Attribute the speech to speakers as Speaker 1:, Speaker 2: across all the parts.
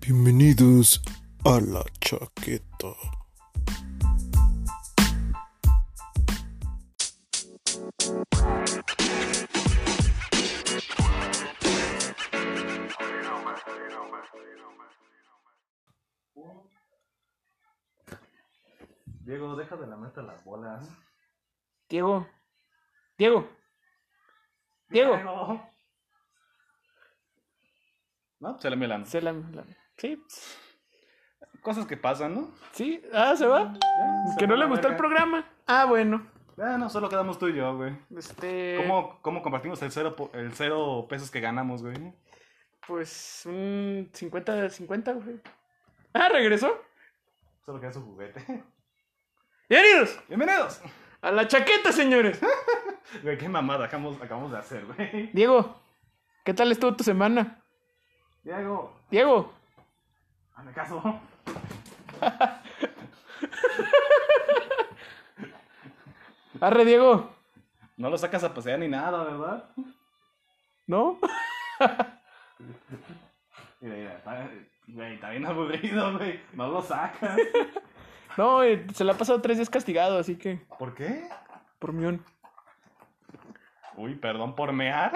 Speaker 1: Bienvenidos a la chaqueta.
Speaker 2: Diego, deja de lamerte las bolas.
Speaker 3: Diego. Diego. Diego. ¿No?
Speaker 2: Se le melan.
Speaker 3: Se la- la- Sí, pues,
Speaker 2: Cosas que pasan, ¿no?
Speaker 3: sí. Ah, se va.
Speaker 2: Ya,
Speaker 3: Que
Speaker 2: se
Speaker 3: no
Speaker 2: va
Speaker 3: le
Speaker 2: la
Speaker 3: gustó el
Speaker 2: verga.
Speaker 3: programa. Ah, bueno.
Speaker 2: Ya, no, solo quedamos tú y yo, güey.
Speaker 3: Este.
Speaker 2: ¿Cómo, cómo compartimos el cero, po- el cero pesos que ganamos, güey?
Speaker 3: Pues un 50 de 50, güey. Ah, regresó.
Speaker 2: Solo queda su juguete.
Speaker 3: Bienvenidos
Speaker 2: ¡Bienvenidos!
Speaker 3: a la chaqueta, señores.
Speaker 2: Güey, qué mamada acabamos, acabamos de hacer, güey.
Speaker 3: Diego, ¿qué tal estuvo tu semana?
Speaker 2: Diego,
Speaker 3: Diego,
Speaker 2: hazme caso.
Speaker 3: arre, Diego.
Speaker 2: No lo sacas a pasear ni nada, ¿verdad?
Speaker 3: ¿No?
Speaker 2: Mira, mira, está, güey, está bien aburrido, güey. No lo sacas.
Speaker 3: No, eh, se la ha pasado tres días castigado, así que.
Speaker 2: ¿Por qué?
Speaker 3: Por mión.
Speaker 2: Uy, perdón por mear.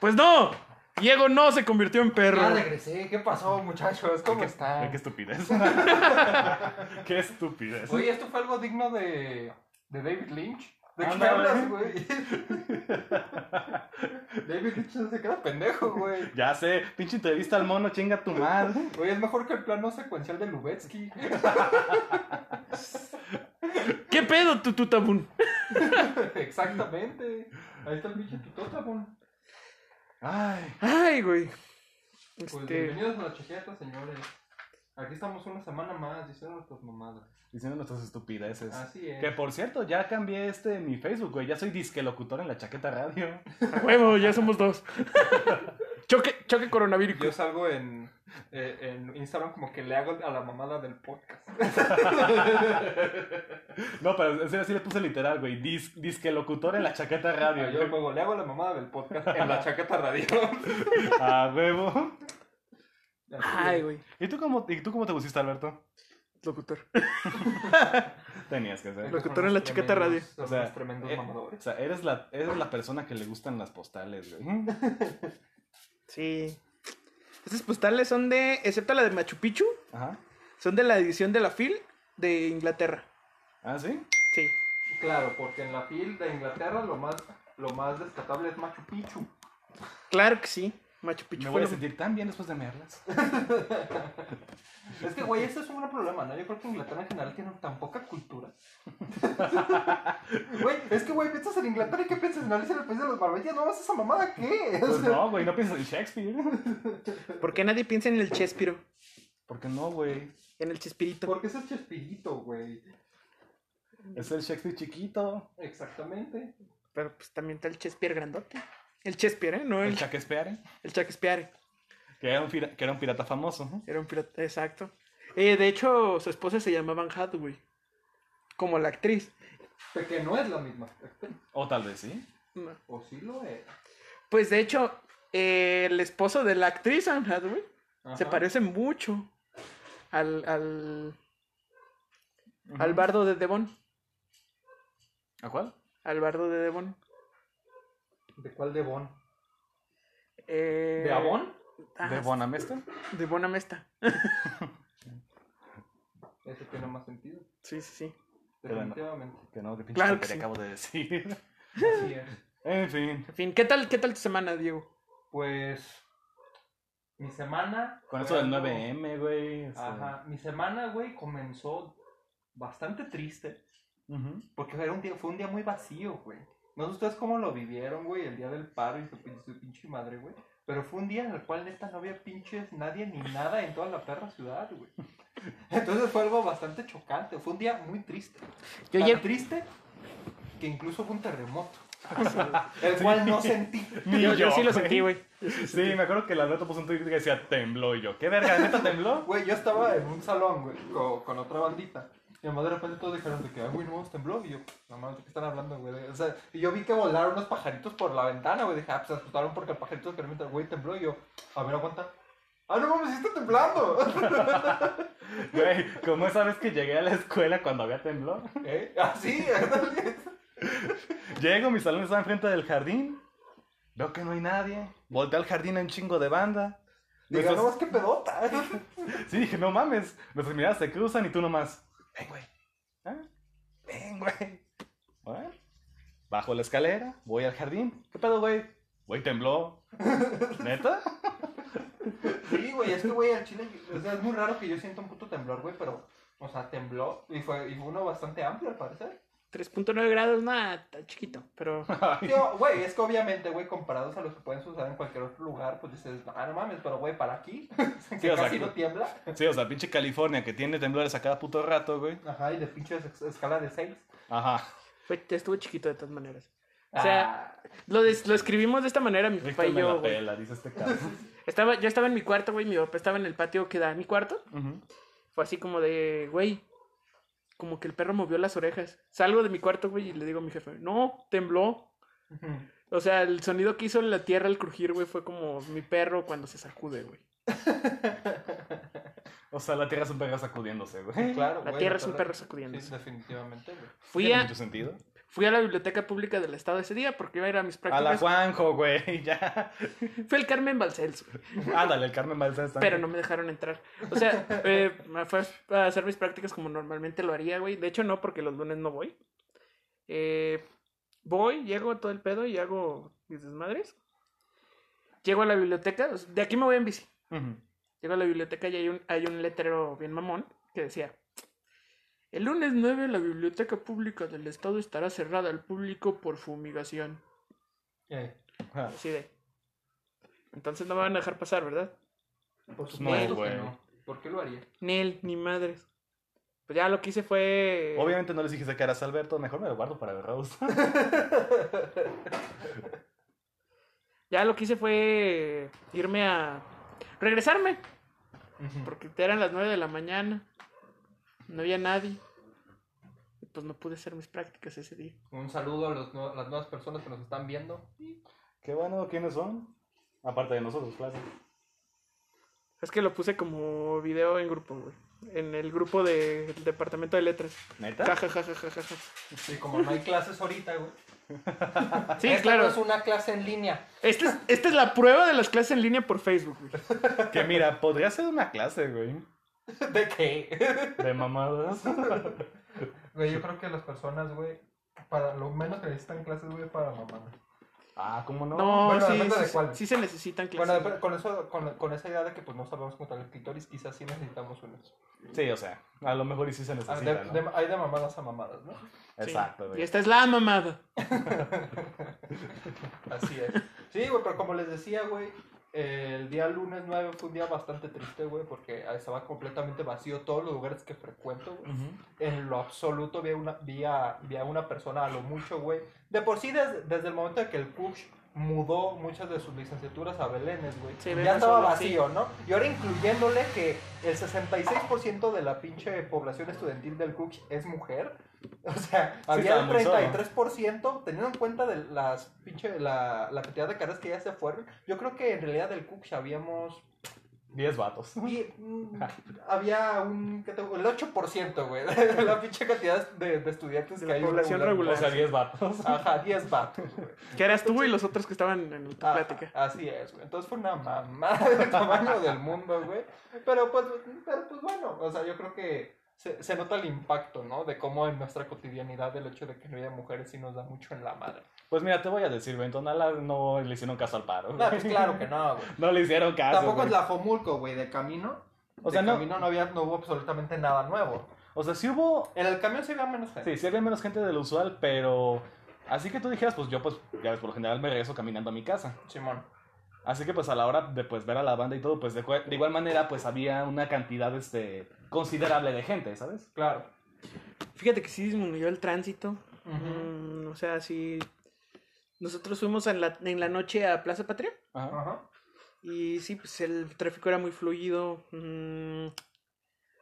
Speaker 3: Pues no. Diego no se convirtió en perro.
Speaker 4: Ya regresé, ¿qué pasó muchachos? ¿Cómo
Speaker 2: Güey,
Speaker 4: están?
Speaker 2: qué estupidez. qué estupidez.
Speaker 4: Oye, esto fue algo digno de, de David Lynch. ¿De qué
Speaker 2: Ándale.
Speaker 4: hablas, güey? David Lynch se queda pendejo, güey.
Speaker 2: Ya sé, pinche entrevista al mono, chinga tu madre.
Speaker 4: Oye, es mejor que el plano secuencial de Lubetsky.
Speaker 3: ¿Qué pedo, tu tutabun?
Speaker 4: Exactamente. Ahí está el pinche tutótabón.
Speaker 2: Ay,
Speaker 3: Ay, güey.
Speaker 4: Pues
Speaker 3: Este,
Speaker 4: bienvenidos a la chaqueta, señores. Aquí estamos una semana más diciendo nuestras mamadas.
Speaker 2: diciendo nuestras
Speaker 3: Pues,
Speaker 2: estupideces.
Speaker 4: Así es.
Speaker 2: Que por cierto, ya cambié este mi Facebook, güey. Ya soy disquelocutor en la chaqueta radio.
Speaker 3: a huevo, ya somos dos. choque, choque coronavírico.
Speaker 4: Yo salgo en, eh, en Instagram como que le hago a la mamada del podcast.
Speaker 2: No, pero en serio sí le puse literal, güey. Dis- disquelocutor en la chaqueta radio.
Speaker 4: Ah, yo
Speaker 2: güey.
Speaker 4: luego le hago la mamada del podcast en la chaqueta radio.
Speaker 2: A huevo.
Speaker 3: Ay, güey.
Speaker 2: ¿Y tú cómo, y tú cómo te pusiste, Alberto?
Speaker 3: Locutor.
Speaker 2: Tenías que ser.
Speaker 3: Locutor en la chaqueta radio.
Speaker 4: O
Speaker 2: sea,
Speaker 4: sea, tremendos
Speaker 2: eh, O
Speaker 4: mamadores.
Speaker 2: sea, eres la, eres la persona que le gustan las postales, güey.
Speaker 3: Sí. Estas postales son de, excepto la de Machu Picchu,
Speaker 2: Ajá.
Speaker 3: son de la edición de la FIL de Inglaterra.
Speaker 2: ¿Ah, sí?
Speaker 3: Sí.
Speaker 4: Claro, porque en la fil de Inglaterra lo más, lo más descartable es Machu Picchu.
Speaker 3: Claro que sí. Machu Picchu.
Speaker 2: Me
Speaker 3: fue
Speaker 2: voy a
Speaker 3: lo-
Speaker 2: sentir tan bien después de mearlas.
Speaker 4: Es que, güey, ese es un gran problema, ¿no? Yo creo que Inglaterra en general tiene tan poca cultura. Güey, es que, güey, piensas en Inglaterra y qué piensas en Alicia en el País de los Maravillas. No, esa mamada, ¿qué? O
Speaker 2: Pues
Speaker 4: sea,
Speaker 2: no, güey, no piensas en Shakespeare.
Speaker 3: ¿Por qué nadie piensa en el Chespiro?
Speaker 2: ¿Por qué no, güey?
Speaker 3: En el Chespirito.
Speaker 4: Porque ese es Chespirito, güey.
Speaker 2: Es el Shakespeare chiquito.
Speaker 4: Exactamente.
Speaker 3: Pero pues también está el Chespier grandote. El Chespier, ¿eh? No
Speaker 2: El
Speaker 3: el,
Speaker 2: Shakespeare.
Speaker 3: el Shakespeare.
Speaker 2: Que era un, pira- que era un pirata famoso. ¿no?
Speaker 3: Era un pirata, exacto. Eh, de hecho, su esposa se llamaba Anne Hathaway. Como la actriz.
Speaker 4: Pero Que no es la misma.
Speaker 2: O tal vez sí.
Speaker 3: No.
Speaker 4: O sí lo es.
Speaker 3: Pues de hecho, eh, el esposo de la actriz Anne Hathaway se
Speaker 4: Ajá.
Speaker 3: parece mucho al, al, al bardo de Devon.
Speaker 2: ¿A cuál?
Speaker 3: Al bardo de Devon.
Speaker 4: ¿De cuál de Bon?
Speaker 3: Eh,
Speaker 4: ¿De Avon?
Speaker 3: ah,
Speaker 2: ¿De Bonamester?
Speaker 3: De Bonamesta.
Speaker 4: Eso tiene más sentido.
Speaker 3: Sí, sí, sí.
Speaker 2: Pero no.
Speaker 4: Definitivamente.
Speaker 2: Que no, de pinche
Speaker 3: Claro que
Speaker 2: tontería
Speaker 3: sí.
Speaker 2: acabo de decir.
Speaker 4: Así es.
Speaker 2: en fin.
Speaker 3: En fin, ¿qué tal, qué tal tu semana, Diego?
Speaker 4: Pues. Mi semana.
Speaker 2: Con
Speaker 4: fue
Speaker 2: eso del
Speaker 4: algo-
Speaker 2: 9M, güey. este,
Speaker 4: Ajá. Mi semana, güey, comenzó bastante triste.
Speaker 2: ujú.
Speaker 4: Porque era un día, fue un día muy vacío, güey. No sé ustedes cómo lo vivieron, güey, el día del paro y su, pin- su pinche madre, güey. Pero fue un día en el cual neta no había pinches nadie ni nada en toda la perra ciudad, güey. Entonces fue algo bastante chocante. Fue un día muy triste.
Speaker 3: Yo
Speaker 4: Tan
Speaker 3: llego-
Speaker 4: triste que incluso fue un terremoto. el cual no sentí.
Speaker 2: Ni
Speaker 3: yo, yo sí lo
Speaker 2: güey.
Speaker 3: sentí, güey.
Speaker 2: Sí, me acuerdo que el Alberto puso un tweet que decía tembló y yo. ¿Qué verga? ¿Neta tembló?
Speaker 4: Güey, yo estaba en un salón, güey, co- con, otra bandita. Y además de repente todos dijeron de que, "Ay, güey, no nos tembló. Y yo, no mames, ¿de qué están hablando, güey? O sea, y yo vi que volaron unos pajaritos por la ventana, güey. Dije, ah, pues se asustaron porque el pajarito realmente, güey, tembló. Y yo, a ver, aguanta. Ah, no mames, sí está temblando.
Speaker 2: Güey, ¿cómo sabes que llegué a la escuela cuando había temblor?
Speaker 4: ¿Eh? Así, ándale.
Speaker 2: Llego, mi salón está enfrente del jardín. Veo que no hay nadie. Volteo al jardín hay un chingo de banda.
Speaker 4: Diga, no
Speaker 2: Nuestros-
Speaker 4: más que pedota.
Speaker 2: Sí, dije, no mames. Nuestras miradas se cruzan y tú nomás. Ven, güey. ¿Ah? Ven, güey. Bueno, bajo la escalera, voy al jardín. ¿Qué pedo, güey? Güey, tembló. ¿Neta?
Speaker 4: Sí, güey, es que, güey, al chile, o sea, es muy raro que yo sienta un puto temblor, güey, pero, o sea, tembló y fue, y fue uno bastante amplio, al parecer.
Speaker 3: 3.9 grados, nada, tan chiquito, pero...
Speaker 2: Ay,
Speaker 4: Yo, güey, es que obviamente, güey, comparados a los que pueden suceder en cualquier otro lugar, pues dices, ah, no mames, pero, güey, para aquí, que
Speaker 2: Sí, o sea,
Speaker 4: casi
Speaker 2: que-
Speaker 4: no tiembla.
Speaker 2: Sí, o sea, pinche California que tiene temblores a cada puto rato, güey.
Speaker 4: Ajá, y de pinche es- escala de 6.
Speaker 2: Ajá.
Speaker 3: Fue- estuvo chiquito de todas maneras. O sea,
Speaker 4: Ah,
Speaker 3: Lo, des- lo escribimos de esta manera, mi papá
Speaker 2: Ah. Víctor
Speaker 3: y
Speaker 2: me
Speaker 3: yo,
Speaker 2: la
Speaker 3: güey.
Speaker 2: pela, dice este cabrón.
Speaker 3: Estaba, yo estaba en mi cuarto, güey, mi papá estaba en el patio que da a mi cuarto. Fue así como de, güey, como que el perro movió las orejas. Salgo de mi cuarto, güey, y le digo a mi jefe, no, tembló. O sea, el sonido que hizo la tierra al crujir, güey, fue como mi perro cuando se sacude, güey.
Speaker 2: O sea, la tierra es un perro sacudiéndose, güey.
Speaker 4: claro,
Speaker 3: La
Speaker 4: güey,
Speaker 3: tierra es un
Speaker 4: perra-
Speaker 3: perro
Speaker 4: Sí,
Speaker 3: sacudiéndose.
Speaker 4: definitivamente, güey.
Speaker 3: Fui
Speaker 2: ¿Tiene
Speaker 3: a,
Speaker 2: mucho sentido?
Speaker 3: fui a la biblioteca pública del estado ese día porque iba a ir a mis
Speaker 2: A la
Speaker 3: prácticas.
Speaker 2: Juanjo, güey, ya.
Speaker 3: Fui al Carmen Balcells, güey,
Speaker 2: Ándale, el Carmen Balsa está.
Speaker 3: pero no me dejaron entrar. O sea, eh, me fue a hacer mis prácticas como normalmente lo haría, güey. De hecho, no, porque los lunes no voy. Eh, voy, llego todo el pedo y hago mis desmadres. Llego a la biblioteca. o sea, De aquí me voy en bici.
Speaker 2: Ujú.
Speaker 3: Llego a la biblioteca y hay un, hay un letrero bien mamón que decía: El lunes 9 la biblioteca pública del estado estará cerrada al público por fumigación.
Speaker 4: Eh,
Speaker 2: Ah,
Speaker 3: Así de. Entonces no me van a dejar pasar, ¿verdad?
Speaker 4: por
Speaker 2: pues, no,
Speaker 4: supuesto que
Speaker 2: güey.
Speaker 4: no. ¿Por qué lo haría?
Speaker 3: Nel, ni madres. Pues ya lo que hice fue.
Speaker 2: Obviamente no les dijiste que eras Alberto, mejor me lo guardo para agarrar
Speaker 3: Ya lo que hice fue irme a. Regresarme. Porque eran las 9 de la mañana. No había nadie. Y pues no pude hacer mis prácticas ese día.
Speaker 4: Un saludo a los nue- las nuevas personas que nos están viendo.
Speaker 2: Qué bueno, ¿quiénes son? Aparte de nosotros, claro.
Speaker 3: Es que lo puse como video en grupo, güey. En el grupo de- del departamento de letras. Ja,
Speaker 4: ¿Ah?
Speaker 2: ¿Neta?
Speaker 3: ja, ja, ja, ja, ja, ja.
Speaker 4: Sí, como no hay clases ahorita, güey.
Speaker 3: Sí,
Speaker 4: Ah, Esta
Speaker 3: claro.
Speaker 4: no es una clase en línea.
Speaker 3: Esta es, esta es la prueba de las clases en línea por Facebook, güey.
Speaker 2: Que mira, podría ser una clase, güey.
Speaker 4: ¿De qué?
Speaker 2: De mamadas.
Speaker 4: Güey, yo creo que las personas, güey, para lo menos que necesitan clases, güey, para mamá.
Speaker 2: Ah, ¿cómo no?
Speaker 3: No,
Speaker 4: bueno,
Speaker 3: sí,
Speaker 4: depende
Speaker 3: sí,
Speaker 4: de
Speaker 3: sí,
Speaker 4: cuál.
Speaker 3: sí se necesitan
Speaker 4: Bueno,
Speaker 3: clases.
Speaker 4: pero con, eso, con, con esa idea de que pues no sabemos contar el clítoris, quizás sí necesitamos unas.
Speaker 2: Sí, o sea, a lo mejor y sí se
Speaker 4: Ah,
Speaker 2: necesita,
Speaker 4: de-
Speaker 2: ¿no?
Speaker 4: de- hay de mamadas a mamadas, ¿no?
Speaker 3: Sí.
Speaker 2: Exacto, güey.
Speaker 3: Y esta es la mamada.
Speaker 4: Así es. Sí, güey, pero como les decía, güey, eh, el día lunes 9 fue un día bastante triste, güey, porque estaba completamente vacío todos los lugares que frecuento, güey.
Speaker 2: Ujú.
Speaker 4: en lo absoluto vi a una, vi a- vi a una persona a lo mucho, güey. De por sí, des- desde el momento en que el Kush mudó muchas de sus licenciaturas a Belénes, güey.
Speaker 3: Sí,
Speaker 4: ya
Speaker 3: Belén
Speaker 4: estaba
Speaker 3: solo,
Speaker 4: vacío, ¿no? Y ahora incluyéndole que el 66% de la pinche población estudiantil del Kush es mujer. O sea, había
Speaker 2: estaba muy
Speaker 4: el
Speaker 2: solo.
Speaker 4: 33%, teniendo en cuenta de las pinche, la, la cantidad de caras que ya se fueron. Yo creo que en realidad del Kush habíamos
Speaker 2: Diez vatos.
Speaker 4: y, mm, había un. ¿qué te- el 8%, güey. De la pinche cantidad de, de estudiantes
Speaker 3: De
Speaker 4: que
Speaker 3: la
Speaker 4: hay.
Speaker 3: población
Speaker 2: O
Speaker 3: regular.
Speaker 2: sea, diez vatos. Ah,
Speaker 4: Ajá, 10 vatos, güey.
Speaker 3: Que eras tú y los otros que estaban en tu
Speaker 4: Ah,
Speaker 3: plática.
Speaker 4: Así es, güey. Entonces fue una mamada del tamaño del mundo, güey. Pero pues, pero pues bueno, o sea, yo creo que se, se nota el impacto, ¿no? De cómo en nuestra cotidianidad el hecho de que no haya mujeres sí nos da mucho en la madre.
Speaker 2: Pues mira, te voy a decir, güey, en Tonala no le hicieron caso al paro.
Speaker 4: No,
Speaker 2: güey.
Speaker 4: pues claro que no, güey.
Speaker 2: No le hicieron caso.
Speaker 4: Tampoco
Speaker 2: güey.
Speaker 4: es la Fomulco, güey, de camino.
Speaker 2: O sea,
Speaker 4: de
Speaker 2: no-
Speaker 4: camino no, había, no hubo absolutamente nada nuevo.
Speaker 2: O sea, sí hubo
Speaker 4: En el camión se veía menos gente.
Speaker 2: Sí, sí había menos gente de lo usual, pero así que tú dijeras, pues yo pues ya ves, por lo general me regreso caminando a mi casa.
Speaker 4: Simón.
Speaker 2: Así que pues a la hora de pues ver a la banda y todo, pues de, cua- de igual manera pues había una cantidad este considerable de gente, ¿sabes?
Speaker 4: Claro.
Speaker 3: ah. Fíjate que sí disminuyó el tránsito. Mm, o sea, sí. Nosotros fuimos en la, en la noche a Plaza Patria.
Speaker 2: Ajá.
Speaker 4: Ajá.
Speaker 3: Y sí, pues el tráfico era muy fluido. Mm,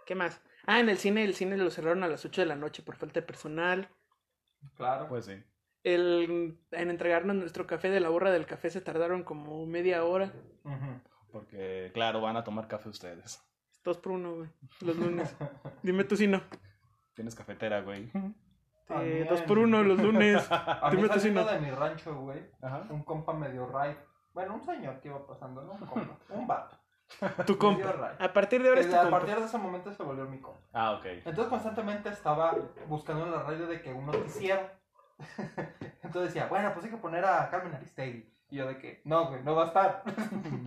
Speaker 3: ¿Qué más? Ah, en el cine, el cine lo cerraron a las 8 de la noche por falta de personal.
Speaker 4: Claro.
Speaker 2: Pues sí.
Speaker 3: El, en entregarnos nuestro café de la borra del café se tardaron como media hora.
Speaker 4: Ujú.
Speaker 2: Porque, claro, van a tomar café ustedes.
Speaker 3: Dos por uno, güey. Los lunes. Dime tú si no.
Speaker 2: Tienes cafetera, güey.
Speaker 3: Eh,
Speaker 4: También.
Speaker 3: dos por uno los lunes.
Speaker 4: A
Speaker 3: Dime
Speaker 4: mí
Speaker 3: tú si
Speaker 4: saliendo
Speaker 3: no.
Speaker 4: de mi rancho, güey,
Speaker 2: Ajá.
Speaker 4: un compa medio ray. Bueno, un señor que iba pasando, ¿no? Un compa. Un vato.
Speaker 3: Tu
Speaker 4: Medio
Speaker 3: compa.
Speaker 4: ray.
Speaker 3: A partir de ahora es
Speaker 2: este
Speaker 4: Que
Speaker 3: tu
Speaker 4: A
Speaker 3: compa.
Speaker 4: partir de ese momento se volvió mi compa.
Speaker 2: Ah, ok.
Speaker 4: Entonces constantemente estaba buscando en la radio de que un noticiero. Entonces decía, bueno, pues hay que poner a Carmen Aristegui. Y yo de que, no, güey, no va a estar.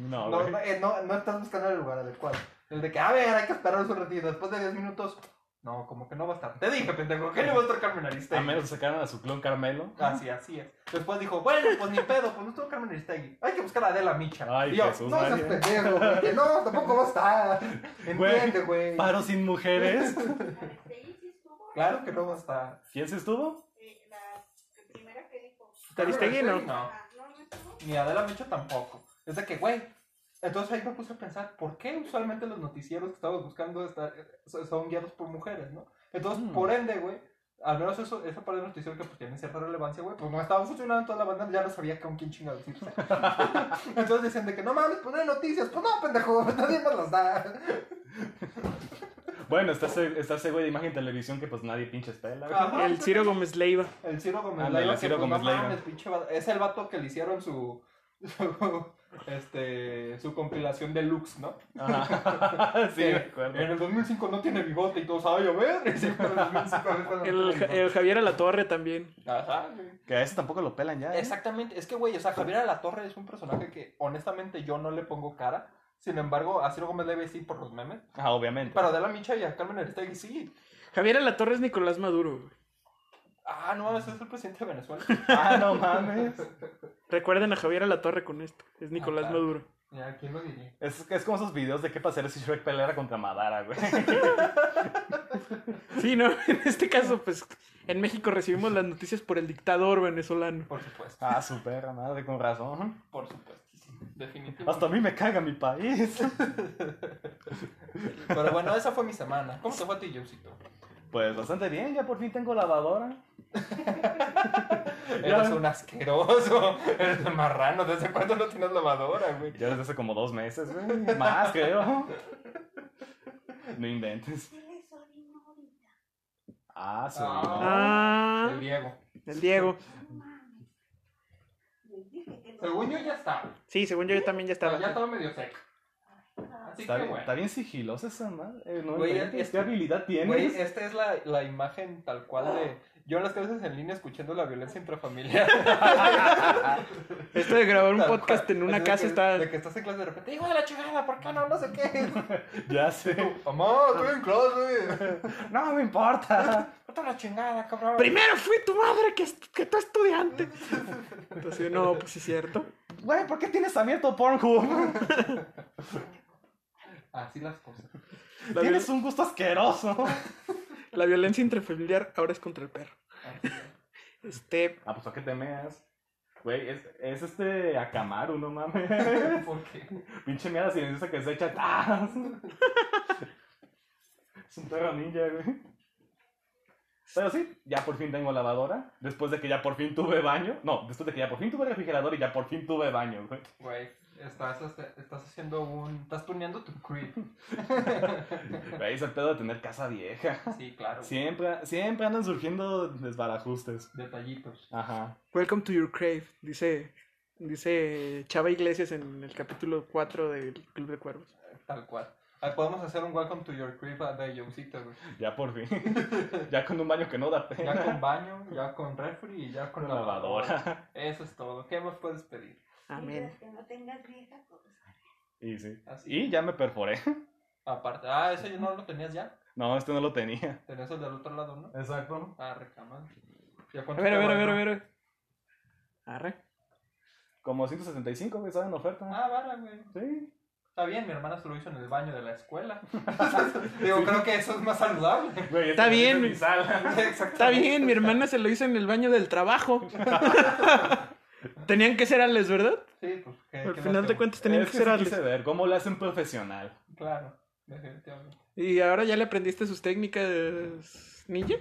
Speaker 2: No,
Speaker 4: No,
Speaker 2: Ah, güey.
Speaker 4: no, eh, no, no estás buscando el lugar adecuado. El de que, a ver, hay que esperar un ratito. Después de 10 minutos, no, como que no va a estar. Te dije, pendejo, que no va a estar Carmen
Speaker 2: A
Speaker 4: Aristegui.
Speaker 2: menos que sacaran a su clon Carmelo.
Speaker 4: Así, así es. Después dijo, bueno, pues ni pedo, pues no estuvo Carmen Aristegui. Hay que buscar a Adela Micha.
Speaker 2: Ay,
Speaker 4: y yo,
Speaker 2: Jesús
Speaker 4: no seas
Speaker 2: María.
Speaker 4: pendejo, güey, que no, tampoco va a estar.
Speaker 2: Güey,
Speaker 4: Entiende, güey.
Speaker 2: Paro sin mujeres.
Speaker 5: Aristegui sí estuvo,
Speaker 4: Claro que no va a estar.
Speaker 2: ¿Quién se estuvo?
Speaker 5: eh, la primera que dijo.
Speaker 3: Aristegui no.
Speaker 4: No.
Speaker 5: Ah, No, no estuvo.
Speaker 4: Ni Adela Micha tampoco. Es de que, güey. Entonces ahí me puse a pensar, ¿por qué usualmente los noticieros que estamos buscando estar, so- son guiados por mujeres, no? Entonces,
Speaker 2: Mm.
Speaker 4: por ende, güey, al menos eso, esa parte del noticiero que pues tiene cierta relevancia, güey, pues no estaba funcionando en toda la banda, ya no sabía con quién chingados irse. Entonces decían de que, no mames, pues no hay noticias, pues no, pendejo, nadie más las da.
Speaker 2: Bueno, está ese, está ese güey de imagen y televisión que pues nadie pinches pela. güey.
Speaker 4: Ajá.
Speaker 3: El Ciro Gómez Leiva.
Speaker 4: El Ciro Gómez
Speaker 2: Ándale,
Speaker 4: Leiva, que,
Speaker 2: Ciro
Speaker 4: pues, no
Speaker 2: Gómez Leiva.
Speaker 4: mames, pinche vato- es el vato que le hicieron su, su, este, su compilación de looks, ¿no?
Speaker 2: Ajá. Ah. sí,
Speaker 4: Que
Speaker 2: me acuerdo.
Speaker 4: En el 2005 no tiene bigote y todos, ay, a ver. y siempre en el 2005 a ver cuando no
Speaker 3: El,
Speaker 4: tiene
Speaker 3: Ja- el Javier Alatorre también.
Speaker 4: bigote. Ajá, güey.
Speaker 2: Que a ese tampoco lo pelan ya. ¿eh?
Speaker 4: Exactamente, es que güey, o sea, Javier Alatorre es un personaje que honestamente yo no le pongo cara. Sin embargo, a Ciro Gómez Leiva sí por los memes.
Speaker 2: Ah, obviamente.
Speaker 4: Pero a Adela Micha y a Carmen Aristegui sí.
Speaker 3: Javier Alatorre es Nicolás Maduro. güey.
Speaker 4: Ah, no mames, es el presidente de Venezuela.
Speaker 2: Ah, no mames.
Speaker 3: Recuerden a Javier Alatorre con esto. Es Nicolás
Speaker 4: Ah, claro.
Speaker 3: Maduro.
Speaker 4: Ya, ¿quién lo diría?
Speaker 2: Es, es como esos videos de qué pasaría si Shrek peleara contra Madara, güey.
Speaker 3: Sí, no, en este caso, pues en México recibimos las noticias por el dictador venezolano.
Speaker 4: Por supuesto,
Speaker 2: Ah, su perra madre, con razón.
Speaker 4: por supuesto. Definitivamente.
Speaker 2: Hasta a mí me caga mi país.
Speaker 4: Pero bueno, esa fue mi semana. ¿Cómo te fue a ti, Josito?
Speaker 2: Pues bastante bien, ya por fin tengo lavadora.
Speaker 4: Eres un asqueroso. Eres un marrano. ¿Desde cuándo no tienes lavadora, güey?
Speaker 2: Ya desde hace como dos meses, güey. Más, creo. No inventes.
Speaker 5: ¿Quiénes son ignorantes?
Speaker 2: Ah, su
Speaker 4: Ah. El
Speaker 3: Ah,
Speaker 4: Diego.
Speaker 3: el Diego.
Speaker 5: No mames. Les dije que no.
Speaker 4: Según yo ya está.
Speaker 3: Sí, según yo, yo también ya
Speaker 4: Ah, Ya
Speaker 3: estaba.
Speaker 4: estaba medio seca. Así
Speaker 2: Está
Speaker 4: que
Speaker 2: bien, está
Speaker 4: bueno.
Speaker 2: bien sigilosa esa madre. Eh, no
Speaker 4: Güey,
Speaker 2: inventes,
Speaker 4: es-
Speaker 2: ¿Qué habilidad
Speaker 4: Güey,
Speaker 2: tienes?
Speaker 4: esta es la, la imagen tal cual de. Yo en las clases en línea escuchando la violencia intrafamiliar.
Speaker 3: Esto de grabar un
Speaker 4: Tal
Speaker 3: podcast
Speaker 4: cual.
Speaker 3: en una
Speaker 4: Así de
Speaker 3: casa
Speaker 4: que-
Speaker 3: está.
Speaker 4: De que estás en clase de repente, hijo de la chingada, ¿por qué no? No sé qué.
Speaker 2: Ya sé.
Speaker 4: Mamá, estoy en clase.
Speaker 2: No me importa.
Speaker 4: Vete a la chingada, cabrón.
Speaker 3: Primero fui tu madre que, est- que tu estudiante. Entonces, no, pues sí, es cierto.
Speaker 2: Güey, ¿por qué tienes abierto Pornhub?
Speaker 4: Así las cosas.
Speaker 3: La,
Speaker 2: Tienes
Speaker 3: viol-
Speaker 2: un gusto asqueroso.
Speaker 3: la violencia intrafamiliar ahora es contra el perro.
Speaker 4: Así es.
Speaker 3: Este,
Speaker 2: Ah, pues a qué temeas. Güey, es, es este Akamaru, no mames.
Speaker 4: ¿Por qué?
Speaker 2: Pinche mierda silenciosa que se echa. ¡Ah! es un perro ninja, güey. Pero sí, ya por fin tengo lavadora. Después de que ya por fin tuve baño. No, después de que ya por fin tuve refrigerador y ya por fin tuve baño, güey.
Speaker 4: Güey, estás, hace- estás haciendo un. Estás tuneando tu creep.
Speaker 2: Güey, es el pedo de tener casa vieja.
Speaker 4: Sí, claro.
Speaker 2: Siempre, siempre andan surgiendo desbarajustes.
Speaker 4: Detallitos.
Speaker 2: Ajá.
Speaker 3: Welcome to your crave, dice, dice Chava Iglesias en el capítulo 4 del Club de Cuervos.
Speaker 4: Tal cual. Ahí podemos hacer un welcome to your crib uh, de Josito, güey.
Speaker 2: Ya por fin. ya con un baño que no da pena.
Speaker 4: Ya con baño, ya con refri y ya con
Speaker 2: Una
Speaker 4: lavadora.
Speaker 2: lavadora.
Speaker 4: Eso es todo. ¿Qué más puedes pedir?
Speaker 3: Amén.
Speaker 5: Mientras Que no tengas vieja cosa.
Speaker 2: Y sí.
Speaker 4: Así.
Speaker 2: Y ya me perforé.
Speaker 4: Aparte, ah, ese yo no lo tenías ya.
Speaker 2: No, este no lo tenía.
Speaker 4: Tenías el del otro lado, ¿no?
Speaker 2: Exacto.
Speaker 4: Ah, recamado. Ya
Speaker 3: A
Speaker 4: cuánto
Speaker 3: ver, a
Speaker 4: te
Speaker 3: ver, a ver,
Speaker 4: valió?
Speaker 3: a ver. Arre.
Speaker 2: Como 165, güey, ¿saben? Oferta.
Speaker 4: Ah, vara, güey.
Speaker 2: Sí.
Speaker 4: Está bien, mi hermana se lo hizo en el baño de la escuela. Digo, creo que eso es más saludable.
Speaker 2: Güey,
Speaker 3: Está
Speaker 2: esta
Speaker 3: bien.
Speaker 2: es mi sala.
Speaker 3: Está
Speaker 4: Exactamente.
Speaker 3: bien, mi hermana se lo hizo en el baño del trabajo. Tenían que ser ales, ¿verdad?
Speaker 4: Sí, pues. ¿qué-
Speaker 3: Al
Speaker 4: qué
Speaker 3: final
Speaker 4: más te
Speaker 3: de
Speaker 2: Eh,
Speaker 4: gusta?
Speaker 3: cuentas tenían
Speaker 2: Es
Speaker 3: que
Speaker 2: que
Speaker 3: ser
Speaker 2: sí
Speaker 3: ales.
Speaker 2: quise ver cómo le hacen profesional.
Speaker 4: Claro, definitivamente.
Speaker 3: ¿Y ahora ya le aprendiste sus técnicas ninja?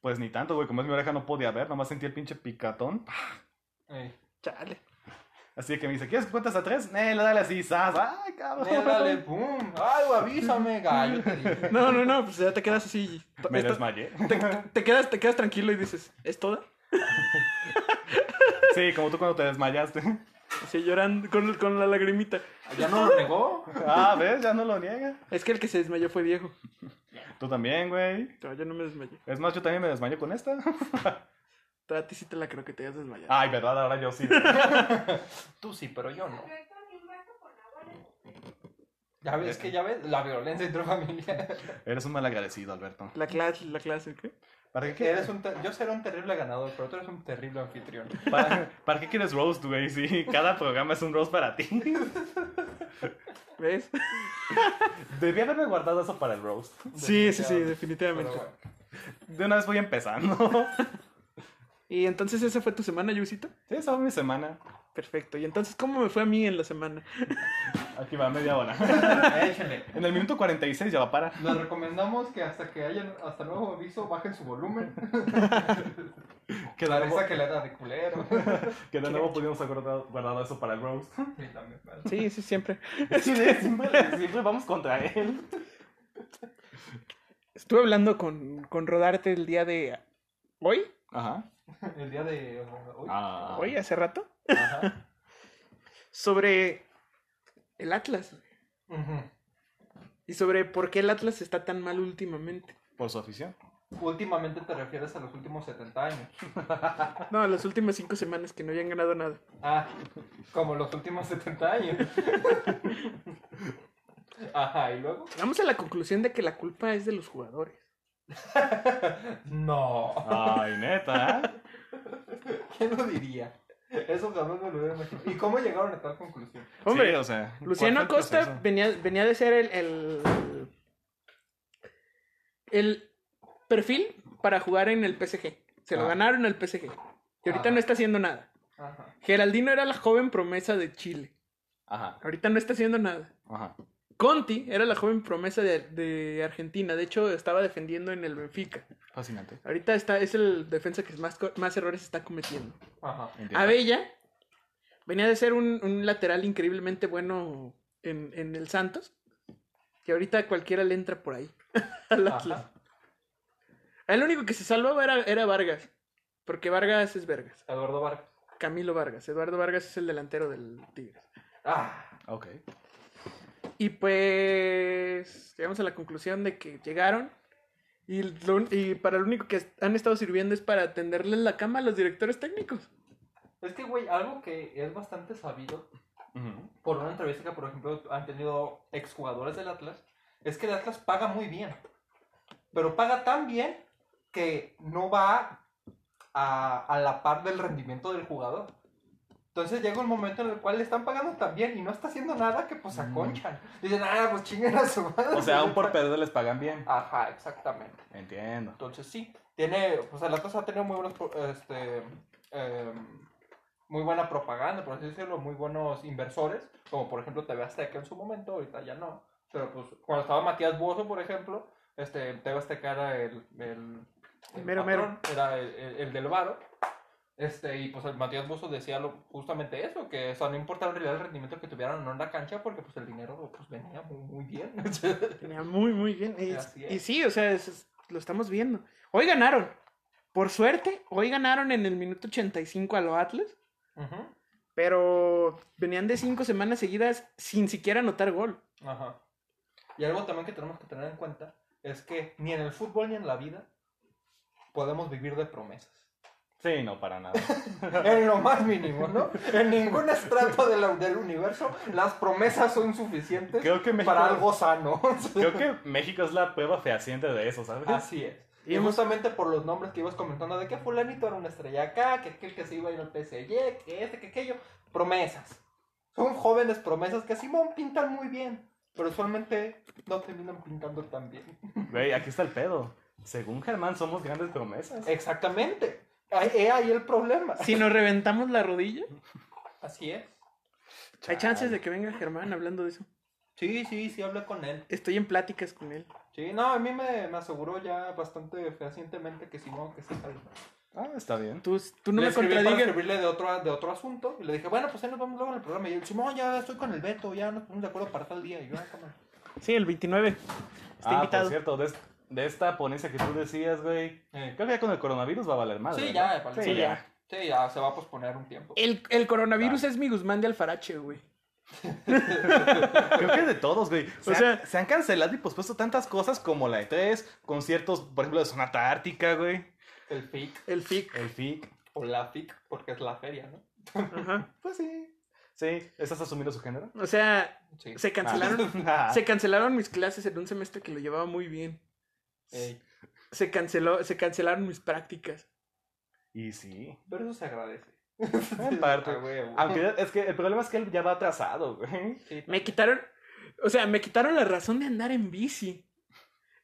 Speaker 2: Pues ni tanto, güey. Como es mi oreja, no podía ver. Nomás sentí el pinche picatón.
Speaker 4: Ey,
Speaker 3: Chale.
Speaker 2: Así que me dice, ¿quieres que cuentes a tres? Nela, dale así, zas. ¡Ay, cabrón!
Speaker 4: eh, dale, pum. Ay, güey, avísame, gallo. te dije.
Speaker 3: No, no, no, pues ya te quedas así.
Speaker 2: Me
Speaker 3: Esto-
Speaker 2: desmayé.
Speaker 3: te, te- te quedas, te quedas tranquilo y dices, ¿es toda?
Speaker 2: Sí, como tú cuando te desmayaste.
Speaker 3: Así llorando con, con la lagrimita.
Speaker 4: ¿Ya no lo negó?
Speaker 2: Ah, ¿ves? Ya no lo niega.
Speaker 3: Es que el que se desmayó fue viejo.
Speaker 2: Tú también, güey.
Speaker 3: No, yo no me desmayé.
Speaker 2: Es más, yo también me desmayé con esta.
Speaker 3: A ti sí te la creo que te hayas desmayado.
Speaker 2: Ay, verdad, ahora yo sí.
Speaker 4: Tú sí, pero yo no.
Speaker 5: Alberto, ni un vaso con agua le
Speaker 4: Ya ves que ya ves la violencia intrafamiliar.
Speaker 2: Eres un malagradecido, Alberto.
Speaker 3: La clase, la clase, ¿qué?
Speaker 2: ¿Para qué,
Speaker 4: Eres un ter- yo seré un terrible ganador, pero tú eres un terrible anfitrión.
Speaker 2: para, para qué quieres roast, güey? Sí, cada programa es un roast para ti.
Speaker 3: ¿Ves?
Speaker 2: Debí haberme guardado eso para el roast.
Speaker 3: Sí, sí, sí,
Speaker 4: Pero
Speaker 3: definitivamente.
Speaker 4: bueno.
Speaker 2: De una vez voy empezando.
Speaker 3: Y entonces esa fue tu semana, Yusito.
Speaker 2: Sí, esa fue mi semana.
Speaker 3: Perfecto. Y entonces, ¿cómo me fue a mí en la semana?
Speaker 2: Aquí va media hora.
Speaker 4: Échale.
Speaker 2: En el minuto 46 ya va para.
Speaker 4: Les recomendamos que hasta que hayan, hasta nuevo aviso, bajen su volumen.
Speaker 2: Que de
Speaker 4: La
Speaker 2: nuevo,
Speaker 4: risa que le da de culero.
Speaker 2: que de nuevo pudimos haber guardado, guardado eso para el roast.
Speaker 4: Sí, también, vale.
Speaker 3: Sí, sí, siempre.
Speaker 2: Sí, de- siempre, siempre vamos contra él.
Speaker 3: Estuve hablando con, con Rodarte el día de hoy,
Speaker 2: Ajá.
Speaker 4: El día de hoy.
Speaker 2: Ah.
Speaker 3: hoy, hace rato,
Speaker 4: Ajá.
Speaker 3: sobre el Atlas.
Speaker 4: Ujú.
Speaker 3: Y sobre por qué el Atlas está tan mal últimamente.
Speaker 2: Por su afición.
Speaker 4: Últimamente te refieres a los últimos 70 años.
Speaker 3: No, las últimas cinco semanas que no habían ganado nada.
Speaker 4: Ah, como los últimos 70 años. Ajá, y luego.
Speaker 3: Llegamos a la conclusión de que la culpa es de los jugadores.
Speaker 4: No.
Speaker 2: Ay, neta. ¿eh?
Speaker 4: ¿Quién lo diría? Eso jamás me lo hubiera imaginado. ¿Y cómo llegaron a tal conclusión?
Speaker 3: Hombre,
Speaker 2: Sí, o sea. ¿cuál
Speaker 3: Luciano
Speaker 2: fue el
Speaker 3: Acosta
Speaker 2: proceso?
Speaker 3: venía, venía de ser el, el, el perfil para jugar en el PSG. Se lo
Speaker 4: Ah.
Speaker 3: ganaron al PSG. Y ahorita
Speaker 4: Ah.
Speaker 3: no está haciendo nada.
Speaker 4: Ajá.
Speaker 3: Geraldino era la joven promesa de Chile.
Speaker 2: Ajá,
Speaker 3: Ahorita no está haciendo nada.
Speaker 2: ajá.
Speaker 3: Conti era la joven promesa de, de Argentina. De hecho, estaba defendiendo en el Benfica.
Speaker 2: Fascinante.
Speaker 3: Ahorita está, es el defensa que más, co- más errores está cometiendo.
Speaker 4: Ajá.
Speaker 2: Entiendo.
Speaker 3: Abella venía de ser un, un lateral increíblemente bueno en, en el Santos. Que ahorita cualquiera le entra por ahí. al Atlas.
Speaker 4: Ajá.
Speaker 3: El único que se salvaba era, era Vargas. Porque Vargas es Vargas.
Speaker 4: Eduardo Vargas.
Speaker 3: Camilo Vargas. Eduardo Vargas es el delantero del Tigres.
Speaker 4: Ah,
Speaker 2: Ok.
Speaker 3: Y pues llegamos a la conclusión de que llegaron. Y, lo- y para lo único que han estado sirviendo es para tenderles la cama a los directores técnicos.
Speaker 4: es que, güey, algo que es bastante sabido
Speaker 2: Ujú.
Speaker 4: por una entrevista que, por ejemplo, han tenido exjugadores del Atlas, es que el Atlas paga muy bien. Pero paga tan bien que no va a, a la par del rendimiento del jugador. Entonces llega un momento en el cual le están pagando tan bien y no está haciendo nada que pues aconchan. Dicen, ah, pues chinguen a su madre.
Speaker 2: Mm. O sea, aún por perder les pagan bien.
Speaker 4: Ajá, exactamente.
Speaker 2: Entiendo.
Speaker 4: Entonces sí, tiene, pues el Atlas ha tenido muy buenos, pro- este, em, muy buena propaganda, por así decirlo, muy buenos inversores, como por ejemplo TV Azteca en su momento, ahorita ya no, pero pues cuando estaba Matías Bozo, por ejemplo, este, TV Azteca era el, el, el
Speaker 3: Mero, mero.
Speaker 4: era el, el- el del varo, este, y pues el Matías Bozo decía lo- justamente eso, que o sea, no importaba en realidad el rendimiento que tuvieran o no en la cancha, porque pues el dinero pues venía muy, muy bien.
Speaker 3: Tenía muy, muy bien. Y,
Speaker 4: Así
Speaker 3: y
Speaker 4: es.
Speaker 3: sí, o sea, es- es- lo estamos viendo. Hoy ganaron. Por suerte, hoy ganaron en el minuto 85 a los Atlas.
Speaker 4: Ujú,
Speaker 3: Pero venían de cinco semanas seguidas sin siquiera anotar gol.
Speaker 4: Ajá. Y algo también que tenemos que tener en cuenta es que ni en el fútbol ni en la vida podemos vivir de promesas.
Speaker 2: Sí, no, para nada.
Speaker 4: En lo más mínimo, ¿no? En ningún estrato de la- del universo las promesas son suficientes
Speaker 2: Creo que México-
Speaker 4: para algo sano.
Speaker 2: Creo que México es la prueba fehaciente de eso, ¿sabes?
Speaker 4: Así es. Y
Speaker 3: Hemos-
Speaker 4: justamente por los nombres que ibas comentando de que fulanito era una estrella acá, que aquel que se iba a ir al PSG, que este, que aquello. Promesas. Son jóvenes promesas que Simón pintan muy bien, pero usualmente no terminan pintando tan bien.
Speaker 2: Güey, aquí está el pedo. Según Germán, somos grandes promesas.
Speaker 4: Exactamente. Ahí- He ahí el problema.
Speaker 3: Si nos reventamos la rodilla,
Speaker 4: Así es.
Speaker 3: hay chances de que venga Germán hablando de eso.
Speaker 4: Sí, sí, sí, hablé con él.
Speaker 3: Estoy en pláticas con él.
Speaker 4: Sí, no, a mí me, me aseguró ya bastante fehacientemente que Simón que se salga.
Speaker 2: Ah, está bien.
Speaker 3: Tú, tú no
Speaker 4: le
Speaker 3: me
Speaker 4: escribí para
Speaker 3: contradigas.
Speaker 4: escribirle de otro, de otro asunto. Y le dije, bueno, pues ahí nos vemos luego en el programa. Y él, Simón, ya estoy con el Beto, ya nos ponemos de acuerdo para tal día. Y yo, ah, cámara.
Speaker 3: Sí, el 29. Está
Speaker 2: ah,
Speaker 3: invitado.
Speaker 2: por cierto, de, es- de esta ponencia que tú decías, güey.
Speaker 4: Eh,
Speaker 2: Creo que ya con el coronavirus va a valer más.
Speaker 4: Sí, ya, vale.
Speaker 2: Sí,
Speaker 3: Sí,
Speaker 2: ya.
Speaker 3: ya.
Speaker 4: Sí, ya se va a posponer un tiempo.
Speaker 3: El, el coronavirus es mi Guzmán de Alfarache, güey.
Speaker 2: Creo que de todos, güey. Se,
Speaker 3: O
Speaker 2: han,
Speaker 3: sea-
Speaker 2: se han cancelado y pospuesto tantas cosas como la E3, conciertos, por ejemplo, de Sonata Ártica, güey.
Speaker 4: El FIC
Speaker 3: El FIC.
Speaker 2: El FIC.
Speaker 4: o la FIC, porque es la feria, ¿no?
Speaker 3: Ajá.
Speaker 2: Pues sí. Sí, ¿estás asumiendo su género?
Speaker 3: O sea,
Speaker 4: Sí.
Speaker 3: se cancelaron.
Speaker 2: Ah.
Speaker 3: Se cancelaron mis clases en un semestre que lo llevaba muy bien.
Speaker 4: Ey,
Speaker 3: Se canceló, se cancelaron mis prácticas.
Speaker 2: Y sí.
Speaker 4: pero eso se agradece.
Speaker 2: En parte.
Speaker 4: A huevo.
Speaker 2: Aunque ya- es que el problema es que él ya va atrasado, güey.
Speaker 4: Sí.
Speaker 3: Me quitaron, o sea, me quitaron la razón de andar en bici.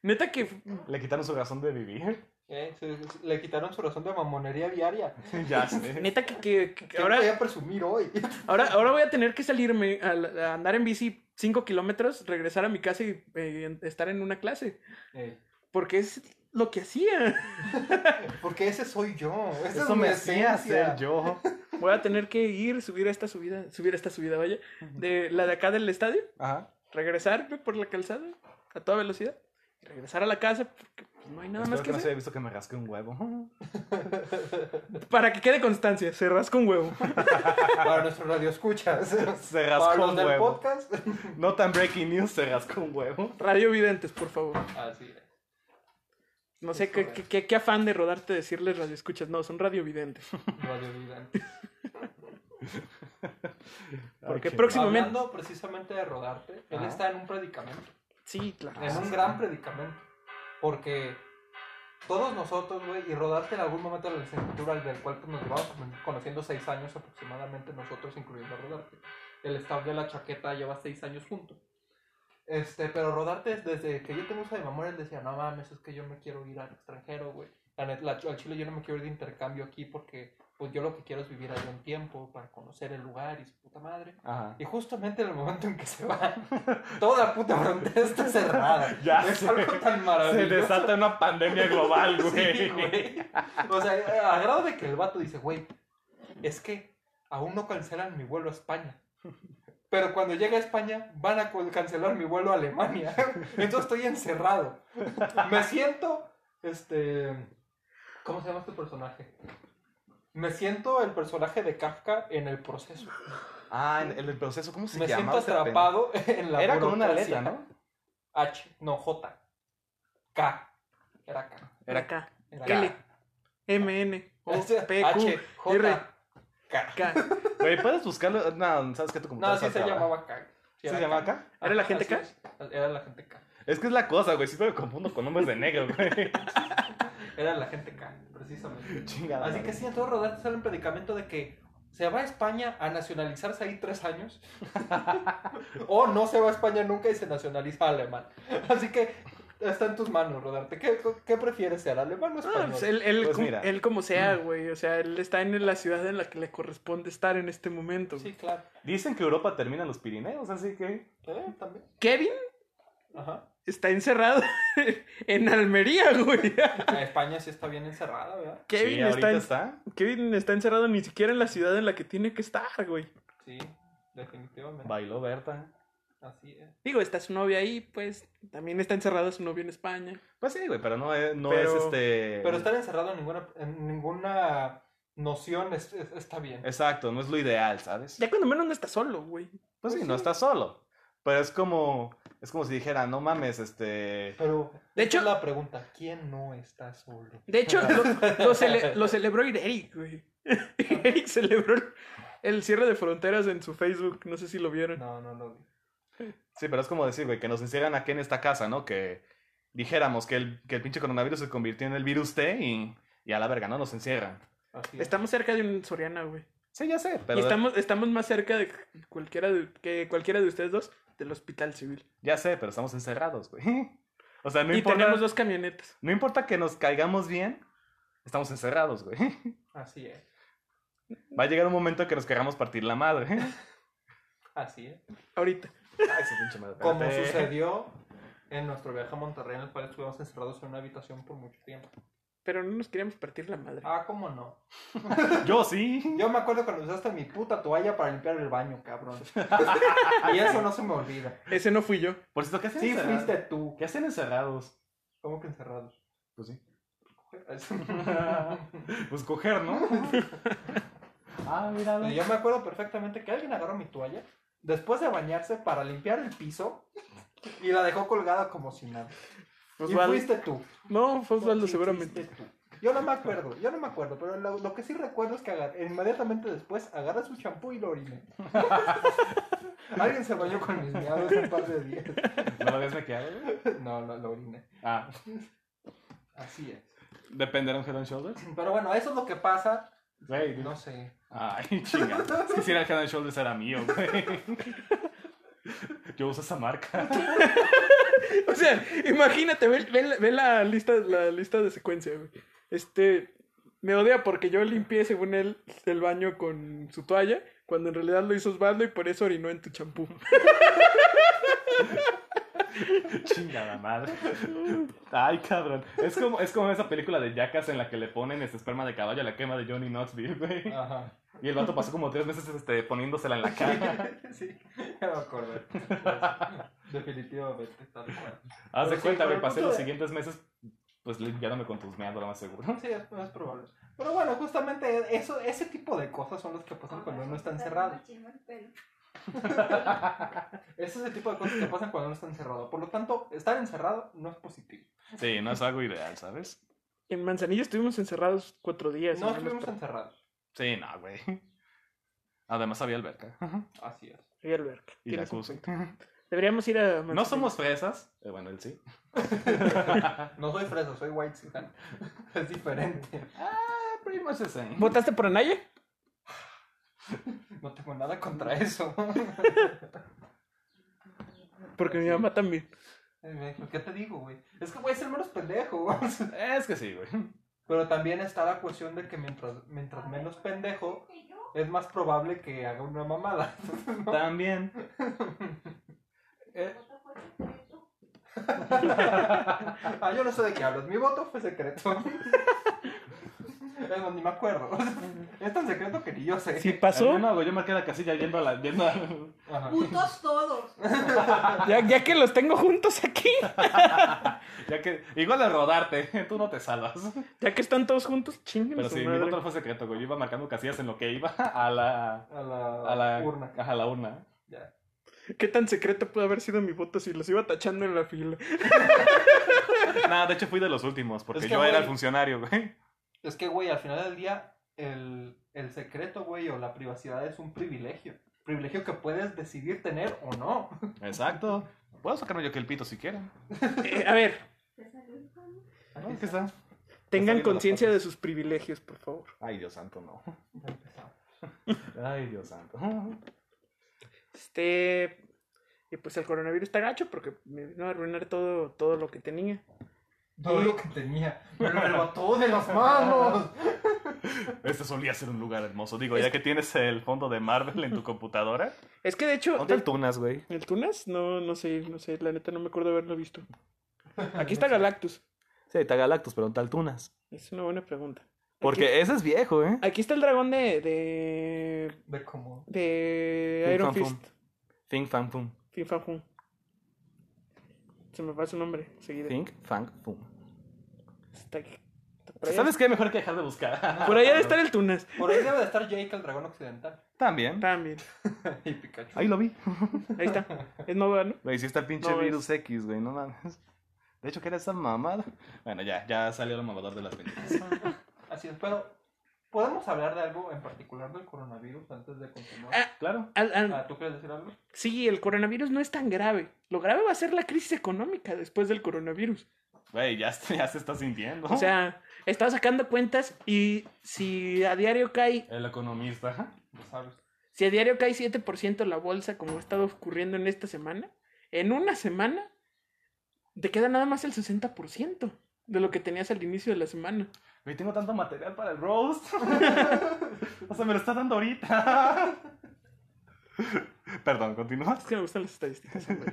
Speaker 3: Neta que
Speaker 2: Le quitaron su razón de vivir.
Speaker 4: Eh, se- se- le quitaron su razón de mamonería diaria.
Speaker 2: ya sé.
Speaker 3: neta que, que- que- que
Speaker 4: ¿Qué voy
Speaker 3: ahora,
Speaker 4: a presumir hoy?
Speaker 3: ahora ahora voy a tener que salirme a, la- a andar en bici 5 kilómetros, regresar a mi casa y eh, en- estar en una clase,
Speaker 2: Eh.
Speaker 4: Ey,
Speaker 3: porque es lo que hacía.
Speaker 4: porque ese soy yo. Esa
Speaker 2: Eso
Speaker 4: es mi
Speaker 2: me hacía
Speaker 4: esencia.
Speaker 2: ser yo.
Speaker 3: Voy a tener que ir, subir a esta subida, subir a esta subida, vaya, de la de acá del estadio,
Speaker 2: Ajá.
Speaker 3: regresarme por la calzada a toda velocidad y regresar a la casa porque pues, no hay nada
Speaker 2: Espero
Speaker 3: más
Speaker 2: que,
Speaker 3: que
Speaker 2: no se
Speaker 3: hacer.
Speaker 2: haya visto que me rasque un huevo.
Speaker 3: Para que quede constancia, se rasca un huevo.
Speaker 4: Para nuestro radio escuchas.
Speaker 2: Se
Speaker 4: Para
Speaker 2: rascó
Speaker 4: los
Speaker 2: un
Speaker 4: del
Speaker 2: huevo.
Speaker 4: podcast.
Speaker 2: No tan breaking news, se rascó un huevo.
Speaker 3: Radio Videntes, por favor.
Speaker 4: Así es.
Speaker 3: No sé qué, qué, qué- qué afán de rodarte decirles radioescuchas. No, son radiovidentes.
Speaker 4: Radio vida.
Speaker 3: Porque
Speaker 2: Ok.
Speaker 3: próximo- Próximamente.
Speaker 4: Hablando precisamente de rodarte, él
Speaker 2: Ajá.
Speaker 4: está en un predicamento.
Speaker 3: Sí, claro.
Speaker 4: En un gran predicamento. Porque todos nosotros, güey, y rodarte en algún momento de la licenciatura del cual pues, nos llevamos cono- conociendo seis años aproximadamente, nosotros incluyendo a rodarte. El staff de la chaqueta lleva seis años juntos. Este, pero rodarte desde que yo tengo uso de memoria, él decía, no mames, es que yo me quiero ir al extranjero, güey. La neta, la- al Chile yo no me quiero ir de intercambio aquí porque pues yo lo que quiero es vivir allá un tiempo para conocer el lugar y su puta madre.
Speaker 2: Ajá.
Speaker 4: Y justamente en el momento en que se va, toda la puta frontera está cerrada.
Speaker 2: Ya
Speaker 4: es
Speaker 2: sé.
Speaker 4: algo tan
Speaker 2: Se
Speaker 4: maravilloso.
Speaker 2: desata una pandemia global, güey.
Speaker 4: Sí, güey. O sea, a grado de que el vato dice, güey, es que aún no cancelan mi vuelo a España. Pero cuando llegue a España, van a co- cancelar mi vuelo a Alemania. Entonces estoy encerrado. Me siento, este... ¿Cómo se llama este personaje? Me siento el personaje de Kafka en el proceso.
Speaker 2: Ah, en- en el proceso, ¿cómo se
Speaker 4: Me
Speaker 2: llama?
Speaker 4: siento atrapado en la
Speaker 2: Era con una
Speaker 4: burocracia.
Speaker 2: letra, ¿no?
Speaker 4: H, no, J. K. Era K.
Speaker 3: Era
Speaker 2: Era
Speaker 3: acá.
Speaker 4: Era
Speaker 3: L,
Speaker 4: K.
Speaker 3: M, N, O, P,
Speaker 4: H,
Speaker 3: Q,
Speaker 4: J,
Speaker 3: R.
Speaker 4: K.
Speaker 3: K.
Speaker 2: Güey, puedes buscarlo. No, sabes que tu
Speaker 4: No,
Speaker 2: computadora
Speaker 4: sí
Speaker 2: está
Speaker 4: se
Speaker 2: trabada.
Speaker 4: llamaba K.
Speaker 2: ¿Sí se llamaba acá?
Speaker 3: ¿Era la gente
Speaker 4: así
Speaker 3: K?
Speaker 4: es. Era la gente K.
Speaker 2: Es que es la cosa, güey. Siempre me confundo con nombres de negro, güey.
Speaker 4: Era la gente K, precisamente.
Speaker 2: Chingada.
Speaker 4: Así que sí, entonces Rodarte sale un predicamento de que se va a España a nacionalizarse ahí tres años. o no se va a España nunca y se nacionaliza alemán. Así que está en tus manos, Rodarte. ¿Qué, qué prefieres ser, alemán o
Speaker 3: Ah,
Speaker 4: español?
Speaker 3: pues él, él
Speaker 2: Pues
Speaker 3: com-
Speaker 2: mira.
Speaker 3: él como sea, güey. O sea, él está en la ciudad en la que le corresponde estar en este momento.
Speaker 4: Sí, claro.
Speaker 2: Dicen que Europa termina en los Pirineos, así que.
Speaker 4: Eh, también.
Speaker 3: Kevin
Speaker 4: Ajá.
Speaker 3: está encerrado en Almería, güey.
Speaker 4: Ah, España sí está bien encerrada, ¿verdad?
Speaker 2: sí,
Speaker 3: Kevin,
Speaker 2: ahorita
Speaker 3: está en-
Speaker 2: está.
Speaker 3: Kevin está encerrado ni siquiera en la ciudad en la que tiene que estar, güey.
Speaker 4: Sí, definitivamente.
Speaker 2: Bailó Berta.
Speaker 4: Así es.
Speaker 3: Digo, está su novia ahí, pues también está encerrado su novia en España.
Speaker 2: Pues sí, güey, pero no es, no
Speaker 3: Pero-
Speaker 2: es este.
Speaker 4: Pero estar encerrado en ninguna, en ninguna noción es- es- está bien.
Speaker 2: Exacto, no es lo ideal, ¿sabes?
Speaker 3: Ya cuando menos no está solo, güey.
Speaker 2: Pues sí,
Speaker 4: Pues
Speaker 2: no
Speaker 4: sí.
Speaker 2: está solo. Pero es como. Es como si dijera, no mames, este.
Speaker 4: Pero
Speaker 3: De hecho-
Speaker 4: esta es la pregunta, ¿quién no está solo?
Speaker 3: De hecho, lo, lo cele- lo celebró Eric, güey. Eric celebró el cierre de fronteras en su Facebook. No sé si lo vieron.
Speaker 4: No, no lo vi.
Speaker 2: Sí, pero es como decir, güey, que nos encierran aquí en esta casa, ¿no? Que dijéramos que el, que el pinche coronavirus se convirtió en el virus T y, y a la verga, ¿no? Nos encierran.
Speaker 4: Así es.
Speaker 3: Estamos cerca de un Soriana, güey.
Speaker 2: Sí, ya sé, pero
Speaker 3: Y estamos, estamos más cerca de cualquiera de, que cualquiera de ustedes dos del hospital civil.
Speaker 2: ya sé, pero estamos encerrados, güey. O sea, no
Speaker 3: y
Speaker 2: importa,
Speaker 3: tenemos dos camionetas.
Speaker 2: no importa que nos caigamos bien, estamos encerrados, güey.
Speaker 4: Así es.
Speaker 2: Va a llegar un momento que nos queramos partir la madre.
Speaker 4: Así es.
Speaker 3: Ahorita.
Speaker 2: Ay, su pinche madre.
Speaker 4: Como
Speaker 2: espérate.
Speaker 4: sucedió en nuestro viaje a Monterrey, en el cual estuvimos encerrados en una habitación por mucho tiempo.
Speaker 3: Pero no nos queríamos partir la madre.
Speaker 4: Ah, ¿cómo no?
Speaker 2: Yo sí.
Speaker 4: Yo me acuerdo cuando usaste mi puta toalla para limpiar el baño, cabrón. y eso no se me olvida.
Speaker 3: Ese no fui yo.
Speaker 2: Por cierto, ¿qué hacen
Speaker 4: Sí,
Speaker 2: encerrados?
Speaker 4: fuiste tú.
Speaker 2: ¿Qué hacen encerrados?
Speaker 4: ¿Cómo que encerrados?
Speaker 2: Pues sí.
Speaker 4: Pero
Speaker 2: Pues coger, ¿no? ah, mira.
Speaker 4: yo me acuerdo perfectamente que alguien agarró mi toalla después de bañarse para limpiar el piso y la dejó colgada como si nada. Y
Speaker 3: Osvaldo.
Speaker 4: fuiste tú.
Speaker 3: No, fue Osvaldo
Speaker 4: Sí,
Speaker 3: seguramente.
Speaker 4: fuiste tú. Yo no me acuerdo, yo no me acuerdo, pero lo, lo que sí recuerdo es que agar- inmediatamente después agarra su champú y lo orina. Alguien se bañó con mis miados un par de días.
Speaker 2: ¿No lo habías maquillado? güey?
Speaker 4: No, no, lo oriné.
Speaker 2: Ah,
Speaker 4: Así es.
Speaker 2: ¿dependerá un Head and Shoulders?
Speaker 4: Pero bueno, eso es lo que pasa.
Speaker 2: Güey,
Speaker 4: No sé.
Speaker 2: Ay, chinga. Si hiciera el Head and Shoulders era mío, güey. Yo uso esa marca.
Speaker 3: O sea, imagínate, ve, ve- ve la lista, la lista de secuencia, güey. Este, me odia porque yo limpié, según él, el baño con su toalla, cuando en realidad lo hizo Osvaldo y por eso orinó en tu champú.
Speaker 2: Chingada madre. Ay, cabrón. Es como, es como esa película de Jackass en la que le ponen este esperma de caballo a la quema de Johnny Knoxville, güey.
Speaker 4: Ajá.
Speaker 2: Y el vato pasó como tres meses este, poniéndosela en la cara.
Speaker 4: Sí, ya me acordé. Definitivamente, tal cual.
Speaker 2: Haz de
Speaker 4: Pero sí,
Speaker 2: cuenta,
Speaker 4: pero
Speaker 2: güey,
Speaker 4: el
Speaker 2: pasé
Speaker 4: punto
Speaker 2: los
Speaker 4: de-
Speaker 2: siguientes meses pues limpiándome con tus meados, lo más seguro.
Speaker 4: Sí, es, es probable. Pero bueno, justamente eso, ese tipo de cosas son las que pasan cuando uno está encerrado. Ese es el tipo de cosas que pasan cuando uno está encerrado. Por lo tanto, estar encerrado no es positivo.
Speaker 2: Sí, no es algo ideal, ¿sabes?
Speaker 3: En Manzanillo estuvimos encerrados cuatro días.
Speaker 4: No
Speaker 3: y nos
Speaker 4: estuvimos
Speaker 3: par-
Speaker 4: encerrados.
Speaker 2: Sí, no, güey. Además había alberca.
Speaker 4: Así es.
Speaker 3: Fui al ver.
Speaker 2: Y
Speaker 3: Tienes un
Speaker 2: jacuzzi.
Speaker 3: punto. Deberíamos ir a Manzanillo.
Speaker 2: No somos fresas. Eh, bueno, él sí.
Speaker 4: No soy fresa, soy white chican. Es diferente.
Speaker 2: Ah, pretty much the same.
Speaker 3: ¿Votaste por Anaya?
Speaker 4: No tengo nada contra eso.
Speaker 3: Porque mi mamá también.
Speaker 4: ¿Qué te digo, güey? Es que, güey, es el menos pendejo. güey.
Speaker 2: Es que sí, güey.
Speaker 4: Pero también está la cuestión de que mientras, mientras menos pendejo, es más probable que haga una mamada.
Speaker 2: También. Eh,
Speaker 4: Ah, yo no sé de qué hablas. Mi voto fue secreto. Es más, ni me acuerdo. Es tan secreto que ni yo sé.
Speaker 3: Si pasó,
Speaker 2: yo No, güey, yo marqué la casilla yendo a la... Yendo a...
Speaker 4: Ajá.
Speaker 5: Putos todos.
Speaker 3: ya, ya que los tengo juntos aquí,
Speaker 2: Ya que... Igual a rodarte, tú no te salvas.
Speaker 3: ya que están todos juntos, chinguen
Speaker 2: Pero
Speaker 3: a su
Speaker 2: sí, mi
Speaker 3: madre.
Speaker 2: voto no fue secreto, güey. Yo iba marcando casillas en lo que iba a la...
Speaker 4: A la,
Speaker 2: A la
Speaker 4: urna.
Speaker 2: A la urna.
Speaker 4: Ya.
Speaker 3: ¿Qué tan secreto pudo haber sido mi voto si los iba tachando en la fila?
Speaker 2: Nada, de hecho fui de los últimos, porque
Speaker 4: Es que,
Speaker 2: yo era
Speaker 4: güey.
Speaker 2: el funcionario, güey.
Speaker 4: Es que, güey, al final del día, el, el secreto, güey, o la privacidad es un privilegio. Privilegio que puedes decidir tener o no.
Speaker 2: Exacto. Puedo sacarme yo que el pito si quieren.
Speaker 3: Eh, a ver,
Speaker 2: ¿No? ¿Qué está? viendo
Speaker 3: tengan
Speaker 2: las
Speaker 3: conciencia de sus privilegios, por favor.
Speaker 2: Ay, Dios santo, no.
Speaker 4: Ya empezamos.
Speaker 2: Ay, Dios santo.
Speaker 3: Este. Y pues el coronavirus está gacho porque me vino a arruinar todo, todo lo que tenía.
Speaker 4: Todo lo que tenía. Me lo arrebató de las manos.
Speaker 2: Este solía ser un lugar hermoso. Digo, ya que tienes el fondo de Marvel en tu computadora.
Speaker 3: Es que de hecho.
Speaker 2: Ponte
Speaker 3: de-
Speaker 2: el Tunas, güey.
Speaker 3: ¿El Tunas? No, no sé, no sé, la neta no me acuerdo haberlo visto. Aquí está Galactus.
Speaker 2: Sí, está Galactus, pero tal Tunas.
Speaker 3: Es una buena pregunta.
Speaker 2: Porque ese es viejo, ¿eh?
Speaker 3: Aquí está el dragón de. de.
Speaker 4: De cómo.
Speaker 3: de
Speaker 2: Fin
Speaker 3: Iron
Speaker 2: Fan Fum.
Speaker 3: Fist.
Speaker 2: Think Fang Fum.
Speaker 3: Fin Fan Fum. Se me va su nombre seguido.
Speaker 2: Think Fang Fum.
Speaker 3: Está- está por allá.
Speaker 2: ¿Sabes Ah, qué? Mejor que dejar de buscar.
Speaker 3: Por allá debe estar el Tunas.
Speaker 4: Por ahí debe de estar Jake, el dragón occidental.
Speaker 2: También.
Speaker 3: También.
Speaker 4: Y Pikachu.
Speaker 2: Ahí lo vi.
Speaker 3: Ahí está. Es nuevo, ¿no?
Speaker 2: Güey, sí está el pinche
Speaker 3: No, es-
Speaker 2: virus X, güey, no mames. De hecho, ¿qué era esa mamada? Bueno, ya, ya salió el mamador de las películas.
Speaker 4: Así es, pero ¿podemos hablar de algo en particular del coronavirus antes de continuar?
Speaker 3: Ah.
Speaker 2: Claro.
Speaker 3: Al- al-
Speaker 4: Ah, ¿Tú quieres decir algo?
Speaker 3: Sí, el coronavirus no es tan grave. Lo grave va a ser la crisis económica después del coronavirus.
Speaker 2: Güey, ya, se- ya se está sintiendo.
Speaker 3: O sea, está sacando cuentas y si a diario cae,
Speaker 2: El economista.
Speaker 4: Lo sabes.
Speaker 3: si a diario cae 7% la bolsa como ha estado ocurriendo en esta semana, en una semana te queda nada más el 60% de lo que tenías al inicio de la semana.
Speaker 2: Güey, tengo tanto material para el roast. o sea, me lo está dando ahorita. Perdón, continúa.
Speaker 3: Es que me gustan las estadísticas. güey.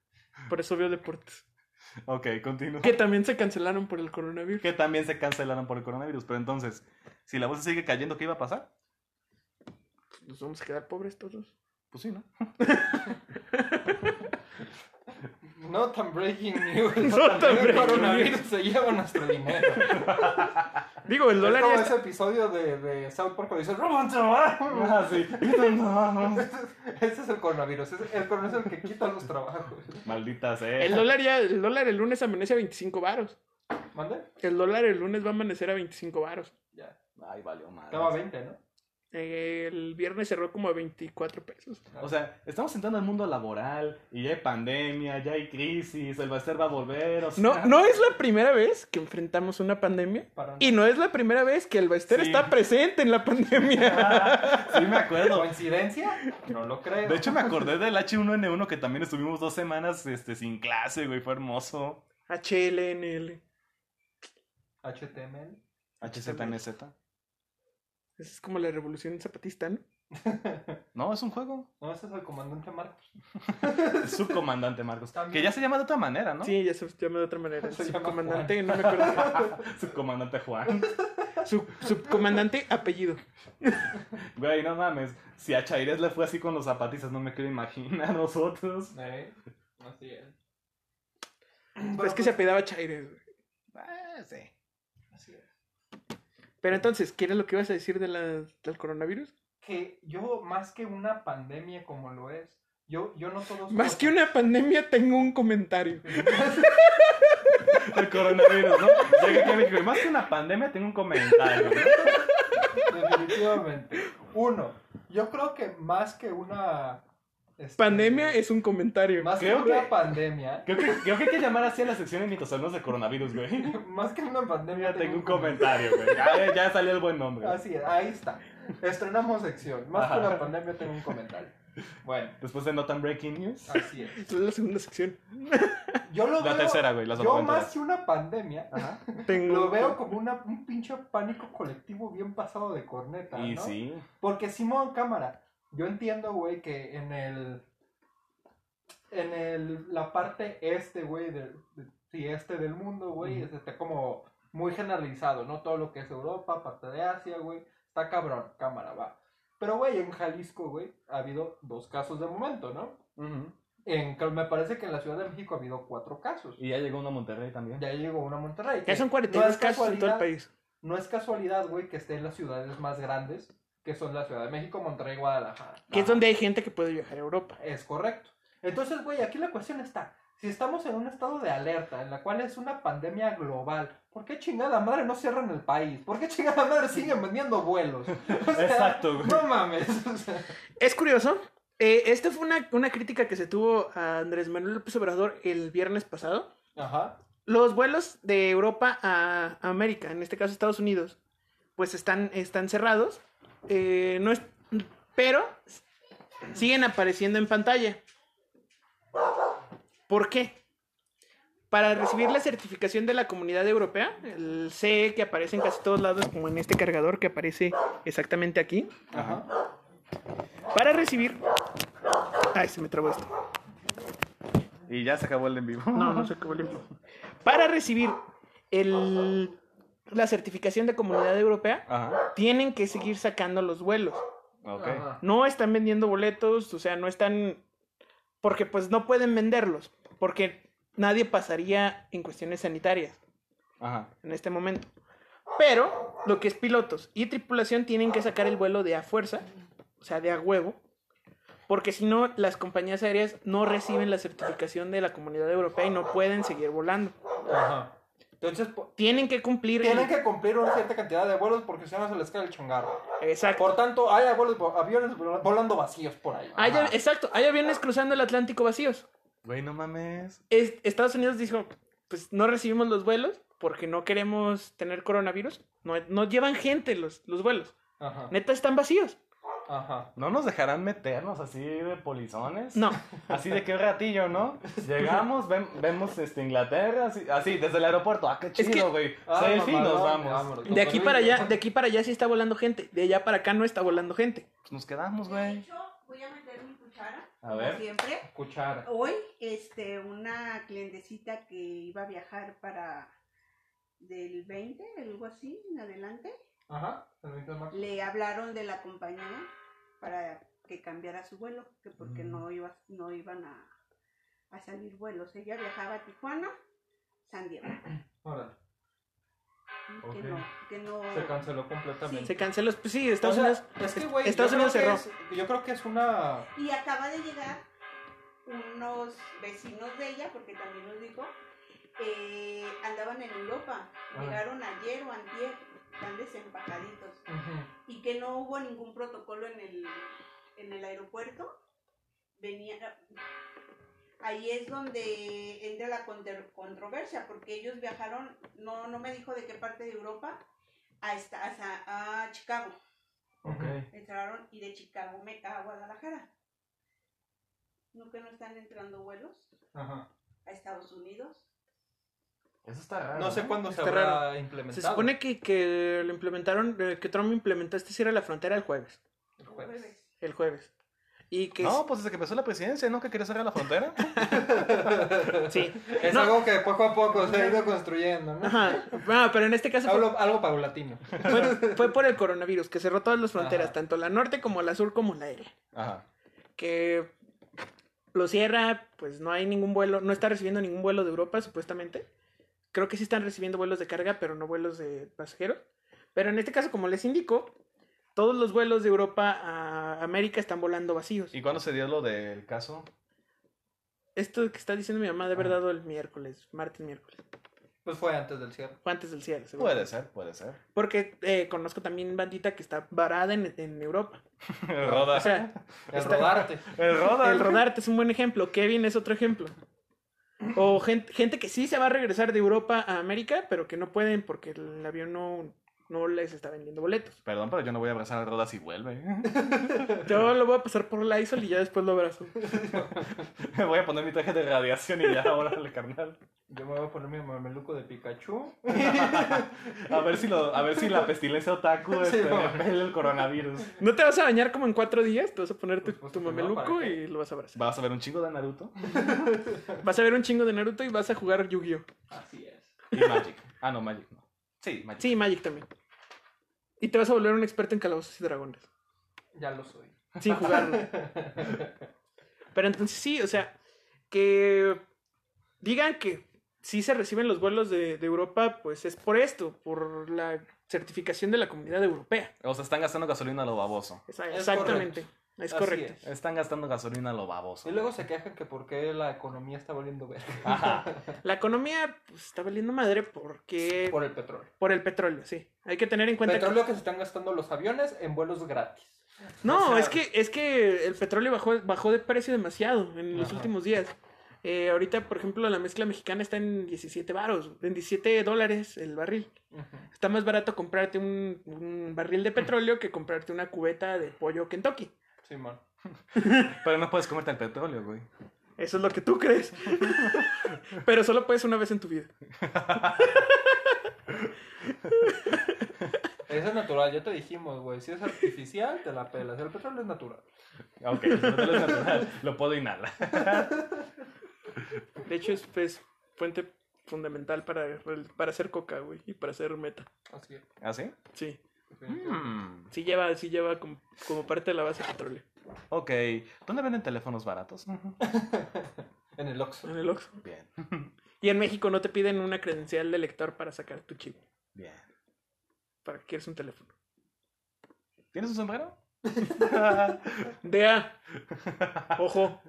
Speaker 3: Por eso veo deportes.
Speaker 2: ok, continúa.
Speaker 3: Que también se cancelaron por el coronavirus.
Speaker 2: Que también se cancelaron por el coronavirus. Pero entonces, si la bolsa sigue cayendo, ¿qué iba a pasar?
Speaker 3: Nos vamos a quedar pobres todos.
Speaker 2: Pues sí, ¿no?
Speaker 4: No tan breaking news.
Speaker 3: No
Speaker 4: No,
Speaker 3: tan
Speaker 4: tan breaking
Speaker 3: breaking
Speaker 4: coronavirus
Speaker 3: news.
Speaker 4: se lleva nuestro dinero.
Speaker 3: Digo, el
Speaker 4: Es
Speaker 3: dólar
Speaker 4: como
Speaker 3: ya
Speaker 4: ese
Speaker 3: está...
Speaker 4: episodio de, de South Park cuando dice ¡Roban trabajo!
Speaker 2: Ah, sí.
Speaker 4: Ese es el coronavirus. es- el coronavirus es el que quita los trabajos.
Speaker 2: Maldita sea.
Speaker 3: El dólar ya... El dólar el lunes amanece a 25 varos.
Speaker 4: ¿Mande?
Speaker 3: El dólar el lunes va a amanecer a 25 varos.
Speaker 4: Ya.
Speaker 2: Ay, valió madre.
Speaker 4: Estaba 20, ¿no?
Speaker 3: El viernes cerró como a 24 pesos.
Speaker 2: O sea, estamos entrando al mundo laboral y ya hay pandemia, ya hay crisis, el Baster va a volver. O sea,
Speaker 3: No,
Speaker 4: Ah.
Speaker 3: no es la primera vez que enfrentamos una pandemia.
Speaker 4: Para-
Speaker 3: Y no es la primera vez que el Baester
Speaker 2: Sí.
Speaker 3: está presente en la
Speaker 4: Ah.
Speaker 3: pandemia.
Speaker 2: Sí, me acuerdo.
Speaker 4: ¿Coincidencia? No lo creo.
Speaker 2: De hecho, me acordé del H1N1 que también estuvimos dos semanas este, sin clase, güey. Fue hermoso.
Speaker 3: HLNL.
Speaker 4: HTML.
Speaker 2: HZNZ.
Speaker 3: Esa es como la revolución zapatista, ¿no?
Speaker 2: No, es un juego.
Speaker 4: No, ese es el comandante Marcos.
Speaker 2: Es subcomandante, Marcos.
Speaker 4: También.
Speaker 2: Que ya se llama de otra manera, ¿no?
Speaker 3: Sí, ya se llama de otra manera.
Speaker 4: Se llama
Speaker 3: subcomandante, no me acuerdo.
Speaker 2: Subcomandante Juan.
Speaker 3: Sub- subcomandante, apellido.
Speaker 2: Güey, no mames. Si a Chaires le fue así con los zapatistas, no me quiero imaginar a nosotros.
Speaker 4: Eh, así es.
Speaker 3: Pero es que se apellidaba Chaires. güey.
Speaker 2: Ah, sí.
Speaker 4: Así es.
Speaker 3: Pero entonces, ¿qué era lo que ibas a decir de la- del coronavirus?
Speaker 4: Que yo, más que una pandemia como lo es, yo, yo noto dos
Speaker 3: Más
Speaker 4: cosas.
Speaker 3: que una pandemia, tengo un comentario.
Speaker 2: El coronavirus, ¿no? Llega aquí a México. Y más que una pandemia, tengo un comentario. ¿no?
Speaker 4: Definitivamente. Uno, yo creo que más que una... este,
Speaker 3: Pandemia es un comentario.
Speaker 4: Más que
Speaker 2: Creo
Speaker 4: una
Speaker 2: que-
Speaker 4: pandemia.
Speaker 2: Creo que, creo que hay que llamar así a la sección de mitos de coronavirus, güey.
Speaker 4: Más que una pandemia.
Speaker 2: Ya tengo un comentario, güey. Ya, ya salió el buen nombre.
Speaker 4: Así es, ahí está. Estrenamos sección. Más que
Speaker 2: Ajá.
Speaker 4: una pandemia tengo un comentario. Bueno,
Speaker 2: Después de Notan Breaking News.
Speaker 4: así es.
Speaker 3: Esa es la segunda sección.
Speaker 4: Yo lo
Speaker 2: La
Speaker 4: veo-
Speaker 2: tercera, güey, las
Speaker 4: Yo
Speaker 2: noventas.
Speaker 4: más que una pandemia,
Speaker 3: Tengo
Speaker 4: lo
Speaker 3: un
Speaker 4: veo
Speaker 3: com-
Speaker 4: como una, un pinche pánico colectivo bien pasado de corneta,
Speaker 2: Y
Speaker 4: ¿no?
Speaker 2: sí.
Speaker 4: Porque Simón Cámara, yo entiendo, güey, que en el. En el, la parte este, güey, del, de- sí, este del mundo, güey, es este, como muy generalizado, ¿no? Todo lo que es Europa, parte de Asia, güey, está cabrón, cámara, va. Pero, güey, en Jalisco, güey, ha habido dos casos de momento, ¿no?
Speaker 2: Ujú.
Speaker 4: En, me parece que en la Ciudad de México ha habido cuatro casos.
Speaker 2: Y ya llegó uno a Monterrey también.
Speaker 4: Ya llegó una a Monterrey.
Speaker 3: Ya
Speaker 4: que
Speaker 3: son
Speaker 4: no
Speaker 3: 42
Speaker 4: es
Speaker 3: casos en todo el
Speaker 4: casualidad-
Speaker 3: país.
Speaker 4: No es casualidad, güey, que esté en las ciudades más grandes, que son la Ciudad de México, Monterrey, Guadalajara.
Speaker 3: Que es donde hay gente que puede viajar a Europa.
Speaker 4: Es correcto. Entonces, güey, aquí la cuestión está. Si estamos en un estado de alerta, en la cual es una pandemia global, ¿por qué chingada madre no cierran el país? ¿Por qué chingada madre siguen vendiendo vuelos? O sea,
Speaker 2: Exacto, güey.
Speaker 4: No mames. o sea,
Speaker 3: Es curioso. eh, esta fue una, una crítica que se tuvo a Andrés Manuel López Obrador el viernes pasado.
Speaker 4: Ajá.
Speaker 3: Los vuelos de Europa a a América, en este caso Estados Unidos, pues están, están cerrados. eh, no es, pero siguen apareciendo en pantalla. ¿Por qué? Para recibir la certificación de la comunidad europea, el CE que aparece en casi todos lados, como en este cargador que aparece exactamente aquí.
Speaker 4: Ajá.
Speaker 3: Para recibir. Ay, se me trabó esto.
Speaker 2: Y ya se acabó el en vivo.
Speaker 3: No, no se acabó el tiempo. Para recibir el, la certificación de comunidad europea,
Speaker 2: Ajá.
Speaker 3: tienen que seguir sacando los vuelos.
Speaker 2: Ok.
Speaker 4: Ajá.
Speaker 3: No están vendiendo boletos, o sea, no están. Porque pues no pueden venderlos. Porque nadie pasaría en cuestiones sanitarias
Speaker 2: Ajá.
Speaker 3: en este momento. Pero lo que es pilotos y tripulación tienen que sacar el vuelo de a fuerza, o sea, de a huevo, porque si no, las compañías aéreas no reciben la certificación de la comunidad europea y no pueden seguir volando.
Speaker 4: Ajá. Entonces, po-
Speaker 3: Tienen que cumplir. el-
Speaker 4: tienen que cumplir una cierta cantidad de vuelos porque si no se les cae el chongarro.
Speaker 3: Exacto.
Speaker 4: Por tanto, hay vuelos- aviones vol- volando vacíos por ahí.
Speaker 3: Hay,
Speaker 4: Ajá.
Speaker 3: exacto. Hay aviones cruzando el Atlántico vacíos.
Speaker 2: Güey, no mames.
Speaker 3: Es- Estados Unidos dijo: Pues no recibimos los vuelos porque no queremos tener coronavirus. No, no llevan gente los, los vuelos.
Speaker 4: Ajá.
Speaker 3: Neta, están vacíos.
Speaker 4: Ajá.
Speaker 2: ¿No nos dejarán meternos así de polizones?
Speaker 3: No.
Speaker 2: Así de qué ratillo, ¿no? Llegamos, ven- vemos este, Inglaterra, así, así, desde el aeropuerto. Ah, qué
Speaker 3: que-
Speaker 2: chido, güey.
Speaker 4: Ah,
Speaker 2: Selfie, nos
Speaker 4: mamalón,
Speaker 2: vamos.
Speaker 4: vámonos.
Speaker 3: De aquí para allá, de aquí para allá sí está volando gente. De allá para acá no está volando gente.
Speaker 2: Pues nos quedamos,
Speaker 5: De
Speaker 2: güey.
Speaker 5: hecho, voy a meter mi cuchara,
Speaker 4: A
Speaker 5: como
Speaker 4: ver,
Speaker 5: siempre.
Speaker 4: cuchara.
Speaker 5: Hoy, este, una clientecita que iba a viajar para del 20, algo así, en adelante,
Speaker 4: Ajá, se me hizo más.
Speaker 5: le hablaron de la compañía para que cambiara su vuelo, que porque
Speaker 4: Mm.
Speaker 5: no, iba, no iban a, a salir vuelos. Ella viajaba a Tijuana, San Diego,
Speaker 4: Órale,
Speaker 5: que
Speaker 4: Ok.
Speaker 5: no, que no...
Speaker 4: se canceló completamente.
Speaker 3: Se canceló. Pues sí, Estados
Speaker 4: O sea,
Speaker 3: Unidos.
Speaker 4: es que, güey,
Speaker 3: Estados
Speaker 4: yo creo
Speaker 3: Unidos cerró.
Speaker 4: que es- yo creo que es una.
Speaker 5: Y acaba de llegar unos vecinos de ella, porque también los dijo, eh, andaban en Europa,
Speaker 4: Ah.
Speaker 5: llegaron ayer o antier, están desempacaditos,
Speaker 4: Ujú.
Speaker 5: y que no hubo ningún protocolo en el, en el aeropuerto. Venía, ahí es donde entra la conter- controversia, porque ellos viajaron, no, no me dijo de qué parte de Europa, hasta, hasta a Chicago
Speaker 4: Ok.
Speaker 5: entraron y de Chicago me a Guadalajara. ¿No que no están entrando vuelos
Speaker 4: Ajá.
Speaker 5: a Estados Unidos?
Speaker 2: Eso está raro.
Speaker 4: No sé
Speaker 2: ¿eh?
Speaker 4: cuándo se
Speaker 3: Está
Speaker 4: habrá
Speaker 3: raro.
Speaker 4: implementado.
Speaker 3: Se supone que, que lo implementaron, eh, que Trump implementó este cierre de la frontera el jueves.
Speaker 4: El
Speaker 5: El
Speaker 4: jueves.
Speaker 5: jueves.
Speaker 3: El jueves. Y que
Speaker 2: No, pues desde que empezó la presidencia, ¿no? Que quería cerrar la frontera.
Speaker 3: sí.
Speaker 4: Es
Speaker 3: No.
Speaker 4: algo que poco a poco se ha ido construyendo, ¿no?
Speaker 3: Ajá. Ah, pero en este caso fue,
Speaker 4: Hablo- algo paulatino.
Speaker 3: fue- fue por el coronavirus, que cerró todas las fronteras,
Speaker 4: Ajá.
Speaker 3: tanto la norte como la sur como la aérea.
Speaker 2: Ajá.
Speaker 3: Que lo cierra, pues no hay ningún vuelo, no está recibiendo ningún vuelo de Europa, supuestamente. Creo que sí están recibiendo vuelos de carga, pero no vuelos de pasajeros. Pero en este caso, como les indico, todos los vuelos de Europa a América están volando vacíos.
Speaker 2: ¿Y cuándo se dio lo del caso?
Speaker 3: Esto que está diciendo mi mamá de haber
Speaker 4: Ajá.
Speaker 3: dado el miércoles, martes, miércoles.
Speaker 4: Pues fue antes del cierre.
Speaker 3: Fue antes del cierre, seguro.
Speaker 2: Puede ser, puede ser.
Speaker 3: Porque eh, conozco también bandita que está varada en, en Europa.
Speaker 2: El Roda.
Speaker 3: O sea,
Speaker 4: El
Speaker 3: Está-
Speaker 4: rodarte.
Speaker 2: el Roda.
Speaker 3: el rodarte es un buen ejemplo. Kevin es otro ejemplo. O gente, gente que sí se va a regresar de Europa a América, pero que no pueden porque el avión no, no les está vendiendo boletos.
Speaker 2: Perdón, pero yo no voy a abrazar al Roda si vuelve.
Speaker 3: Yo lo voy a pasar por la isla y ya después lo abrazo.
Speaker 2: Me voy a poner mi traje de radiación y ya, órale, carnal.
Speaker 4: Yo me voy a poner mi mameluco de Pikachu.
Speaker 2: A ver si, lo, a ver si la pestilencia otaku este,
Speaker 4: Sí,
Speaker 2: me
Speaker 4: mamá.
Speaker 2: pela el coronavirus.
Speaker 3: ¿No te vas a bañar como en cuatro días? Te vas a poner tu,
Speaker 4: Pues, pues,
Speaker 3: tu
Speaker 4: no, ¿para
Speaker 3: mameluco
Speaker 4: qué?
Speaker 3: y lo vas a abrazar.
Speaker 2: ¿Vas a ver un chingo de Naruto?
Speaker 3: Vas a ver un chingo de Naruto y vas a jugar Yu-Gi-Oh!
Speaker 4: Así es.
Speaker 2: Y Magic. Ah, no, Magic no. Sí, Magic.
Speaker 3: Sí, Magic también. Y te vas a volver un experto en calabozos y dragones.
Speaker 4: Ya lo soy.
Speaker 3: Sin jugarlo. Pero entonces sí, o sea, que digan que sí se reciben los vuelos de, de Europa, pues es por esto, por la certificación de la comunidad europea.
Speaker 2: O sea, están gastando gasolina a lo baboso.
Speaker 3: Esa-
Speaker 4: Es
Speaker 3: Exactamente. Es
Speaker 4: Así
Speaker 3: correcto.
Speaker 4: es.
Speaker 2: Están gastando gasolina a lo baboso.
Speaker 4: Y luego se quejan que por qué la economía está volviendo verga.
Speaker 2: Ajá.
Speaker 3: La economía pues, está valiendo madre porque. Por...
Speaker 4: Por el petróleo.
Speaker 3: el petróleo, sí. Hay que tener en Eh, cuenta. que-
Speaker 4: Petróleo que se están gastando los aviones en vuelos gratis.
Speaker 3: No,
Speaker 4: O sea-
Speaker 3: es que es que el petróleo bajó, bajó de precio demasiado en los
Speaker 4: Ajá.
Speaker 3: últimos días. Eh, ahorita, por ejemplo, la mezcla mexicana está en 17 varos, en 17 dólares el barril.
Speaker 4: Ujú.
Speaker 3: Está más barato comprarte un, un barril de petróleo que comprarte una cubeta de pollo Kentucky.
Speaker 4: Simón.
Speaker 2: Pero no puedes comerte el petróleo, güey.
Speaker 3: Eso es lo que tú crees. Pero solo puedes una vez en tu vida.
Speaker 4: Ese es natural, ya te dijimos, güey. Si es artificial, te la pelas. El petróleo es natural.
Speaker 2: Ok, el petróleo es natural. Lo puedo inhalar.
Speaker 3: De hecho, es pues, fuente fundamental para, para hacer coca, güey, y para hacer meta.
Speaker 4: Así es.
Speaker 2: ¿Ah, sí?
Speaker 3: Sí.
Speaker 4: definitivamente.
Speaker 2: Mm,
Speaker 3: Sí lleva, sí lleva como, como parte de la base de petróleo.
Speaker 2: Ok. ¿Dónde venden teléfonos baratos?
Speaker 4: En el Oxxo.
Speaker 3: En el Oxxo.
Speaker 2: Bien,
Speaker 3: Y en México no te piden una credencial de lector para sacar tu chip,
Speaker 2: bien.
Speaker 3: para que quieras un teléfono.
Speaker 2: ¿Tienes un sombrero?
Speaker 3: DEA, ojo,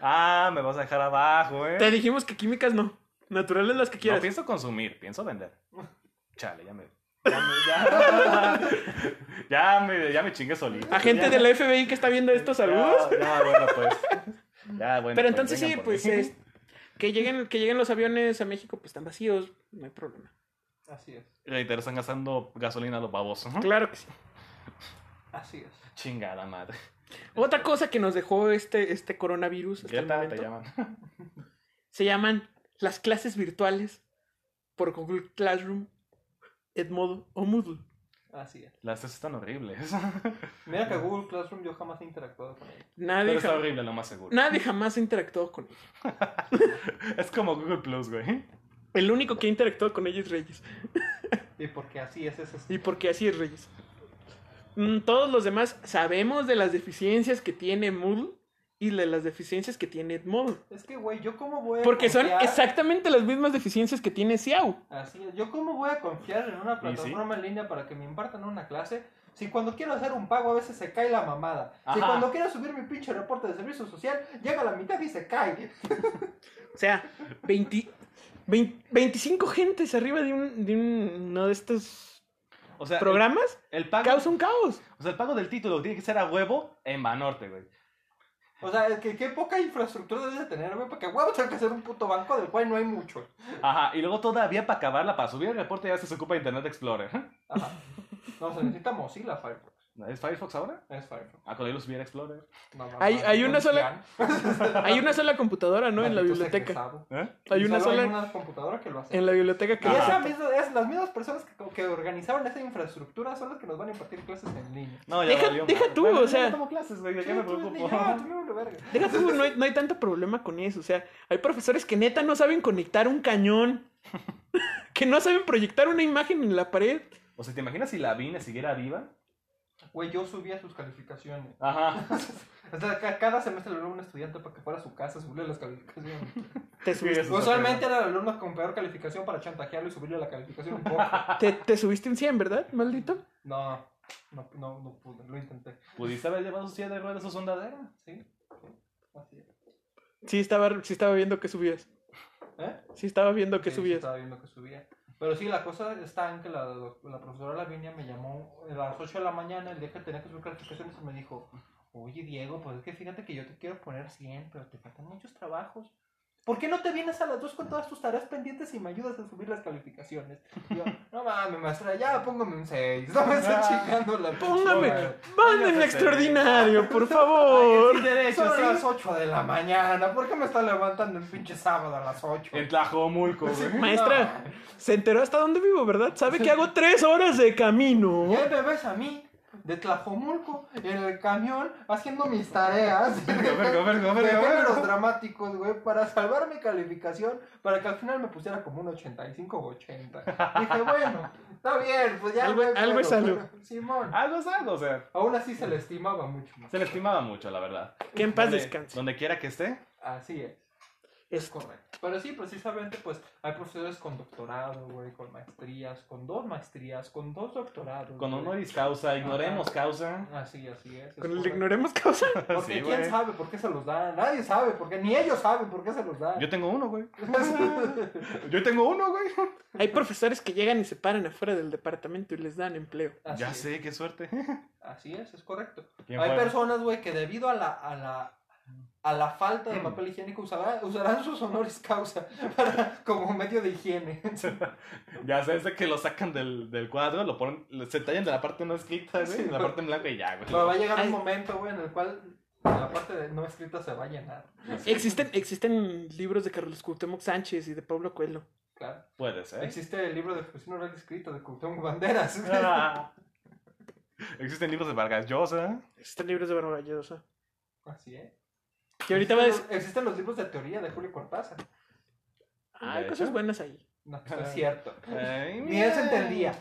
Speaker 2: Ah, me vas a dejar abajo, eh.
Speaker 3: te dijimos que químicas no, naturales las que
Speaker 2: No
Speaker 3: quieras.
Speaker 2: pienso consumir, pienso vender. Chale, ya me.
Speaker 4: Ya,
Speaker 2: Ya me, ya me chingué solito.
Speaker 3: Agente de la FBI que está viendo esto, saludos.
Speaker 2: Ya, ya, bueno, pues. Ya, bueno. pues,
Speaker 3: Pero entonces
Speaker 2: vengan
Speaker 3: sí,
Speaker 2: por
Speaker 3: pues
Speaker 2: mí.
Speaker 3: es, que lleguen que lleguen los aviones a México, pues están vacíos, no hay problema.
Speaker 4: Así es.
Speaker 2: Reitero, están gastando gasolina a los babosos.
Speaker 3: Claro que sí.
Speaker 4: Así es.
Speaker 2: Chingada madre.
Speaker 3: Otra cosa que nos dejó este, este coronavirus hasta el
Speaker 2: Greta, te
Speaker 3: momento,
Speaker 2: llaman.
Speaker 3: se llaman las clases virtuales por Google Classroom, Edmodo o Moodle.
Speaker 4: Así es.
Speaker 2: Las tres están horribles.
Speaker 4: Mira que Google Classroom yo jamás he interactuado con él.
Speaker 2: Pero
Speaker 3: Nadie,
Speaker 2: está
Speaker 3: jamás,
Speaker 2: horrible, lo más seguro.
Speaker 3: nadie jamás interactuó con ella.
Speaker 2: Es como Google Plus, güey.
Speaker 3: El único que ha interactuado con ella es Reyes.
Speaker 4: Y porque así es ese.
Speaker 3: Y porque así es Reyes. Mm, Todos los demás sabemos de las deficiencias que tiene Moodle y de las deficiencias que tiene Edmodo.
Speaker 4: Es que, güey, yo cómo voy a
Speaker 3: Porque son
Speaker 4: confiar-
Speaker 3: exactamente las mismas deficiencias que tiene Xiao.
Speaker 4: Así es. Yo cómo voy a confiar en una
Speaker 2: Y sí.
Speaker 4: plataforma en línea para que me impartan una clase si cuando quiero hacer un pago a veces se cae la mamada. Si
Speaker 2: Ajá.
Speaker 4: cuando quiero subir mi pinche reporte de servicio social llega a la mitad y se cae.
Speaker 3: O sea, 20 vein- 25 gentes arriba de, un, de un- uno de estos
Speaker 2: O sea, el-
Speaker 3: programas
Speaker 2: El, pago,
Speaker 3: causa un caos.
Speaker 2: o sea, el pago del título tiene que ser a huevo en Banorte, güey.
Speaker 4: O sea, es que qué poca infraestructura debes de tener, güey, porque huevo tengo que hacer un puto banco del cual no hay mucho.
Speaker 2: Ajá, y luego todavía para acabarla, para subir el reporte, ya se ocupa Internet Explorer. ¿Eh?
Speaker 4: Ajá. No, se necesita Mozilla Firefox.
Speaker 2: ¿Es Firefox ahora?
Speaker 4: Es Firefox.
Speaker 2: Ah, con él lo subiera Explorer.
Speaker 4: No, no,
Speaker 3: Hay-
Speaker 4: no,
Speaker 3: hay
Speaker 4: no,
Speaker 3: una
Speaker 4: no,
Speaker 3: sola-
Speaker 4: ya.
Speaker 3: Hay una sola computadora, ¿no? En la
Speaker 4: Maldito
Speaker 3: biblioteca.
Speaker 4: egresado.
Speaker 2: ¿Eh?
Speaker 3: Hay
Speaker 4: Y
Speaker 3: una
Speaker 4: solo hay
Speaker 3: sola
Speaker 4: una Ah. computadora que lo hace.
Speaker 3: en la biblioteca que...
Speaker 4: Y esa
Speaker 2: Ajá.
Speaker 4: misma- es, las mismas personas que, que organizaron esa infraestructura son las que nos van a impartir clases en línea.
Speaker 2: No, ya
Speaker 3: Deja-
Speaker 2: valió
Speaker 3: deja
Speaker 2: madre.
Speaker 3: tú,
Speaker 2: Bueno,
Speaker 3: o
Speaker 2: yo
Speaker 3: sea,
Speaker 2: No tomo clases, güey, ¿de qué me
Speaker 4: Sí, tú, ni
Speaker 2: preocupo?
Speaker 4: yo, tú me vale verga.
Speaker 3: Deja tú, no hay, no hay tanto problema con eso. O sea, hay profesores que neta no saben conectar un cañón. Que no saben proyectar una imagen en la pared.
Speaker 2: O sea, ¿te imaginas si la Vina siguiera viva?
Speaker 4: Güey, yo subía sus calificaciones.
Speaker 2: Ajá.
Speaker 4: O sea, ca- cada semestre le hablaba a un estudiante para que fuera a su casa a subirle las calificaciones.
Speaker 3: Te
Speaker 2: Sí,
Speaker 3: subiste,
Speaker 2: eso está
Speaker 4: Usualmente era el alumno con peor calificación para chantajearlo y subirle la calificación un poco.
Speaker 3: te, te subiste un 100, ¿verdad, maldito?
Speaker 4: No, no, no, no pude, lo intenté.
Speaker 2: peor. ¿Pudiste haber llevado su silla de ruedas a su andadera?
Speaker 4: ¿Sí? sí, Así es.
Speaker 3: Sí estaba, sí estaba viendo que subías.
Speaker 4: ¿Eh?
Speaker 3: Sí estaba viendo que
Speaker 4: Sí, sí
Speaker 3: subías.
Speaker 4: Estaba viendo que subía. Pero sí, la cosa está en que la, la profesora Lavinia me llamó a las 8 de la mañana, el día que tenía que subir calificaciones, y me dijo, oye Diego, pues es que fíjate que yo te quiero poner 100, pero te faltan muchos trabajos. ¿Por qué no te vienes a las 2 con todas tus tareas pendientes y me ayudas a subir las calificaciones? Y yo, no mames, maestra, ya póngame un 6. No me estén
Speaker 2: Ah.
Speaker 4: chingando la pinche
Speaker 3: Póngame,
Speaker 4: madre.
Speaker 3: mándenme
Speaker 2: Póngase
Speaker 3: extraordinario, por
Speaker 4: Ay,
Speaker 3: favor.
Speaker 4: sí, derecho,
Speaker 2: Son
Speaker 4: Son
Speaker 2: las
Speaker 4: las 8 de la mañana. ¿Por qué me están levantando el pinche sábado a las 8?
Speaker 2: En Tlajomulco, güey.
Speaker 3: Maestra, se enteró hasta dónde vivo, ¿verdad? Sabe que hago tres horas de camino.
Speaker 4: Ya me ves a mí, de Tlajomulco, en el camión, haciendo mis tareas.
Speaker 2: Verga, verga, verga,
Speaker 4: De
Speaker 2: verga,
Speaker 4: géneros
Speaker 2: verga.
Speaker 4: dramáticos, güey, para salvar mi calificación, para que al final me pusiera como un 85 o 80. Dije, bueno, está bien, pues ya.
Speaker 3: Algo-
Speaker 4: me
Speaker 3: algo es
Speaker 4: espero.
Speaker 3: algo.
Speaker 4: Simón.
Speaker 2: Algo es algo, o sea.
Speaker 4: Aún así se le estimaba mucho más.
Speaker 2: Se le estimaba mucho, la verdad.
Speaker 3: Que en paz
Speaker 2: Donde-
Speaker 3: descanse.
Speaker 2: Donde quiera que esté.
Speaker 4: Así es. Es
Speaker 3: Es-
Speaker 4: correcto. Pero sí, precisamente, pues hay profesores con doctorado, güey, con maestrías, con dos maestrías, con dos doctorados.
Speaker 2: Con
Speaker 4: güey.
Speaker 2: honoris causa, ignoremos causa.
Speaker 4: Así, así es. es
Speaker 3: Con el
Speaker 4: correcto.
Speaker 3: ignoremos causa.
Speaker 4: Porque
Speaker 2: Pues Sí,
Speaker 4: quién
Speaker 2: güey.
Speaker 4: sabe por qué se los dan. Nadie sabe por qué. Ni ellos saben por qué se los dan.
Speaker 2: Yo tengo uno, güey. Yo tengo uno, güey.
Speaker 3: Hay profesores que llegan y se paran afuera del departamento y les dan empleo.
Speaker 4: Así
Speaker 2: ya
Speaker 4: es.
Speaker 2: sé, qué suerte.
Speaker 4: Así es, es correcto.
Speaker 2: ¿Quién
Speaker 4: Hay
Speaker 2: fue?
Speaker 4: personas, güey, que debido a la, a la a la falta
Speaker 2: Mm.
Speaker 4: de papel higiénico usará- usarán sus honores causa para- como medio de higiene.
Speaker 2: Ya sé, es de que lo sacan del, del cuadro, lo ponen, se tallan de la parte no escrita, güey,
Speaker 4: Sí,
Speaker 2: de la
Speaker 4: güey.
Speaker 2: parte en blanco y ya, güey.
Speaker 4: Pero va a llegar
Speaker 3: Ay.
Speaker 4: un momento, güey, en el cual la parte de no escrita se va a llenar.
Speaker 3: Existen, existen libros de Carlos Cuauhtémoc Sánchez y de Pablo Coelho.
Speaker 4: Claro.
Speaker 2: Puede ser.
Speaker 4: Existe el libro de expresión oral escrita de Cuauhtémoc Banderas.
Speaker 2: Ah. Existen libros de Vargas Llosa.
Speaker 3: Existen libros de Barba Llosa.
Speaker 4: Así es.
Speaker 3: Y ahorita va a decir,
Speaker 4: Existen los- Existen los libros de teoría de Julio Cortázar.
Speaker 3: ah, hay
Speaker 2: De
Speaker 3: cosas
Speaker 2: hecho.
Speaker 3: buenas ahí.
Speaker 4: No, no
Speaker 2: Ah.
Speaker 4: es cierto.
Speaker 2: Ay,
Speaker 4: Ni él se
Speaker 2: mira.
Speaker 4: entendía.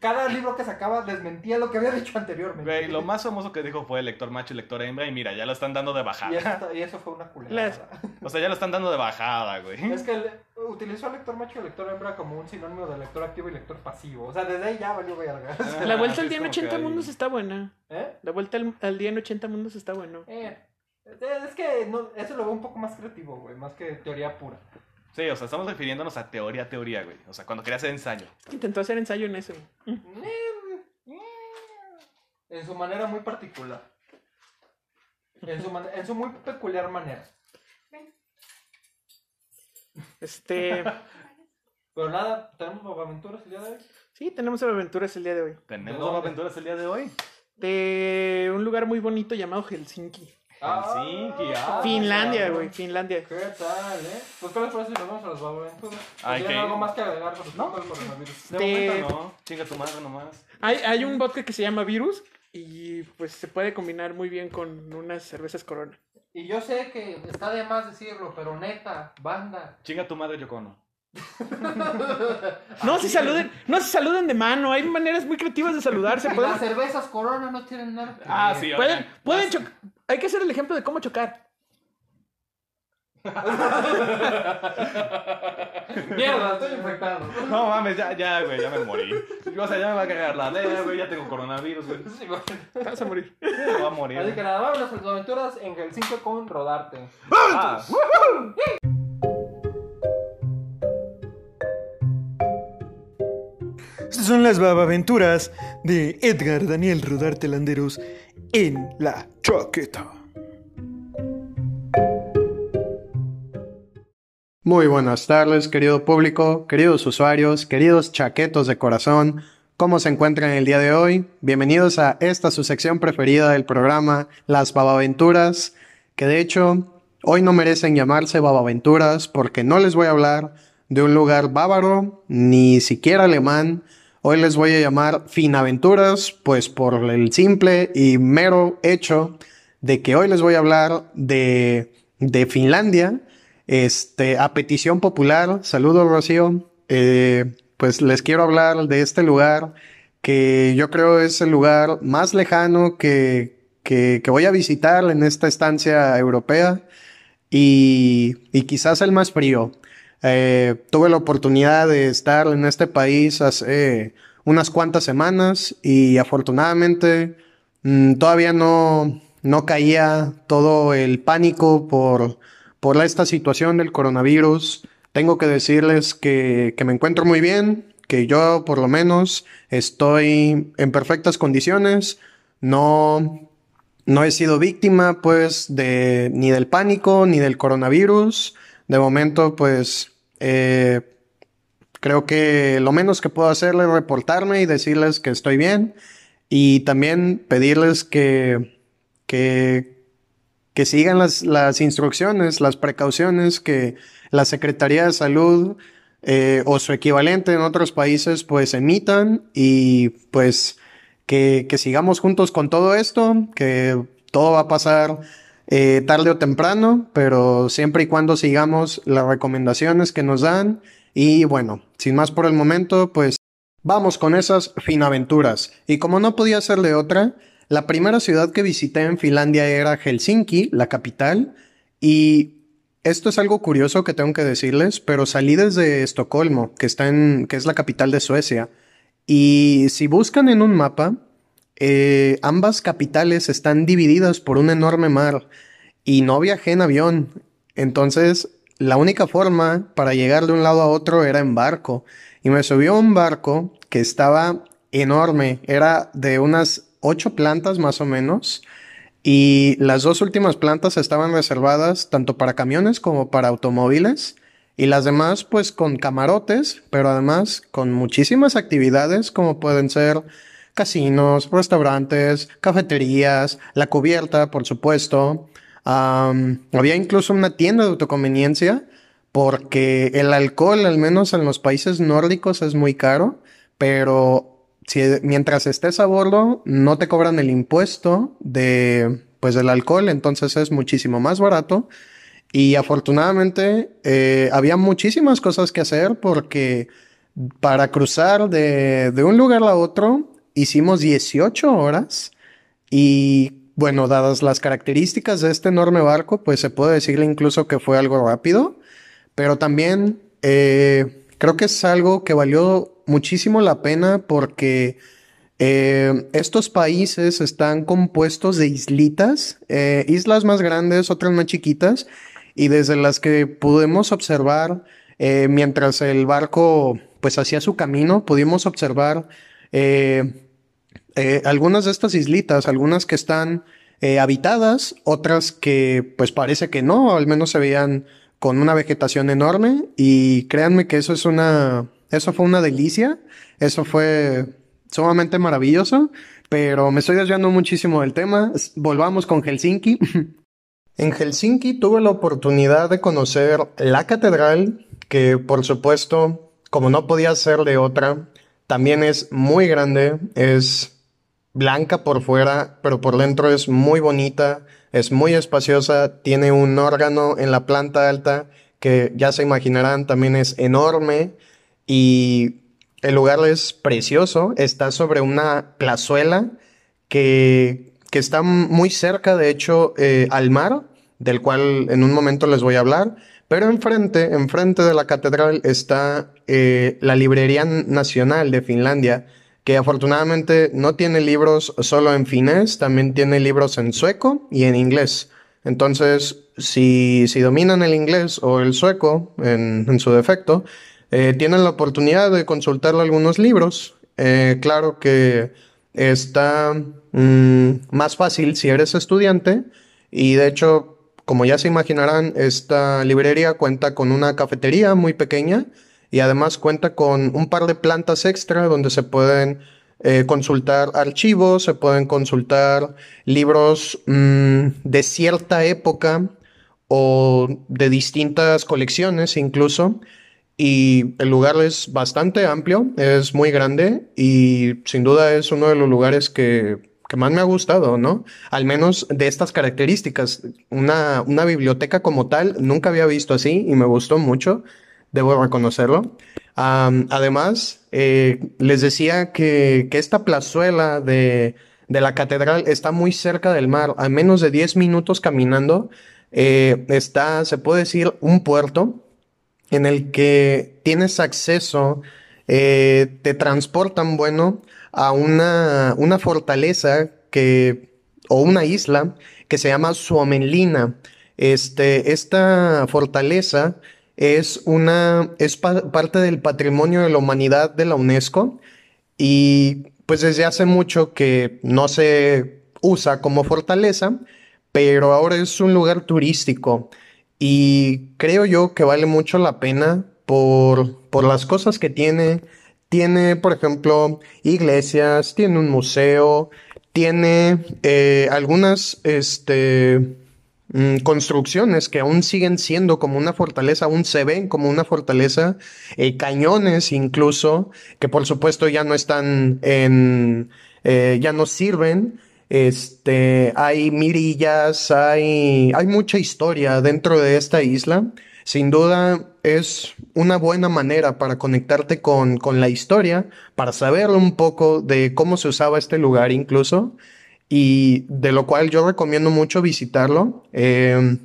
Speaker 4: Cada libro que sacaba desmentía lo que había dicho anteriormente.
Speaker 2: Güey, lo más famoso que dijo fue el lector macho y lector hembra, y mira, ya lo están dando de
Speaker 4: y, eso,
Speaker 2: bajada.
Speaker 4: está- y eso fue una culera.
Speaker 3: Las- ¿Mm?
Speaker 2: O sea, ya lo están dando de bajada, güey.
Speaker 4: Es que el- utilizó al lector macho y lector hembra como un sinónimo de lector activo y lector pasivo. O sea, desde ahí ya valió verga.
Speaker 3: La vuelta al
Speaker 2: Sí,
Speaker 3: día
Speaker 2: Ah, es como
Speaker 3: en
Speaker 2: que
Speaker 3: 80
Speaker 2: hay-
Speaker 3: mundos está buena.
Speaker 4: ¿Eh?
Speaker 3: La vuelta al, al día en 80 mundos está bueno.
Speaker 4: Eh, Es que no, eso lo veo un poco más creativo, güey, más que teoría pura.
Speaker 2: Sí, o sea, estamos refiriéndonos a teoría, teoría, güey. O sea, cuando quería hacer ensayo.
Speaker 3: Intentó hacer ensayo en eso.
Speaker 2: Mm.
Speaker 4: Mm, En su manera muy particular. En su, man- en su muy peculiar manera.
Speaker 3: Este,
Speaker 4: Pero nada, tenemos Bobaventuras el día de hoy.
Speaker 3: sí, tenemos aventuras el día de hoy.
Speaker 2: Tenemos
Speaker 4: ¿De dónde?
Speaker 2: aventuras el día de hoy.
Speaker 3: De un lugar muy bonito llamado Helsinki.
Speaker 2: Helsinki, ah.
Speaker 3: Finlandia, güey, Finlandia.
Speaker 4: ¿Qué tal, eh? Pues con la frase nos vamos a los babuentos.
Speaker 2: Ay,
Speaker 4: Pues, Ay,
Speaker 2: qué-
Speaker 4: no hago más que agregar con respecto al coronavirus.
Speaker 2: De
Speaker 3: Te-
Speaker 2: momento no, chinga tu madre nomás.
Speaker 3: Hay, hay un vodka que se llama Virus y pues se puede combinar muy bien con unas cervezas Corona.
Speaker 4: Y yo sé que está de más decirlo, pero neta, banda.
Speaker 2: Chinga tu madre, Yocono. Ah,
Speaker 3: No se saluden, no se saluden de mano, hay maneras muy creativas de saludarse.
Speaker 4: Y
Speaker 3: Pueden,
Speaker 4: las cervezas corona no tienen nada. que
Speaker 2: Ah,
Speaker 4: ver.
Speaker 2: sí,
Speaker 3: pueden, pueden choc- hay que hacer el ejemplo de cómo chocar.
Speaker 4: Mierda, estoy infectado.
Speaker 2: No mames, ya, ya, güey, ya me morí. O sea, ya me va a cagar la ley, güey, ya tengo coronavirus, güey.
Speaker 4: Sí, bueno.
Speaker 3: Te vas a morir.
Speaker 2: Me voy a
Speaker 4: Así que
Speaker 2: morir.
Speaker 4: nada, vámonos a tus aventuras en Helsinki con Rodarte.
Speaker 2: Ah,
Speaker 1: Estas son las babaventuras de Edgar Daniel Rodarte Landeros en la chaqueta.
Speaker 6: Muy buenas tardes, querido público, queridos usuarios, queridos chaquetos de corazón. ¿Cómo se encuentran el día de hoy? Bienvenidos a esta su sección preferida del programa, Las Babaventuras, que de hecho hoy no merecen llamarse Babaventuras porque no les voy a hablar de un lugar bávaro, ni siquiera alemán. Hoy les voy a llamar Finaventuras, pues por el simple y mero hecho de que hoy les voy a hablar de, de Finlandia. Este, a petición popular, saludos Rocío, eh, pues les quiero hablar de este lugar que yo creo es el lugar más lejano que, que, que voy a visitar en esta estancia europea y, y quizás el más frío. Eh, tuve la oportunidad de estar en este país hace unas cuantas semanas y afortunadamente mm, todavía no, no caía todo el pánico por, por esta situación del coronavirus. Tengo que decirles que, que me encuentro muy bien, que yo por lo menos estoy en perfectas condiciones, no, no he sido víctima pues de ni del pánico ni del coronavirus. De momento pues eh, creo que lo menos que puedo hacerles es reportarme y decirles que estoy bien y también pedirles que, que, que sigan las, las instrucciones, las precauciones que la Secretaría de Salud eh, o su equivalente en otros países pues emitan y pues que, que sigamos juntos con todo esto, que todo va a pasar eh, tarde o temprano, pero siempre y cuando sigamos las recomendaciones que nos dan y bueno, sin más por el momento pues Vamos con esas finaventuras. Y como no podía ser de otra, la primera ciudad que visité en Finlandia era Helsinki, la capital, y esto es algo curioso que tengo que decirles, pero salí desde Estocolmo, que está en, que es la capital de Suecia, y si buscan en un mapa, eh, ambas capitales están divididas por un enorme mar, y no viajé en avión. Entonces, la única forma para llegar de un lado a otro era en barco y me subió a un barco que estaba enorme, era de unas ocho plantas más o menos, y las dos últimas plantas estaban reservadas tanto para camiones como para automóviles, y las demás pues con camarotes, pero además con muchísimas actividades como pueden ser casinos, restaurantes, cafeterías, la cubierta, por supuesto. Am, había incluso una tienda de autoconveniencia porque el alcohol, al menos en los países nórdicos, es muy caro, pero si, mientras estés a bordo, no te cobran el impuesto de, pues, del alcohol, entonces es muchísimo más barato. Y afortunadamente eh, había muchísimas cosas que hacer porque para cruzar de, de un lugar a otro hicimos 18 horas. Y bueno, dadas las características de este enorme barco, pues se puede decirle incluso que fue algo rápido, pero también eh, creo que es algo que valió muchísimo la pena porque eh, estos países están compuestos de islitas, eh, islas más grandes, otras más chiquitas, y desde las que pudimos observar, eh, mientras el barco pues hacía su camino, pudimos observar eh, eh, algunas de estas islitas, algunas que están eh, habitadas, otras que pues parece que no, al menos se veían con una vegetación enorme y créanme que eso es una, eso fue una delicia, eso fue sumamente maravilloso, pero me estoy desviando muchísimo del tema, S- volvamos con Helsinki. En Helsinki tuve la oportunidad de conocer la catedral, que por supuesto, como no podía ser de otra, también es muy grande, es blanca por fuera, pero por dentro es muy bonita, es muy espaciosa, tiene un órgano en la planta alta que ya se imaginarán también es enorme y el lugar es precioso, está sobre una plazuela que, que está muy cerca, de hecho, eh, al mar, del cual en un momento les voy a hablar, pero enfrente, enfrente de la catedral está eh, la Librería Nacional de Finlandia, que afortunadamente no tiene libros solo en finés, también tiene libros en sueco y en inglés. Entonces, si, si dominan el inglés o el sueco en, en su defecto, eh, tienen la oportunidad de consultar algunos libros. Eh, claro que está mm, más fácil si eres estudiante y de hecho, como ya se imaginarán, esta librería cuenta con una cafetería muy pequeña y además cuenta con un par de plantas extra donde se pueden eh, consultar archivos, se pueden consultar libros mm, de cierta época o de distintas colecciones incluso. Y el lugar es bastante amplio, es muy grande y sin duda es uno de los lugares que, que más me ha gustado, ¿no? Al menos de estas características. Una, una biblioteca como tal nunca había visto así y me gustó mucho debo reconocerlo. Am, además, eh, les decía que, que esta plazuela de, de la catedral está muy cerca del mar, a menos de 10 minutos caminando. eh, está, se puede decir, un puerto en el que tienes acceso, eh, te transportan, bueno, a una, una fortaleza que, o una isla que se llama Suomenlinna. Este, esta fortaleza es una, es pa- parte del patrimonio de la humanidad de la UNESCO y pues desde hace mucho que no se usa como fortaleza, pero ahora es un lugar turístico y creo yo que vale mucho la pena por, por las cosas que tiene. Tiene, por ejemplo, iglesias, tiene un museo, tiene eh, algunas este, mm, construcciones que aún siguen siendo como una fortaleza, aún se ven como una fortaleza, eh, cañones incluso, que por supuesto ya no están en, eh, ya no sirven. Este, hay mirillas, hay, hay mucha historia dentro de esta isla. Sin duda es una buena manera para conectarte con, con la historia, para saber un poco de cómo se usaba este lugar incluso y de lo cual yo recomiendo mucho visitarlo. Eh,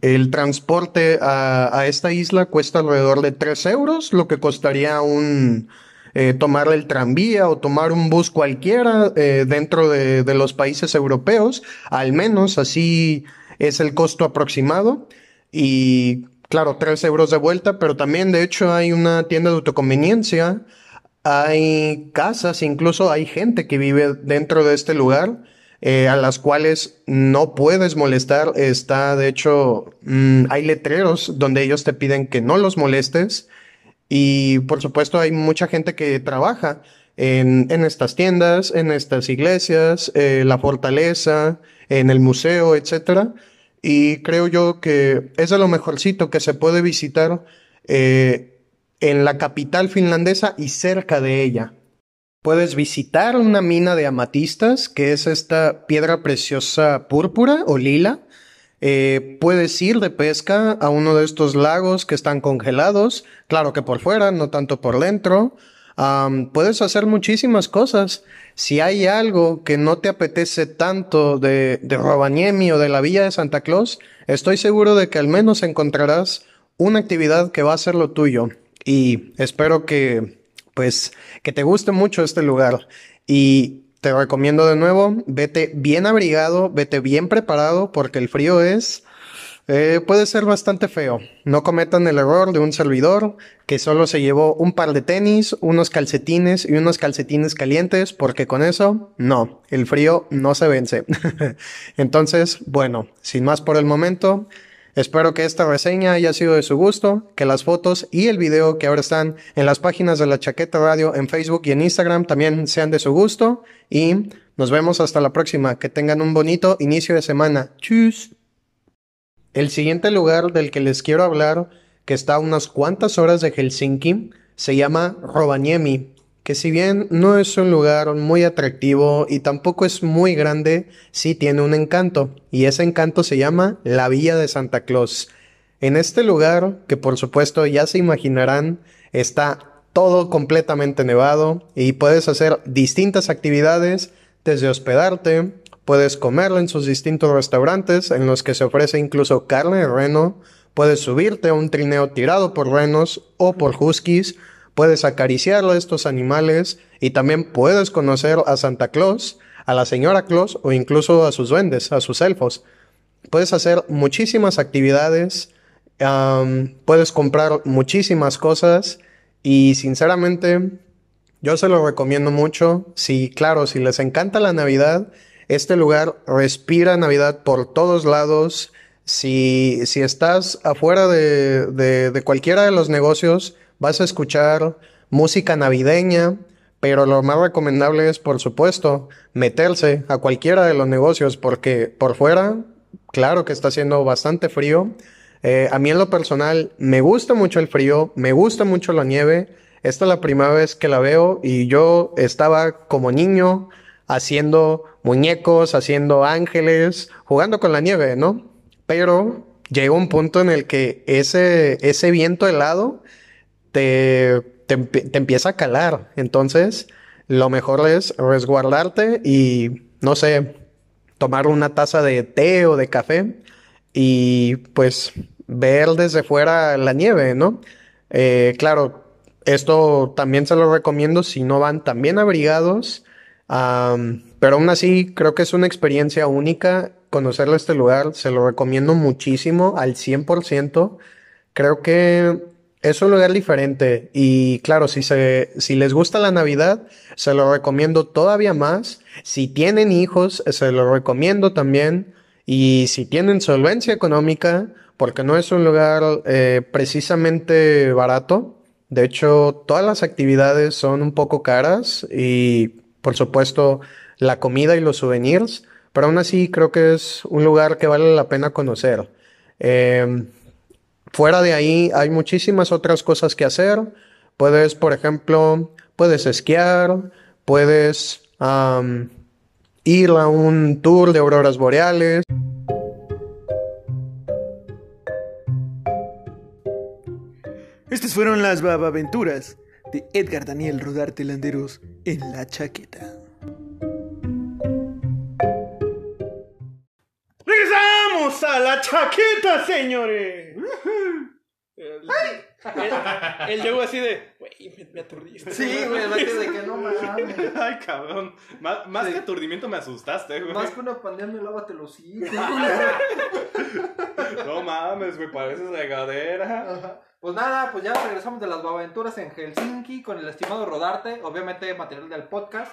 Speaker 6: el transporte a, a esta isla cuesta alrededor de 3 euros, lo que costaría un eh, tomar el tranvía o tomar un bus cualquiera eh, dentro de, de los países europeos, al menos así es el costo aproximado. Y claro, 3 euros de vuelta, pero también de hecho hay una tienda de autoconveniencia hay casas, incluso hay gente que vive dentro de este lugar, eh, a las cuales no puedes molestar. Está, de hecho, mm, hay letreros donde ellos te piden que no los molestes. Y por supuesto hay mucha gente que trabaja en, en estas tiendas, en estas iglesias, eh, la fortaleza, en el museo, etcétera. Y creo yo que es de lo mejorcito que se puede visitar eh, en la capital finlandesa y cerca de ella. Puedes visitar una mina de amatistas, que es esta piedra preciosa púrpura o lila. Eh, puedes ir de pesca a uno de estos lagos que están congelados, claro que por fuera, no tanto por dentro. Am, puedes hacer muchísimas cosas. Si hay algo que no te apetece tanto de, de Rovaniemi o de la Villa de Santa Claus, estoy seguro de que al menos encontrarás una actividad que va a ser lo tuyo. Y espero que, pues, que te guste mucho este lugar. Y te recomiendo de nuevo, vete bien abrigado, vete bien preparado, porque el frío es... Eh, puede ser bastante feo. No cometan el error de un servidor que solo se llevó un par de tenis, unos calcetines y unos calcetines calientes, porque con eso, no, el frío no se vence. Entonces, bueno, sin más por el momento, espero que esta reseña haya sido de su gusto, que las fotos y el video que ahora están en las páginas de la Chaqueta Radio en Facebook y en Instagram también sean de su gusto y nos vemos hasta la próxima. Que tengan un bonito inicio de semana. Tschüss. El siguiente lugar del que les quiero hablar, que está a unas cuantas horas de Helsinki, se llama Rovaniemi, que si bien no es un lugar muy atractivo y tampoco es muy grande, sí tiene un encanto, y ese encanto se llama la Villa de Santa Claus. En este lugar, que por supuesto ya se imaginarán, está todo completamente nevado y puedes hacer distintas actividades, desde hospedarte, puedes comerlo en sus distintos restaurantes en los que se ofrece incluso carne de reno, puedes subirte a un trineo tirado por renos o por huskies, puedes acariciar a estos animales y también puedes conocer a Santa Claus, a la señora Claus o incluso a sus duendes, a sus elfos. Puedes hacer muchísimas actividades, am, puedes comprar muchísimas cosas y sinceramente yo se lo recomiendo mucho. Sí, claro, si les encanta la Navidad, este lugar respira Navidad por todos lados. Si, si estás afuera de, de- de cualquiera de los negocios, vas a escuchar música navideña, pero lo más recomendable es, por supuesto, meterse a cualquiera de los negocios, porque por fuera, claro que está haciendo bastante frío. Eh, a mí en lo personal me gusta mucho el frío, me gusta mucho la nieve. Esta es la primera vez que la veo y yo estaba como niño haciendo muñecos, haciendo ángeles, jugando con la nieve, ¿no? Pero llega un punto en el que ese, ese viento helado te, te, empie- te empieza a calar. Entonces, lo mejor es resguardarte y, no sé, tomar una taza de té o de café y pues ver desde fuera la nieve, ¿no? Eh, claro, esto también se lo recomiendo si no van tan bien abrigados, am, pero aún así creo que es una experiencia única conocerlo este lugar, se lo recomiendo muchísimo, al 100%. Creo que es un lugar diferente y claro, si se, si les gusta la Navidad, se lo recomiendo todavía más. Si tienen hijos, se lo recomiendo también. Y si tienen solvencia económica, porque no es un lugar eh, precisamente barato. De hecho, todas las actividades son un poco caras y, por supuesto, la comida y los souvenirs. Pero aún así, creo que es un lugar que vale la pena conocer. Em, Fuera de ahí hay muchísimas otras cosas que hacer. Puedes, por ejemplo, puedes esquiar, puedes am, ir a un tour de auroras boreales.
Speaker 1: Estas fueron las babaventuras de Edgar Daniel Rodarte Landeros en la chaqueta. ¡Regresamos a la chaqueta, señores!
Speaker 3: El, el, el Diego así de, güey, me, me aturdiste.
Speaker 4: Sí, güey, el vato de que no mames.
Speaker 2: Ay, cabrón. Más, más que aturdimiento me asustaste, güey.
Speaker 4: Más que una pandemia, lávate los hijos.
Speaker 2: No mames, güey, pareces regadera.
Speaker 4: Ajá. Pues nada, pues ya regresamos de las babaventuras en Helsinki con el estimado Rodarte, obviamente material del podcast.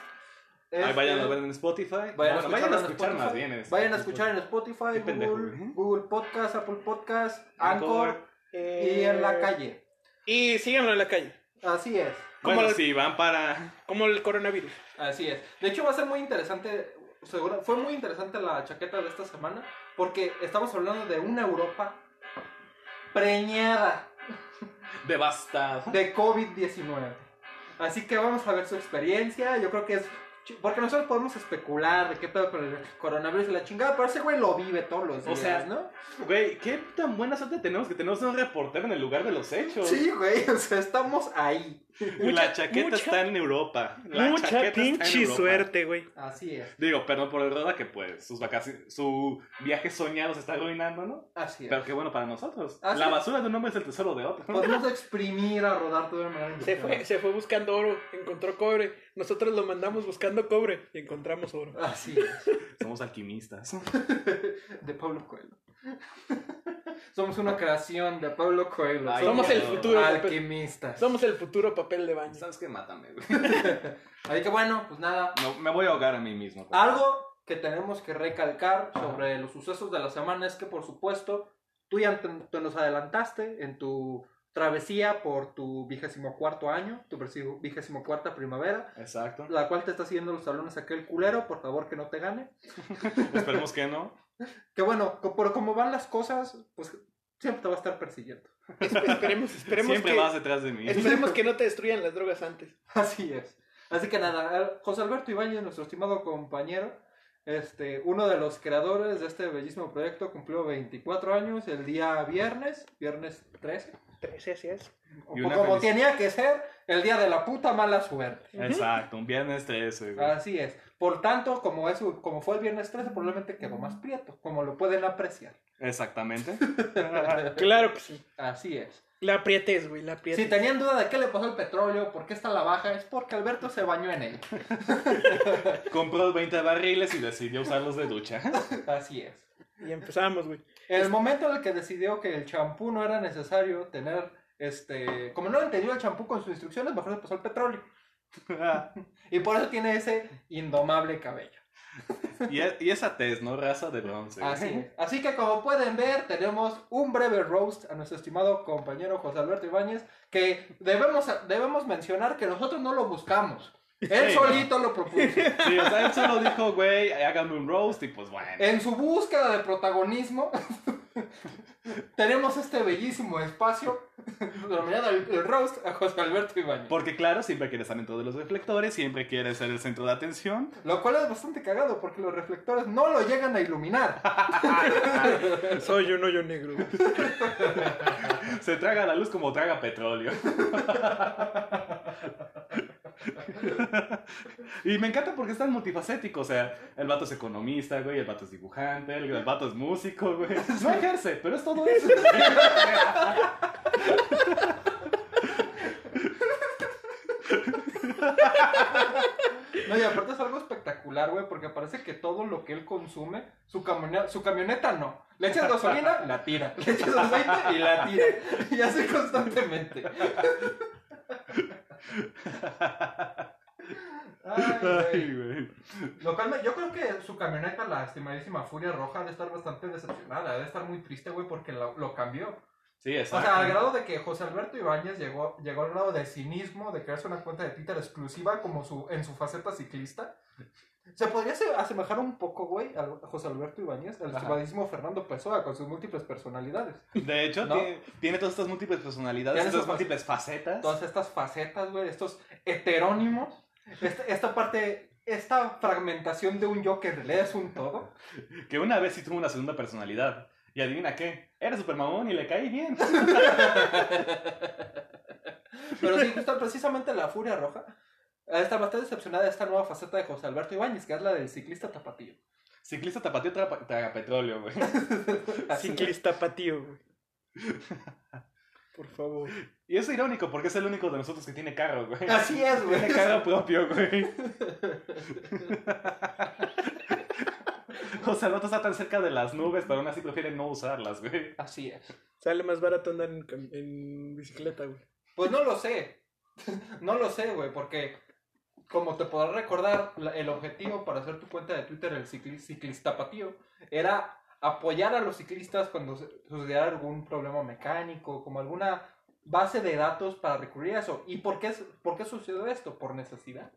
Speaker 2: Ay,
Speaker 4: Este,
Speaker 2: vayan a ver en Spotify.
Speaker 4: Vayan,
Speaker 2: Bueno, vayan a
Speaker 4: escucharlo en
Speaker 2: escuchar más
Speaker 4: Spotify.
Speaker 2: bien. este, es-
Speaker 4: Vayan a escuchar en Spotify,
Speaker 2: Qué
Speaker 4: Google,
Speaker 2: pendejo, güey.
Speaker 4: Google Podcast, Apple Podcast,
Speaker 2: Anchor.
Speaker 4: eh. Anchor
Speaker 3: Eh,
Speaker 4: y en la calle.
Speaker 3: Y síganlo en la calle,
Speaker 4: Así es,
Speaker 2: Bueno,
Speaker 3: Como la-
Speaker 2: si van para.
Speaker 3: como el coronavirus.
Speaker 4: así es. De hecho va a ser muy interesante, seguro, fue muy interesante la chaqueta de esta semana porque estamos hablando de una Europa preñada
Speaker 2: Devastado.
Speaker 4: de COVID-19. Así que vamos a ver su experiencia. Yo creo que es. ch- Porque nosotros podemos especular de qué pedo con el coronavirus y la chingada, pero ese güey lo vive todos los
Speaker 2: O
Speaker 4: días,
Speaker 2: sea,
Speaker 4: ¿no?
Speaker 2: Güey, qué tan buena suerte tenemos que tenemos un reportero en el lugar de los hechos.
Speaker 4: Sí, güey, o sea, estamos ahí.
Speaker 2: la chaqueta
Speaker 3: mucha-
Speaker 2: está en Europa. La chaqueta
Speaker 3: Mucha
Speaker 2: está en
Speaker 3: pinche
Speaker 2: Europa.
Speaker 3: suerte, güey.
Speaker 4: Así es,
Speaker 2: Digo, perdón por el roda que pues sus vacaciones, su viaje soñado se está arruinando, ¿no?
Speaker 4: así es.
Speaker 2: Pero qué bueno para nosotros.
Speaker 4: Ah,
Speaker 2: la
Speaker 4: sí. Pues,
Speaker 2: basura de un hombre es el tesoro de otro.
Speaker 4: Podemos exprimir a rodar de una manera
Speaker 3: Se fue,
Speaker 4: industrial.
Speaker 3: se fue buscando oro, encontró cobre. Nosotros lo mandamos buscando cobre y encontramos oro.
Speaker 4: Así es,
Speaker 2: Somos alquimistas.
Speaker 4: de Pablo Coelho. Somos una creación de Pablo Coelho.
Speaker 2: Ay,
Speaker 3: Somos el futuro.
Speaker 4: Alquimistas.
Speaker 3: Somos el futuro papel de baño.
Speaker 2: ¿Sabes qué? Mátame, güey.
Speaker 4: Así que bueno, pues nada,
Speaker 2: No, me voy a ahogar a mí mismo. pues. por favor.
Speaker 4: Algo que tenemos que recalcar sobre los sucesos de la semana es que, por supuesto, tú ya te, te nos adelantaste en tu travesía por tu vigésimo cuarto año, tu vigésimo- vigésimo cuarta primavera,
Speaker 2: Exacto.
Speaker 4: la cual te está siguiendo los salones aquel culero, por favor que no te gane.
Speaker 2: Esperemos que no.
Speaker 4: Que bueno, co- por cómo van las cosas, pues siempre te va a estar persiguiendo.
Speaker 3: Esp- Esperemos, esperemos
Speaker 2: Siempre
Speaker 3: que,
Speaker 2: vas detrás de mí.
Speaker 3: esperemos que no te destruyan las drogas antes.
Speaker 4: Así es. Así que nada, al- José Alberto Ibáñez, nuestro estimado compañero, este, uno de los creadores de este bellísimo proyecto, cumplió 24 años el día viernes, viernes 13,
Speaker 3: Trece, así es.
Speaker 4: o
Speaker 2: Y una
Speaker 4: como
Speaker 2: felici-
Speaker 4: tenía que ser, el día de la puta mala suerte.
Speaker 2: Exacto, un viernes 13, güey.
Speaker 4: Así es. Por tanto, como, es, como fue el viernes 13, probablemente quedó más prieto, como lo pueden apreciar.
Speaker 2: Exactamente.
Speaker 3: Claro que sí.
Speaker 4: Así es.
Speaker 3: La aprietez, güey, la aprietez.
Speaker 4: Si tenían duda de qué le pasó al petróleo, por qué está la baja, es porque Alberto se bañó en él.
Speaker 2: Compró 20 barriles y decidió usarlos de ducha.
Speaker 4: Así es.
Speaker 3: Y empezamos, güey.
Speaker 4: El momento en el que decidió que el champú no era necesario tener, este, como no entendió el champú con sus instrucciones, mejor le pasó el petróleo. Ah, y por eso tiene ese indomable cabello.
Speaker 2: Y, es- y esa tez, ¿no? Raza de bronce. güey.
Speaker 4: Así es. Así que como pueden ver, tenemos un breve roast a nuestro estimado compañero José Alberto Ibáñez, que debemos, debemos mencionar que nosotros no lo buscamos. Él
Speaker 2: Sí,
Speaker 4: solito lo propuso.
Speaker 2: Sí, o sea, él solo dijo, güey, hágame un roast y pues bueno.
Speaker 4: En su búsqueda de protagonismo, tenemos este bellísimo espacio denominado el, el roast a José Alberto Ibañez.
Speaker 2: Porque claro, siempre quiere estar en todos los reflectores, siempre quiere ser el centro de atención.
Speaker 4: Lo cual es bastante cagado porque los reflectores no lo llegan a iluminar.
Speaker 3: Soy un hoyo negro.
Speaker 2: Se traga la luz como traga petróleo. y me encanta porque es tan multifacético. O sea, el vato es economista, güey, el vato es dibujante, el, el vato es músico, güey. No ejerce, pero es todo eso.
Speaker 4: No, y aparte es algo espectacular, güey, porque parece que todo lo que él consume, su, camioneta, su camioneta no. Le echas gasolina, la tira. Le echas aceite y la tira. Y así constantemente. Ay, güey.
Speaker 2: Ay, güey.
Speaker 4: Lo cual me- yo creo que su camioneta, la estimadísima Furia Roja, debe estar bastante decepcionada, debe estar muy triste, güey, porque lo, lo cambió.
Speaker 2: Sí,
Speaker 4: O sea, al
Speaker 2: exacto.
Speaker 4: grado de que José Alberto Ibáñez llegó, llegó al grado de cinismo de crearse una cuenta de Twitter exclusiva como su, en su faceta ciclista. Se podría ase- asemejar un poco, güey, a José Alberto Ibáñez, al
Speaker 2: Ajá.
Speaker 4: estimadísimo Fernando Pessoa con sus múltiples personalidades.
Speaker 2: De hecho,
Speaker 4: ¿No?
Speaker 2: tiene, tiene todas estas múltiples personalidades,
Speaker 4: Tiene
Speaker 2: estas
Speaker 4: esas fac-
Speaker 2: múltiples facetas.
Speaker 4: Todas estas facetas, güey, estos heterónimos, esta, esta parte, esta fragmentación de un yo que en realidad es un todo.
Speaker 2: Que una vez sí tuvo una segunda personalidad. Y adivina qué, era super mamón y le caí bien.
Speaker 4: Pero sí, justo- precisamente la Furia Roja eh, está bastante decepcionada de esta nueva faceta de José Alberto Ibáñez, que es la del ciclista tapatío.
Speaker 2: Ciclista tapateo trapa- traga petróleo, güey.
Speaker 4: Así es.
Speaker 3: Ciclista patío, güey. Por favor.
Speaker 2: Y es irónico porque es el único de nosotros que tiene carro, güey.
Speaker 4: Así es, güey.
Speaker 2: Tiene carro propio, güey. O sea, el vato está tan cerca de las nubes, pero aún así prefiere no usarlas, güey.
Speaker 4: Así es.
Speaker 3: Sale más barato andar en, cam- en bicicleta, güey.
Speaker 4: Pues no lo sé. No lo sé, güey, porque como te podrás recordar, la- el objetivo para hacer tu cuenta de Twitter, el cicli- ciclistapatío, era apoyar a los ciclistas cuando se- sucediera algún problema mecánico, como alguna base de datos para recurrir a eso. ¿Y por qué, su- por qué sucedió esto? Por necesidad.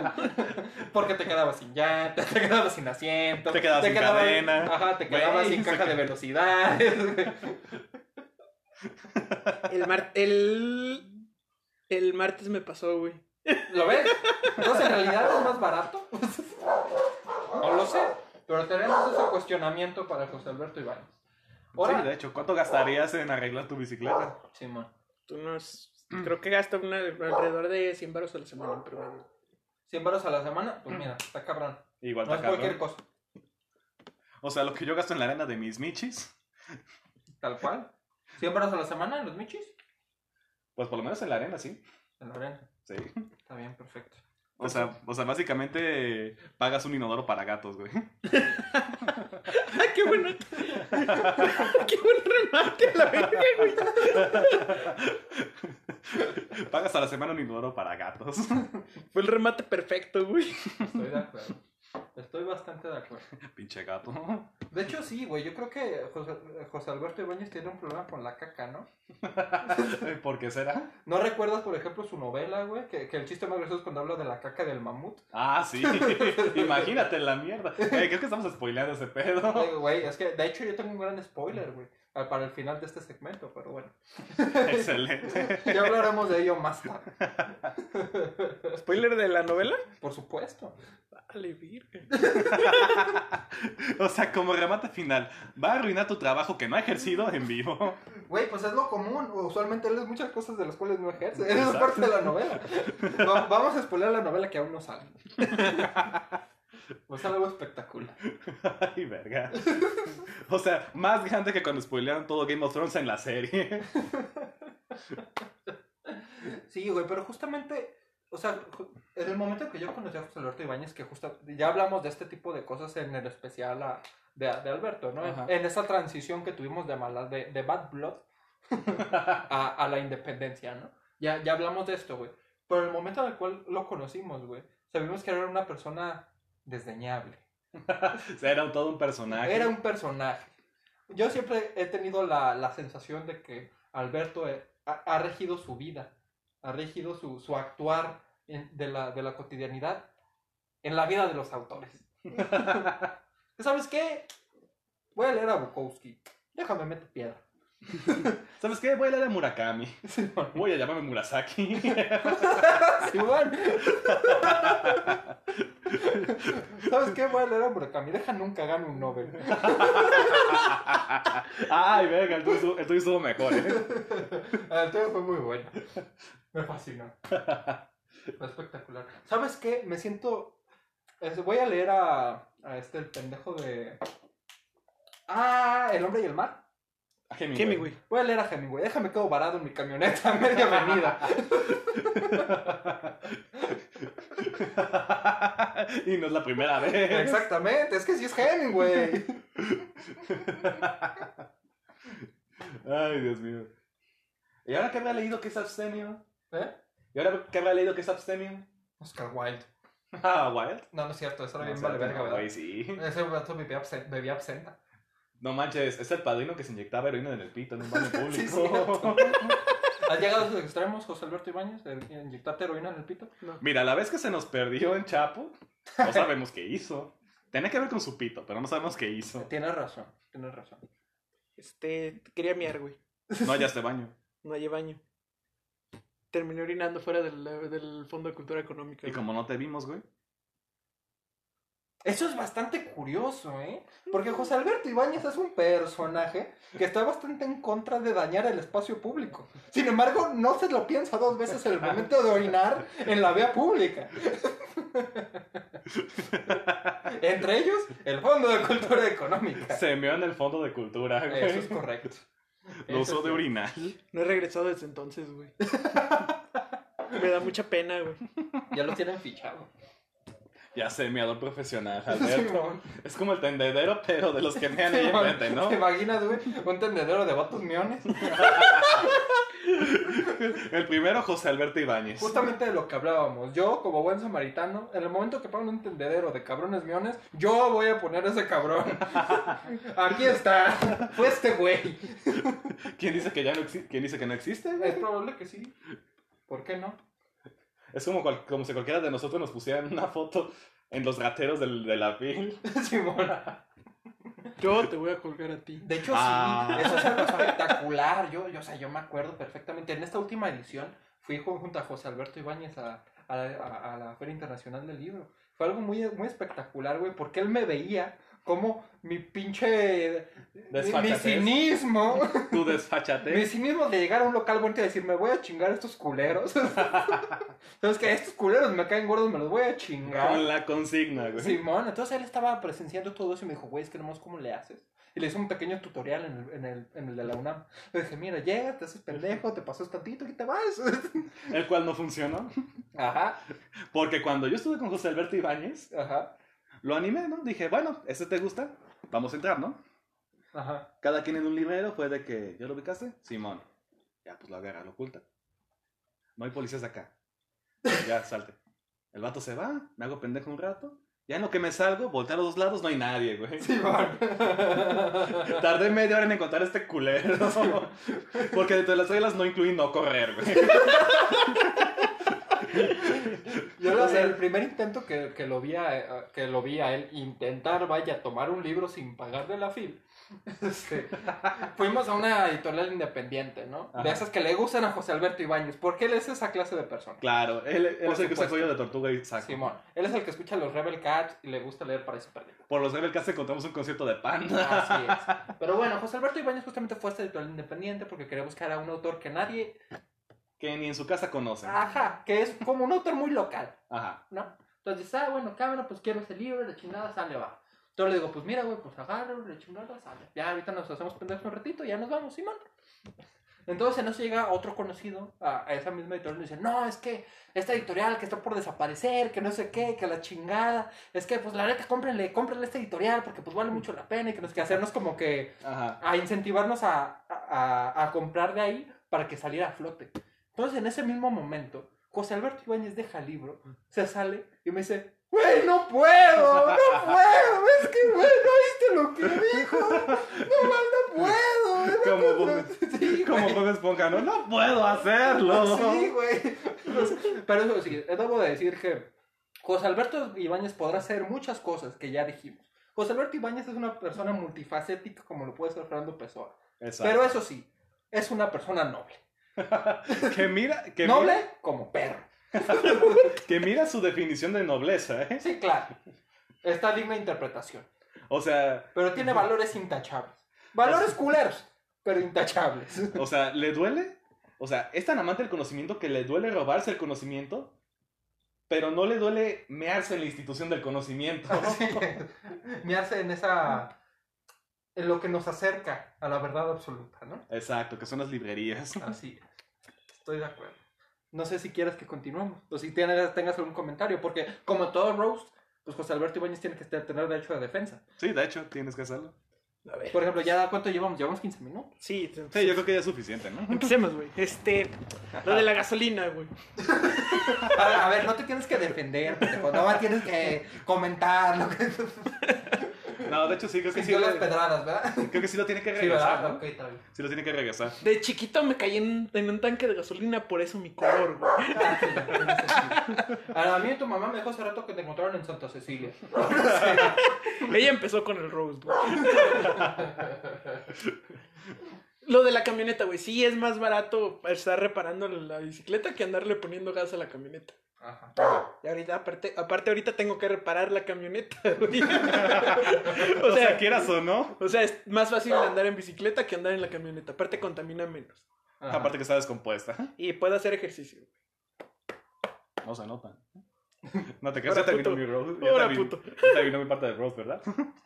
Speaker 4: porque te quedabas sin llanta, te quedabas sin asiento,
Speaker 2: Te quedabas sin cadena.
Speaker 4: Ajá, te quedabas
Speaker 2: Güey,
Speaker 4: sin
Speaker 2: se
Speaker 4: caja de velocidades. güey.
Speaker 3: El, mar- el... el martes me pasó, güey.
Speaker 4: ¿Lo ves? Entonces, ¿en realidad es más barato? No lo sé. Pero tenemos ese cuestionamiento para José Alberto Ibáñez.
Speaker 2: Sí, de
Speaker 4: Ahora,
Speaker 2: hecho, ¿cuánto gastarías en arreglar tu bicicleta?
Speaker 4: Simón.
Speaker 3: Tú no has- Creo que gasta una- alrededor de 100 baros a la semana en promedio.
Speaker 4: 100 baros a la semana, pues mira, está cabrón.
Speaker 2: Igual
Speaker 4: No
Speaker 2: te
Speaker 4: es cualquier
Speaker 2: acabo.
Speaker 4: cosa.
Speaker 2: O sea, lo que yo gasto en la arena de mis michis,
Speaker 4: Tal cual. 100 baros a la semana en los michis.
Speaker 2: pues por lo menos en la arena, sí.
Speaker 4: En la arena.
Speaker 2: Sí.
Speaker 4: Está bien, perfecto.
Speaker 2: O sea, o sea, básicamente eh, pagas un inodoro para gatos, güey.
Speaker 3: ¡Ay, qué bueno! ¡Qué buen remate a la verga, güey!
Speaker 2: Pagas a la semana un inodoro para gatos.
Speaker 3: Fue el remate perfecto, güey.
Speaker 4: Estoy de acuerdo. Estoy bastante de acuerdo.
Speaker 2: Pinche gato.
Speaker 4: De hecho, sí, güey. Yo creo que José, José Alberto Ibáñez tiene un problema con la caca, ¿no?
Speaker 2: ¿Por qué será?
Speaker 4: ¿No recuerdas, por ejemplo, su novela, güey? Que, que el chiste más gracioso es cuando habla de la caca del mamut.
Speaker 2: Ah, sí. Imagínate la mierda. Güey, creo que estamos spoileando ese pedo.
Speaker 4: Ay, Güey, es que de hecho yo tengo un gran spoiler, güey. ah, Para el final de este segmento, pero bueno.
Speaker 2: Excelente.
Speaker 4: Ya hablaremos de ello más tarde.
Speaker 3: ¿Spoiler de la novela?
Speaker 4: Por supuesto.
Speaker 3: Dale, virgen.
Speaker 2: O sea, como remate final, va a arruinar tu trabajo que no ha ejercido en vivo.
Speaker 4: Güey, pues es lo común. Usualmente lees muchas cosas de las cuales no ejerce. Eso es
Speaker 2: Exacto.
Speaker 4: parte de la novela. Va- vamos a spoiler la novela que aún no sale. O sea, algo espectacular.
Speaker 2: Ay, verga. O sea, más grande que cuando spoilearon todo Game of Thrones en la serie.
Speaker 4: Sí, güey, pero justamente, o sea, ju- en el momento que yo conocí a José Alberto Ibáñez, que justo ya hablamos de este tipo de cosas en el especial a- de, de Alberto, ¿no?
Speaker 2: Ajá.
Speaker 4: En, en esa transición que tuvimos de, mala, de, de Bad Blood a, a la independencia, ¿no? Ya, ya hablamos de esto, güey. Pero en el momento en el cual lo conocimos, güey, sabíamos que era una persona desdeñable.
Speaker 2: O sea, era todo un personaje.
Speaker 4: Era un personaje. Yo siempre he tenido la, la sensación de que Alberto eh, ha, ha regido su vida, ha regido su, su actuar en- de, la, de la cotidianidad en la vida de los autores. ¿Sabes qué? Voy a leer a Bukowski. Déjame meter piedra.
Speaker 2: ¿Sabes qué? Voy a leer a Murakami.
Speaker 4: Simón.
Speaker 2: Voy a llamarme Murasaki.
Speaker 4: Simón. ¿Sabes qué? Voy a leer a Murakami. Deja nunca gane un Nobel.
Speaker 2: Ay, verga, el tuyo estuvo- el tuyo estuvo mejor, ¿eh?
Speaker 4: El tema fue muy bueno. Me fascinó. Fue espectacular. ¿Sabes qué? Me siento. es- Voy a leer a, a este, el pendejo de. Ah, El hombre y el mar.
Speaker 2: A Hemingway.
Speaker 3: ¿Qué, mi güey?
Speaker 4: Voy a leer a Hemingway. Déjame quedo varado en mi camioneta a media avenida.
Speaker 2: y no es la primera vez.
Speaker 4: Exactamente, es que sí es Hemingway.
Speaker 2: Ay, Dios mío. ¿Y ahora qué habrá leído que es abstemio?
Speaker 4: ¿Eh?
Speaker 2: ¿Y ahora qué habrá leído que es abstemio?
Speaker 4: Oscar Wilde.
Speaker 2: Ah, Wild.
Speaker 4: No, no es cierto, eso era
Speaker 2: No,
Speaker 4: bien
Speaker 2: o sea,
Speaker 4: vale verga,
Speaker 2: no,
Speaker 4: ¿verdad?
Speaker 2: güey, sí.
Speaker 4: Ese vato bebía, absen- bebía absenta.
Speaker 2: No manches, es el padrino que se inyectaba heroína en el pito en un baño público.
Speaker 4: Sí, cierto. ¿Has llegado a sus extremos, José Alberto Ibáñez? el- el ¿Inyectarte heroína en el pito?
Speaker 2: Mira, la vez que se nos perdió en Chapo, no sabemos qué hizo. Tenía que ver con su pito, pero no sabemos qué hizo.
Speaker 4: Tienes razón, tienes razón.
Speaker 3: Este, quería miar, güey.
Speaker 2: No, ya este baño.
Speaker 3: No hay baño. Terminé orinando fuera del, del Fondo de Cultura Económica.
Speaker 2: Y
Speaker 3: güey.
Speaker 2: como no te vimos, güey.
Speaker 4: Eso es bastante curioso, ¿eh? Porque José Alberto Ibáñez es un personaje que está bastante en contra de dañar el espacio público. Sin embargo, no se lo piensa dos veces en el momento de orinar en la vía pública. Entre ellos, el Fondo de Cultura Económica.
Speaker 2: Se meó en el fondo de cultura, güey.
Speaker 4: Eso es correcto.
Speaker 2: Lo
Speaker 4: Eso
Speaker 2: usó
Speaker 4: sí.
Speaker 2: de orinal.
Speaker 3: No he regresado desde entonces, güey. Me da mucha pena, güey.
Speaker 4: Ya lo tienen fichado.
Speaker 2: Ya se meador profesional,
Speaker 4: Sí,
Speaker 2: Alberto.
Speaker 4: no.
Speaker 2: Es como el tendedero, pero de los que mean ahí
Speaker 4: ¿Te
Speaker 2: enfrente, ¿no?
Speaker 4: imaginas, güey? Un tendedero de vatos miones.
Speaker 2: El primero, José Alberto Ibáñez.
Speaker 4: Justamente de lo que hablábamos, yo como buen samaritano, en el momento que pongan un tendedero de cabrones miones, yo voy a poner a ese cabrón. Aquí está, fue este güey.
Speaker 2: ¿Quién dice que ya no existe? ¿Quién dice que no existe? güey?
Speaker 4: Es probable que sí. ¿Por qué no?
Speaker 2: Es como, cual- como si cualquiera de nosotros nos pusieran una foto en los rateros del, de la piel.
Speaker 4: Simón.
Speaker 3: Yo te voy a colgar a ti.
Speaker 4: De hecho,
Speaker 2: Ah.
Speaker 4: sí, eso es algo espectacular. Yo, yo, o sea, yo me acuerdo perfectamente. En esta última edición fui ju- junto a José Alberto Ibáñez a, a la- a- a la Feria Internacional del Libro. Fue algo muy, muy espectacular, güey, porque él me veía como mi pinche... Mi, mi
Speaker 2: Desfachatez.
Speaker 4: cinismo.
Speaker 2: Tú desfachate.
Speaker 4: Mi cinismo de llegar a un local bonito y decir, me voy a chingar a estos culeros. Sabes que estos culeros me caen gordos, me los voy a
Speaker 2: Con
Speaker 4: chingar.
Speaker 2: la consigna, güey.
Speaker 4: Simón, entonces él estaba presenciando todo eso y me dijo, güey, es que nomás cómo le haces. Y le hice un pequeño tutorial en el, en el, en el de la UNAM. Le dije, mira, llegas, te haces pendejo, te pasas tantito y te vas.
Speaker 2: El cual no funcionó.
Speaker 4: ajá,
Speaker 2: Porque cuando yo estuve con José Alberto Ibáñez,
Speaker 4: ajá,
Speaker 2: lo animé, ¿no? Dije, bueno, ¿este te gusta? Vamos a entrar, ¿no?
Speaker 4: ajá.
Speaker 2: Cada quien en un librero fue de que, ¿ya lo ubicaste? Simón. Ya, pues lo agarra, lo oculta. No hay policías acá. Ya, salte. El vato se va, me hago pendejo un rato, Ya en lo que me salgo, volteé a los dos lados, no hay nadie, güey.
Speaker 4: Simón.
Speaker 2: Tardé media hora en encontrar a este culero. Porque dentro de las reglas no incluí no correr, güey.
Speaker 4: Yo
Speaker 2: O
Speaker 4: lo,
Speaker 2: sea-
Speaker 4: el primer intento que, que lo vi a, que lo vi a él intentar, vaya, tomar un libro sin pagar de la fil. este, fuimos a una editorial independiente, ¿no? De
Speaker 2: Ajá.
Speaker 4: esas que le gustan a José Alberto Ibáñez, porque él es esa clase de persona.
Speaker 2: Claro, él, él
Speaker 4: Por
Speaker 2: es el que usa
Speaker 4: supuesto.
Speaker 2: el cuello de tortuga y saco.
Speaker 4: Simón, él es el que escucha los Rebel Cats y le gusta leer para Perdidos.
Speaker 2: Por los Rebel Cats encontramos un concierto de panda.
Speaker 4: Así es. Pero bueno, José Alberto Ibáñez justamente fue a esta editorial independiente porque quería buscar a un autor que nadie.
Speaker 2: Que ni en su casa conocen.
Speaker 4: Ajá, que es como un autor muy local.
Speaker 2: Ajá.
Speaker 4: ¿no? Entonces, ah, bueno, cámara, pues quiero ese libro, la chingada sale, va. Entonces le digo, pues mira, güey, pues agarro, la chingada sale. Ya ahorita nos hacemos pendejos un ratito, ya nos vamos, Simón. Entonces en eso llega otro conocido a, a esa misma editorial y dice, no, es que esta editorial que está por desaparecer, que no sé qué, que la chingada, es que pues la neta, cómprenle, cómprenle esta editorial porque pues vale mucho la pena y que nos que hacernos como que
Speaker 2: Ajá.
Speaker 4: a incentivarnos a, a- a- a comprar de ahí para que saliera a flote. Entonces, en ese mismo momento, José Alberto Ibáñez deja el libro, se sale y me dice, güey, no puedo, no puedo, es que, güey, no viste lo que dijo, no más, no puedo. güey, no
Speaker 2: Como
Speaker 4: puedo". Sí,
Speaker 2: Como
Speaker 4: güey.
Speaker 2: Bob Esponja, no, no puedo hacerlo.
Speaker 4: Ah, Sí, güey. Pero eso sí, debo de decir que José Alberto Ibáñez podrá hacer muchas cosas que ya dijimos. José Alberto Ibáñez es una persona multifacética como lo puede ser Fernando Pessoa.
Speaker 2: Exacto.
Speaker 4: Pero eso sí, es una persona noble.
Speaker 2: que mira, que
Speaker 4: noble
Speaker 2: mira,
Speaker 4: como perro.
Speaker 2: que mira su definición de nobleza, ¿eh?
Speaker 4: Sí, claro. Está digna de interpretación.
Speaker 2: O sea,
Speaker 4: Pero tiene valores intachables. Valores culeros, pero intachables.
Speaker 2: o sea, ¿le duele? O sea, es tan amante del conocimiento que le duele robarse el conocimiento, pero no le duele mearse en la institución del conocimiento.
Speaker 4: Ah, Me hace en esa. en lo que nos acerca a la verdad absoluta, ¿no?
Speaker 2: Exacto, que son las librerías.
Speaker 4: Así es. Estoy de acuerdo. No sé si quieres que continuemos. O si tienes, tengas algún comentario. Porque, como todo roast, pues José Alberto Ibáñez tiene que tener derecho de defensa.
Speaker 2: Sí, de hecho, tienes que hacerlo.
Speaker 3: A ver.
Speaker 4: Por ejemplo, ¿ya cuánto llevamos? Llevamos 15 minutos.
Speaker 3: Sí,
Speaker 2: Sí, yo creo que ya es suficiente, ¿no?
Speaker 3: empecemos, güey. Este, lo de la gasolina, güey.
Speaker 4: A ver, a ver, no te tienes que defender, pendejo, no más tienes que comentar lo que
Speaker 2: No, de hecho sí, creo que sí.
Speaker 4: sintió
Speaker 2: lo-
Speaker 4: las pedradas, ¿verdad?
Speaker 2: Creo que sí lo tiene que
Speaker 4: Sí,
Speaker 2: regresar,
Speaker 4: ¿verdad?
Speaker 2: ¿no?
Speaker 4: Ok, está bien.
Speaker 2: Sí lo tiene que regresar.
Speaker 3: De chiquito me caí en, en un tanque de gasolina, por eso mi color, güey.
Speaker 4: Ah, sí, ya, tiene sentido. A mí tu mamá me dijo hace rato que te encontraron en Santa Cecilia.
Speaker 3: Ella empezó con el Rose, güey. Lo de la camioneta, güey. Sí, es más barato estar reparando la bicicleta que andarle poniendo gas a la camioneta.
Speaker 4: Ajá.
Speaker 3: Y ahorita, aparte, aparte ahorita tengo que reparar la camioneta, güey.
Speaker 2: O,
Speaker 3: o
Speaker 2: sea,
Speaker 3: sea,
Speaker 2: quieras o no.
Speaker 3: o sea, es más fácil andar en bicicleta que andar en la camioneta. Aparte contamina menos.
Speaker 4: Ajá.
Speaker 2: Aparte que está descompuesta.
Speaker 3: Y puedo hacer ejercicio.
Speaker 2: No se anota. No te creas, ya
Speaker 3: Ahora
Speaker 2: terminó
Speaker 3: puto.
Speaker 2: mi roast. Ya,
Speaker 3: Ahora
Speaker 2: terminó-
Speaker 3: puto.
Speaker 2: ya terminó mi parte del roast, ¿verdad?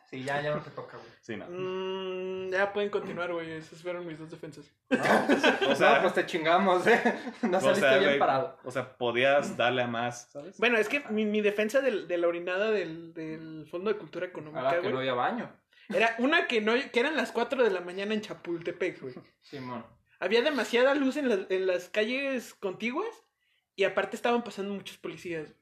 Speaker 4: Sí, ya, ya no te toca, güey.
Speaker 2: Sí, no.
Speaker 3: Mm, ya pueden continuar, güey. Esas fueron mis dos defensas.
Speaker 2: O
Speaker 4: no,
Speaker 2: sea,
Speaker 4: pues te chingamos, ¿eh? No
Speaker 2: o
Speaker 4: saliste
Speaker 2: sea,
Speaker 4: bien
Speaker 2: güey,
Speaker 4: parado.
Speaker 2: O sea, podías
Speaker 3: Mm.
Speaker 2: darle a más, ¿sabes?
Speaker 3: Bueno, es que mi, mi defensa del- de la orinada del, del Fondo de Cultura Económica,
Speaker 4: Ahora Ah, que
Speaker 3: güey,
Speaker 4: no había baño.
Speaker 3: era una que no, que eran las 4 de la mañana en Chapultepec, güey.
Speaker 4: Simón.
Speaker 3: Había demasiada luz en, las- en las calles contiguas y aparte estaban pasando muchos policías.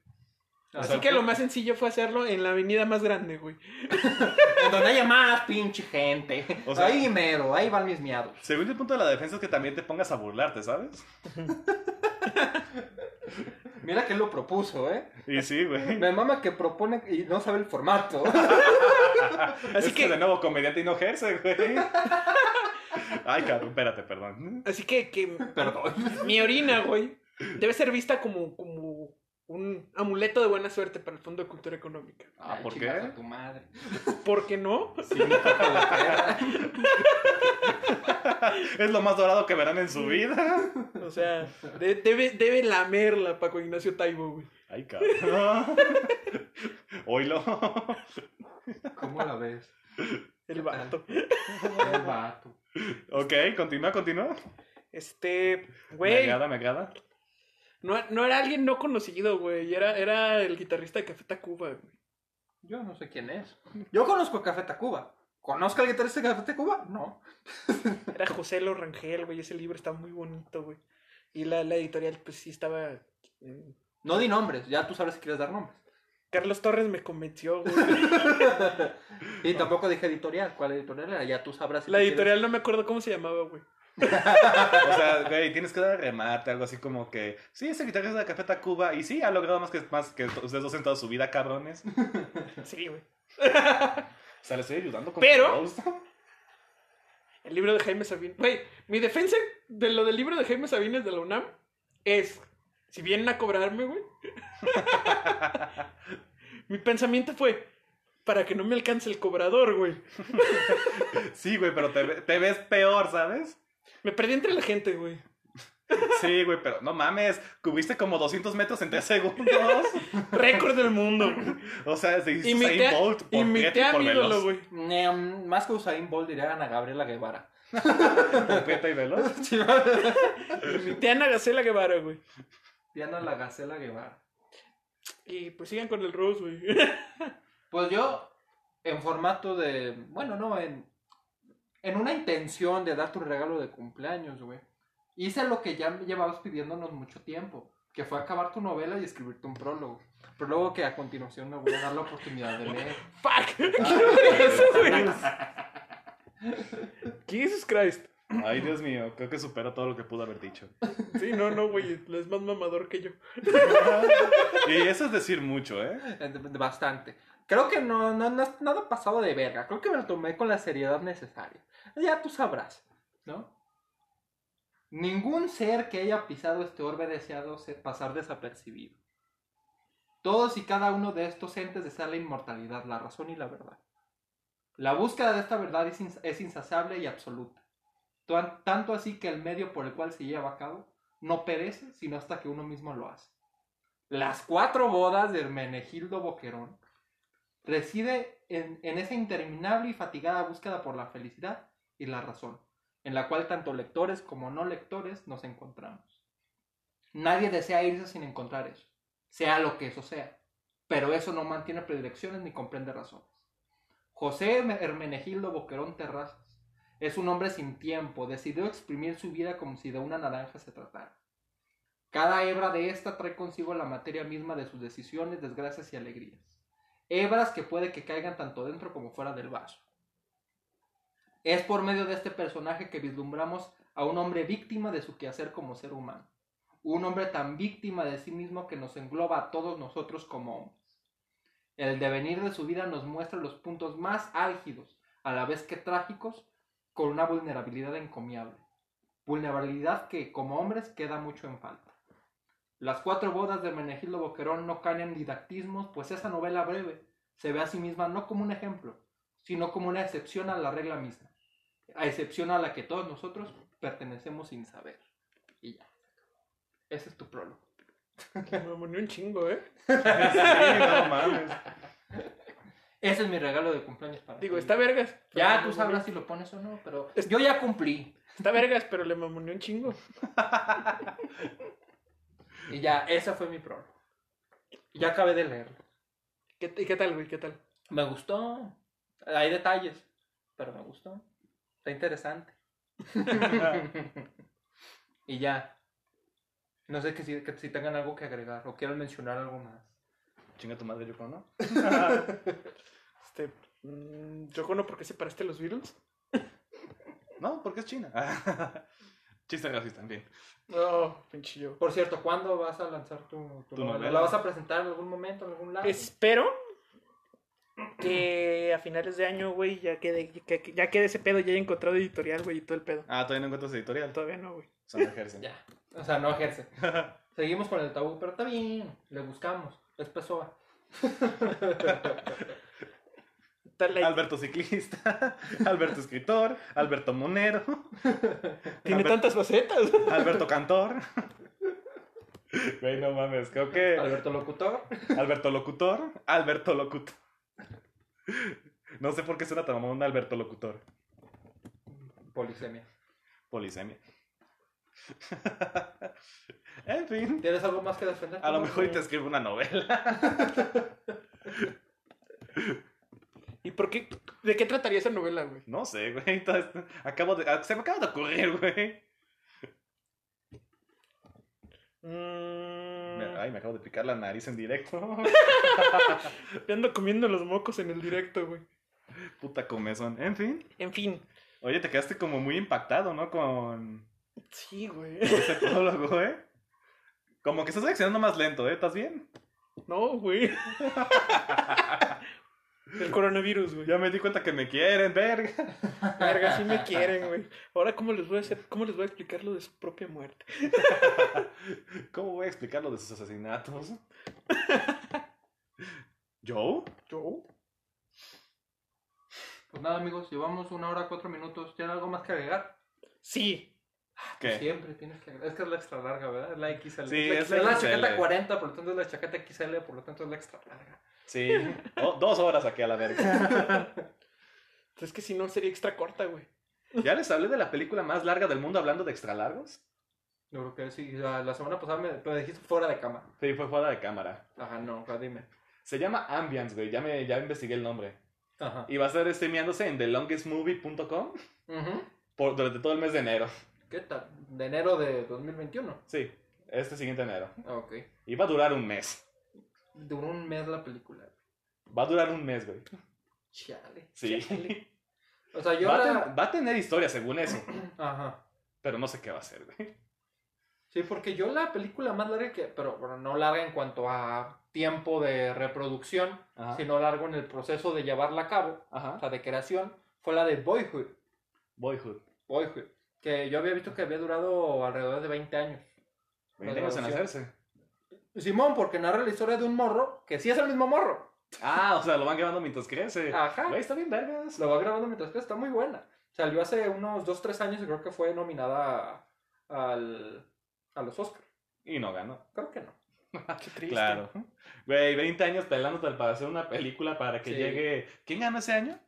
Speaker 3: Así
Speaker 2: sea,
Speaker 3: que lo más sencillo fue hacerlo en la avenida más grande, güey.
Speaker 4: En donde haya más pinche gente.
Speaker 2: O sea-
Speaker 4: ahí mero, ahí van mis miados.
Speaker 2: Según el punto de la defensa es que también te pongas a burlarte, ¿sabes?
Speaker 4: Mira que él lo propuso, ¿eh?
Speaker 2: Y sí, güey.
Speaker 4: Me mama que propone y no sabe el formato.
Speaker 3: Así
Speaker 2: Es
Speaker 3: que-
Speaker 2: de nuevo, comediante y no ejerce, güey. Ay, cabrón, espérate, perdón.
Speaker 3: Así que, que
Speaker 4: Perdón.
Speaker 3: mi orina, güey, debe ser vista como, como un amuleto de buena suerte para el Fondo de Cultura Económica.
Speaker 2: Ah,
Speaker 4: Ay,
Speaker 2: ¿por
Speaker 4: chingas
Speaker 2: qué?
Speaker 4: a tu madre.
Speaker 3: ¿Por qué no?
Speaker 2: Es lo más dorado que verán en su vida.
Speaker 3: O sea, de- debe, debe lamerla Paco Ignacio Taibo, güey.
Speaker 2: Ay, cabrón. Oilo.
Speaker 4: ¿Cómo la ves?
Speaker 3: El vato.
Speaker 4: El vato.
Speaker 2: Ok, continúa, continúa.
Speaker 3: Este,
Speaker 2: Me
Speaker 3: güey.
Speaker 2: agrada, me agrada.
Speaker 3: No, no era alguien no conocido, güey. Era, era el guitarrista de Café Tacuba, güey.
Speaker 4: Yo no sé quién es. Yo conozco a Café Tacuba. ¿Conozco al guitarrista de Café Tacuba? No.
Speaker 3: Era José Lo Rangel, güey. Ese libro está muy bonito, güey. Y la, la editorial, pues sí, estaba. eh,
Speaker 4: No di nombres, ya tú sabes si quieres dar nombres.
Speaker 3: Carlos Torres me convenció, güey.
Speaker 4: Y tampoco dije editorial. ¿Cuál editorial era? Ya tú sabrás. si
Speaker 3: La
Speaker 4: tú
Speaker 3: editorial no me acuerdo cómo se llamaba, güey.
Speaker 2: O sea, güey, tienes que dar remate, algo así como que. Sí, es el guitarrista de Café Tacuba y sí, ha logrado más que, más que to- ustedes dos en toda su vida, cabrones. O
Speaker 3: Sí, güey.
Speaker 2: sea, le estoy ayudando con
Speaker 3: Pero-
Speaker 2: su voz.
Speaker 3: El libro de Jaime Sabin. Güey, mi defensa de lo del libro de Jaime Sabines de la UNAM es, si vienen a cobrarme, güey. mi pensamiento fue, para que no me alcance el cobrador, güey.
Speaker 2: Sí, güey, pero te, ve- te ves peor, ¿sabes?
Speaker 3: Me perdí entre la gente, güey.
Speaker 2: Sí, güey, pero no mames, cubriste como 200 metros en 3 segundos.
Speaker 3: Récord del mundo, güey.
Speaker 2: O sea, se hizo
Speaker 3: Imité,
Speaker 2: Usain
Speaker 3: a-
Speaker 2: Bolt por
Speaker 3: imité
Speaker 2: prieta y
Speaker 3: a
Speaker 2: por
Speaker 3: mi ídolo,
Speaker 2: veloz.
Speaker 3: güey.
Speaker 4: Eh, mm, más que Usain Bolt diría Ana Gabriela Guevara.
Speaker 2: Por prieta y veloz.
Speaker 4: Sí, va.
Speaker 3: Imité a Ana Gacela Guevara, güey.
Speaker 4: Diana la Gacela Guevara.
Speaker 3: Y pues sigan con el Rose, güey.
Speaker 4: Pues yo, en formato de. Bueno, no, en. En una intención de dar tu regalo de cumpleaños, güey. Hice lo que ya llevabas pidiéndonos mucho tiempo. Que fue acabar tu novela y escribirte un prólogo. Prólogo que a continuación me voy a dar la oportunidad de leer.
Speaker 3: Fuck. Quiero ver eso, güey. Jesus Christ.
Speaker 2: Ay, Dios mío, creo que supera todo lo que pudo haber dicho.
Speaker 3: Sí, no, no, güey. Es más mamador que yo.
Speaker 2: Y eso es decir mucho, ¿eh?
Speaker 4: Eh, de- de- Bastante. Creo que no, no, no es nada pasado de verga. Creo que me lo tomé con la seriedad necesaria. Ya tú sabrás, ¿no? Ningún ser que haya pisado este orbe deseado se- pasar desapercibido. Todos y cada uno de estos entes desea la inmortalidad, la razón y la verdad. La búsqueda de esta verdad es, ins- es insaciable y absoluta. Tuan- Tanto así que el medio por el cual se lleva a cabo no perece sino hasta que uno mismo lo hace. Las cuatro bodas de Hermenegildo Boquerón reside en, en esa interminable y fatigada búsqueda por la felicidad y la razón, en la cual tanto lectores como no lectores nos encontramos. Nadie desea irse sin encontrar eso, sea lo que eso sea, pero eso no mantiene predilecciones ni comprende razones. José Herme- Hermenegildo Boquerón Terrazas es un hombre sin tiempo, decidió exprimir su vida como si de una naranja se tratara. Cada hebra de esta trae consigo la materia misma de sus decisiones, desgracias y alegrías. Hebras que puede que caigan tanto dentro como fuera del vaso. Es por medio de este personaje que vislumbramos a un hombre víctima de su quehacer como ser humano. Un hombre tan víctima de sí mismo que nos engloba a todos nosotros como hombres. El devenir de su vida nos muestra los puntos más álgidos, a la vez que trágicos, con una vulnerabilidad encomiable. Vulnerabilidad que, como hombres, queda mucho en falta. Las cuatro bodas de Hermenegildo Boquerón no caen en didactismos, pues esa novela breve se ve a sí misma no como un ejemplo, sino como una excepción a la regla misma, a excepción a la que todos nosotros pertenecemos sin saber. Y ya. Ese es tu prólogo.
Speaker 3: Me mamoné un chingo, ¿eh?
Speaker 2: Sí, no mames.
Speaker 4: Ese es mi regalo de cumpleaños para
Speaker 3: Digo,
Speaker 4: ti.
Speaker 3: está vergas. pero
Speaker 4: Ya
Speaker 3: me
Speaker 4: tú
Speaker 3: mamoné-
Speaker 4: sabrás si lo pones o no, pero
Speaker 3: Es-
Speaker 4: yo ya cumplí.
Speaker 3: Está vergas, pero le mamoné un chingo.
Speaker 4: Y ya, ese fue mi prólogo. Y ya acabé de leerlo.
Speaker 3: ¿Qué, ¿Y qué tal, güey? ¿Qué tal?
Speaker 4: Me gustó. Hay detalles, pero me gustó. Está interesante. y ya. No sé que si, que si tengan algo que agregar o quieran mencionar algo más.
Speaker 2: Chinga tu madre, yo ¿no?
Speaker 3: Este, mm, yo cono por qué separaste los Beatles.
Speaker 2: No, porque es China. Chiste racista, en fin.
Speaker 3: No, Oh, pinche yo.
Speaker 4: Por cierto, ¿cuándo vas a lanzar tu, tu
Speaker 2: Tu
Speaker 4: novela?
Speaker 2: novela.
Speaker 4: ¿La vas a presentar en algún momento, en algún lado?
Speaker 3: Espero que a finales de año, güey, ya quede, que- que ya quede ese pedo, ya haya encontrado editorial, güey, y todo el pedo.
Speaker 2: Ah, todavía no encuentras editorial.
Speaker 3: Todavía no, güey.
Speaker 2: Son de Herzen.
Speaker 4: Ya. O sea, no ejerce. Seguimos con el tabú, pero está bien. Le buscamos. Es Pessoa.
Speaker 3: Tal, like,
Speaker 2: Alberto ciclista, Alberto escritor, Alberto monero,
Speaker 3: tiene
Speaker 2: Albert-
Speaker 3: tantas facetas.
Speaker 2: Alberto cantor. Güey, no mames, creo que
Speaker 4: Alberto Locutor.
Speaker 2: Alberto locutor, Alberto locutor. No sé por qué suena tan mamón Alberto locutor.
Speaker 4: Polisemia.
Speaker 2: Polisemia. En fin,
Speaker 4: ¿Tienes algo más que defender?
Speaker 2: a lo
Speaker 4: Pablo?
Speaker 2: mejor y te escribo una novela.
Speaker 3: ¿Y por qué? ¿De qué trataría esa novela, güey?
Speaker 2: No sé, güey. todas- Acabo de, ah, se me acaba de ocurrir, güey.
Speaker 3: Mm,
Speaker 2: Mira, Ay, me acabo de picar la nariz en directo.
Speaker 3: Te ando comiendo los mocos en el directo, güey.
Speaker 2: Puta comezón. En fin.
Speaker 3: En fin.
Speaker 2: Oye, te quedaste como muy impactado, ¿no? Con
Speaker 3: Sí, güey.
Speaker 2: ese prólogo, ¿eh? Como que estás reaccionando más lento, ¿eh? ¿Estás bien?
Speaker 3: No, güey. El coronavirus, güey.
Speaker 2: Ya me di cuenta que me quieren, verga.
Speaker 3: Verga, sí me quieren, güey. Ahora, ¿cómo les voy a hacer? ¿Cómo les voy a explicar lo de su propia muerte?
Speaker 2: ¿Cómo voy a explicar lo de sus asesinatos? ¿Joe?
Speaker 3: Yo.
Speaker 4: Pues nada, amigos, llevamos una hora, cuatro minutos. ¿Tienen algo más que agregar?
Speaker 3: Sí.
Speaker 2: ¿Qué?
Speaker 4: Siempre tienes que agregar. Es que es la extra larga, ¿verdad? Es la XL.
Speaker 2: Sí,
Speaker 4: la
Speaker 2: es la
Speaker 4: XL. Es la
Speaker 2: XL.
Speaker 4: chaqueta 40, por lo tanto es la chaqueta XL, por lo tanto es la extra larga.
Speaker 2: Sí. Oh, dos horas aquí a la verga.
Speaker 3: Es que si no sería extra corta, güey.
Speaker 2: ¿Ya les hablé de la película más larga del mundo hablando de extra largos?
Speaker 4: Yo creo que sí. La, la semana pasada me lo dijiste fuera de cama.
Speaker 2: Sí, fue fuera de cámara.
Speaker 4: Ajá, no, pero dime.
Speaker 2: Se llama Ambience, güey. Ya, me, ya investigué el nombre.
Speaker 4: Ajá.
Speaker 2: Y va a estar streameándose en thelongestmovie.com
Speaker 4: Ujú.
Speaker 2: por, durante todo el mes de enero.
Speaker 4: ¿Qué tal? De enero de 2021.
Speaker 2: Sí, este siguiente enero.
Speaker 4: Ah, ok.
Speaker 2: Y va a durar un mes.
Speaker 4: Duró un mes la película.
Speaker 2: Va a durar un mes, güey.
Speaker 4: Chale.
Speaker 2: Sí.
Speaker 4: O sea, yo
Speaker 2: Va a,
Speaker 4: la-
Speaker 2: ten- va a tener historia según eso.
Speaker 4: Ajá.
Speaker 2: Pero no sé qué va a ser, güey.
Speaker 4: Sí, porque yo la película más larga que... Pero bueno, no larga en cuanto a tiempo de reproducción,
Speaker 2: Ajá.
Speaker 4: sino largo en el proceso de llevarla a cabo, o
Speaker 2: Ajá.
Speaker 4: sea, de creación, fue la de Boyhood.
Speaker 2: Boyhood.
Speaker 4: Boyhood. Que yo había visto que había durado alrededor de 20 años.
Speaker 2: 20 años en
Speaker 4: graduación.
Speaker 2: hacerse.
Speaker 4: Simón, porque narra la historia de un morro, que sí es el mismo morro.
Speaker 2: Ah, o sea, lo van grabando mientras crece.
Speaker 4: Ajá.
Speaker 2: Güey, está bien vergas.
Speaker 4: Lo va grabando mientras que está muy buena. Salió hace unos 2-3 años y creo que fue nominada a- al, a los Oscars.
Speaker 2: Y no ganó.
Speaker 4: Creo que no.
Speaker 3: Qué triste.
Speaker 2: Claro. Güey, 20 años pelándote para hacer una película para que
Speaker 4: Sí.
Speaker 2: llegue. ¿Quién ganó ese año?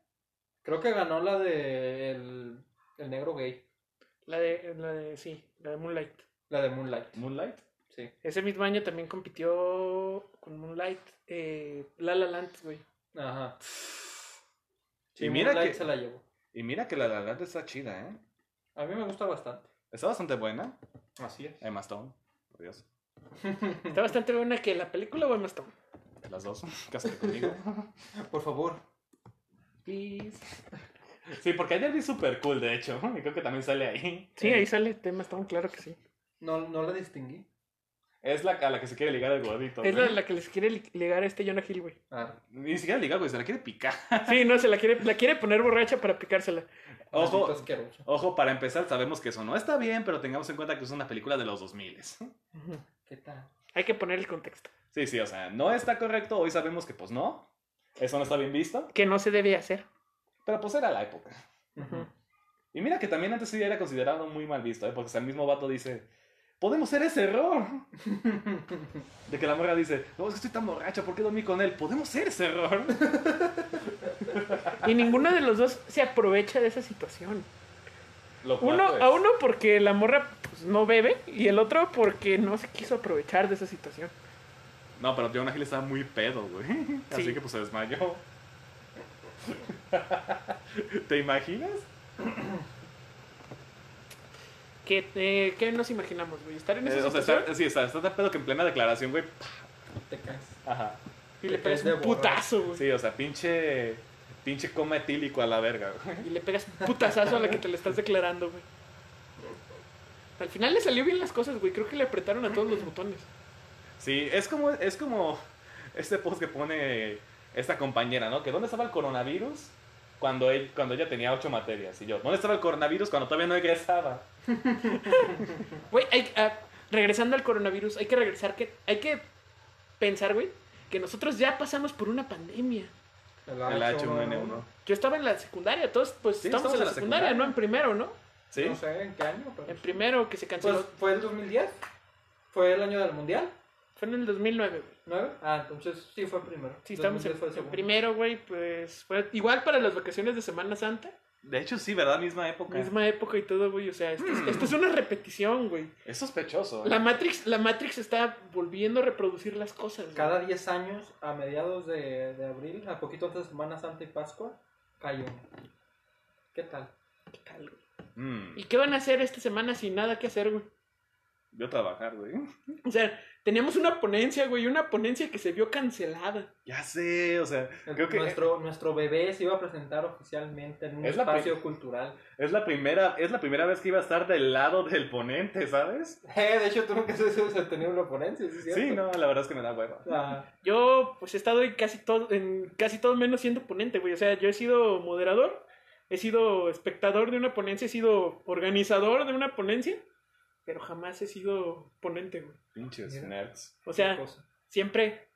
Speaker 4: Creo que ganó la de el, el negro gay,
Speaker 3: La de, la de, sí, la de Moonlight.
Speaker 4: la de Moonlight.
Speaker 2: Moonlight.
Speaker 4: Sí.
Speaker 3: Ese mismo año también compitió con Moonlight eh, La La Land, güey.
Speaker 4: Ajá. Sí,
Speaker 2: Y mira
Speaker 4: Moonlight
Speaker 2: que-
Speaker 4: se la llevó.
Speaker 2: Y mira que la verdad está chida, ¿eh?
Speaker 4: A mí me gusta bastante.
Speaker 2: Está bastante buena.
Speaker 4: Así es.
Speaker 2: Emma Stone. Por Dios.
Speaker 3: Está bastante buena que la película o Emma Stone.
Speaker 2: Las dos. Cásate conmigo.
Speaker 4: Por favor.
Speaker 3: Please.
Speaker 2: Sí, porque ayer vi super cool, de hecho. Y creo que también sale ahí.
Speaker 3: Sí, ahí sale Emma Stone, claro que sí.
Speaker 4: No, no la distinguí.
Speaker 2: Es la a la que se quiere ligar el gordito.
Speaker 3: Es la,
Speaker 2: güey.
Speaker 3: la que les quiere li- ligar a este Jonah Hill, güey.
Speaker 4: Ah,
Speaker 2: Ni siquiera ligar, güey. Se la quiere picar.
Speaker 3: Sí, no, se la quiere, la quiere poner borracha para picársela.
Speaker 2: Ojo.
Speaker 4: maldito asqueroso.
Speaker 2: Ojo, para empezar, sabemos que eso no está bien, pero tengamos en cuenta que es una película de los 2000.
Speaker 3: Ujú.
Speaker 4: ¿Qué tal?
Speaker 3: Hay que poner el contexto.
Speaker 2: Sí, sí, o sea, no está correcto. Hoy sabemos que, pues no. Eso no está bien visto.
Speaker 3: Que no se debe hacer.
Speaker 2: Pero pues era la época.
Speaker 4: Ujú.
Speaker 2: Y mira que también antes sí era considerado muy mal visto, ¿eh? porque hasta el mismo vato dice, podemos ser ese error. De que la morra dice, no, es que estoy tan borracha, ¿por qué dormí con él? Podemos ser ese error.
Speaker 3: Y ninguno de los dos se aprovecha de esa situación.
Speaker 2: Lo cual,
Speaker 3: Uno,
Speaker 2: pues,
Speaker 3: a uno porque la morra pues, no bebe y el otro porque no se quiso aprovechar de esa situación.
Speaker 2: No, pero Jonah Hill estaba muy pedo, güey. Así
Speaker 3: Sí.
Speaker 2: que pues se desmayó. ¿Te imaginas?
Speaker 3: ¿Qué, eh, qué nos imaginamos, güey? Estar en esa
Speaker 2: Eh, o sea,
Speaker 3: situación
Speaker 2: está, sí, está, está tan pedo que en plena declaración, güey.
Speaker 4: Te caes.
Speaker 2: Ajá.
Speaker 3: y le pegas
Speaker 4: de
Speaker 3: un putazo, güey.
Speaker 2: Sí, o sea, pinche... Pinche coma etílico a la verga, güey.
Speaker 3: Y le pegas un putazazo a la que te le estás declarando, güey. Al final le salió bien las cosas, güey. Creo que le apretaron a todos los botones.
Speaker 2: Sí, es como, es como este post que pone esta compañera, ¿no? Que ¿dónde estaba el coronavirus cuando, él, cuando ella tenía ocho materias? Y yo, ¿dónde estaba el coronavirus cuando todavía no egresaba?
Speaker 3: Güey, hay- ah, regresando al coronavirus, hay que regresar que hay que pensar, güey, que nosotros ya pasamos por una pandemia.
Speaker 4: El
Speaker 2: El
Speaker 4: H1N1.
Speaker 2: H1N1.
Speaker 3: Yo estaba en la secundaria, todos pues
Speaker 2: Sí,
Speaker 3: estamos en la, secundaria, no en primero, ¿no?
Speaker 2: ¿Sí?
Speaker 4: No sé en qué año, pero...
Speaker 3: En primero que se canceló
Speaker 4: Pues fue el 2010. Fue el año del mundial.
Speaker 3: fue en el 2009, güey.
Speaker 4: ¿Nueve? Ah, entonces sí fue el primero.
Speaker 3: Sí, estamos en,
Speaker 4: 2010 fue el
Speaker 3: en
Speaker 4: segundo.
Speaker 3: primero, güey, pues fue igual para las vacaciones de Semana Santa,
Speaker 2: De hecho, sí, ¿verdad? Misma época.
Speaker 3: misma época y todo, güey, o sea, esto es, esto es una repetición, güey.
Speaker 2: Es sospechoso. ¿eh?
Speaker 3: La Matrix, la Matrix está volviendo a reproducir las cosas. güey.
Speaker 4: Cada 10 años, a mediados de, de abril, a poquito antes de Semana Santa y Pascua, cae uno. ¿Qué tal?
Speaker 3: Tal, güey.
Speaker 2: Mm.
Speaker 3: ¿Y qué van a hacer esta semana sin nada que hacer, güey?
Speaker 2: Yo a trabajar, güey.
Speaker 3: O sea, teníamos una ponencia, güey, una ponencia que se vio cancelada.
Speaker 2: Ya sé, o sea, creo que
Speaker 4: nuestro, nuestro bebé se iba a presentar oficialmente en un
Speaker 2: Es la
Speaker 4: espacio
Speaker 2: prim-
Speaker 4: cultural.
Speaker 2: es la primera, es la primera vez que iba a estar del lado del ponente, ¿sabes?
Speaker 4: Eh, de hecho, tú nunca has has tenido una ponencia, ¿sí? es cierto?
Speaker 2: Sí, no, la verdad es que me da hueva.
Speaker 4: Ah,
Speaker 3: Yo, pues, he estado en casi todo, en casi todo menos siendo ponente, güey. O sea, yo he sido moderador, he sido espectador de una ponencia, he sido organizador de una ponencia, pero jamás he sido ponente, güey.
Speaker 2: Pinches
Speaker 4: Mira.
Speaker 2: nerds.
Speaker 3: O sea,
Speaker 4: qué cosa.
Speaker 3: siempre,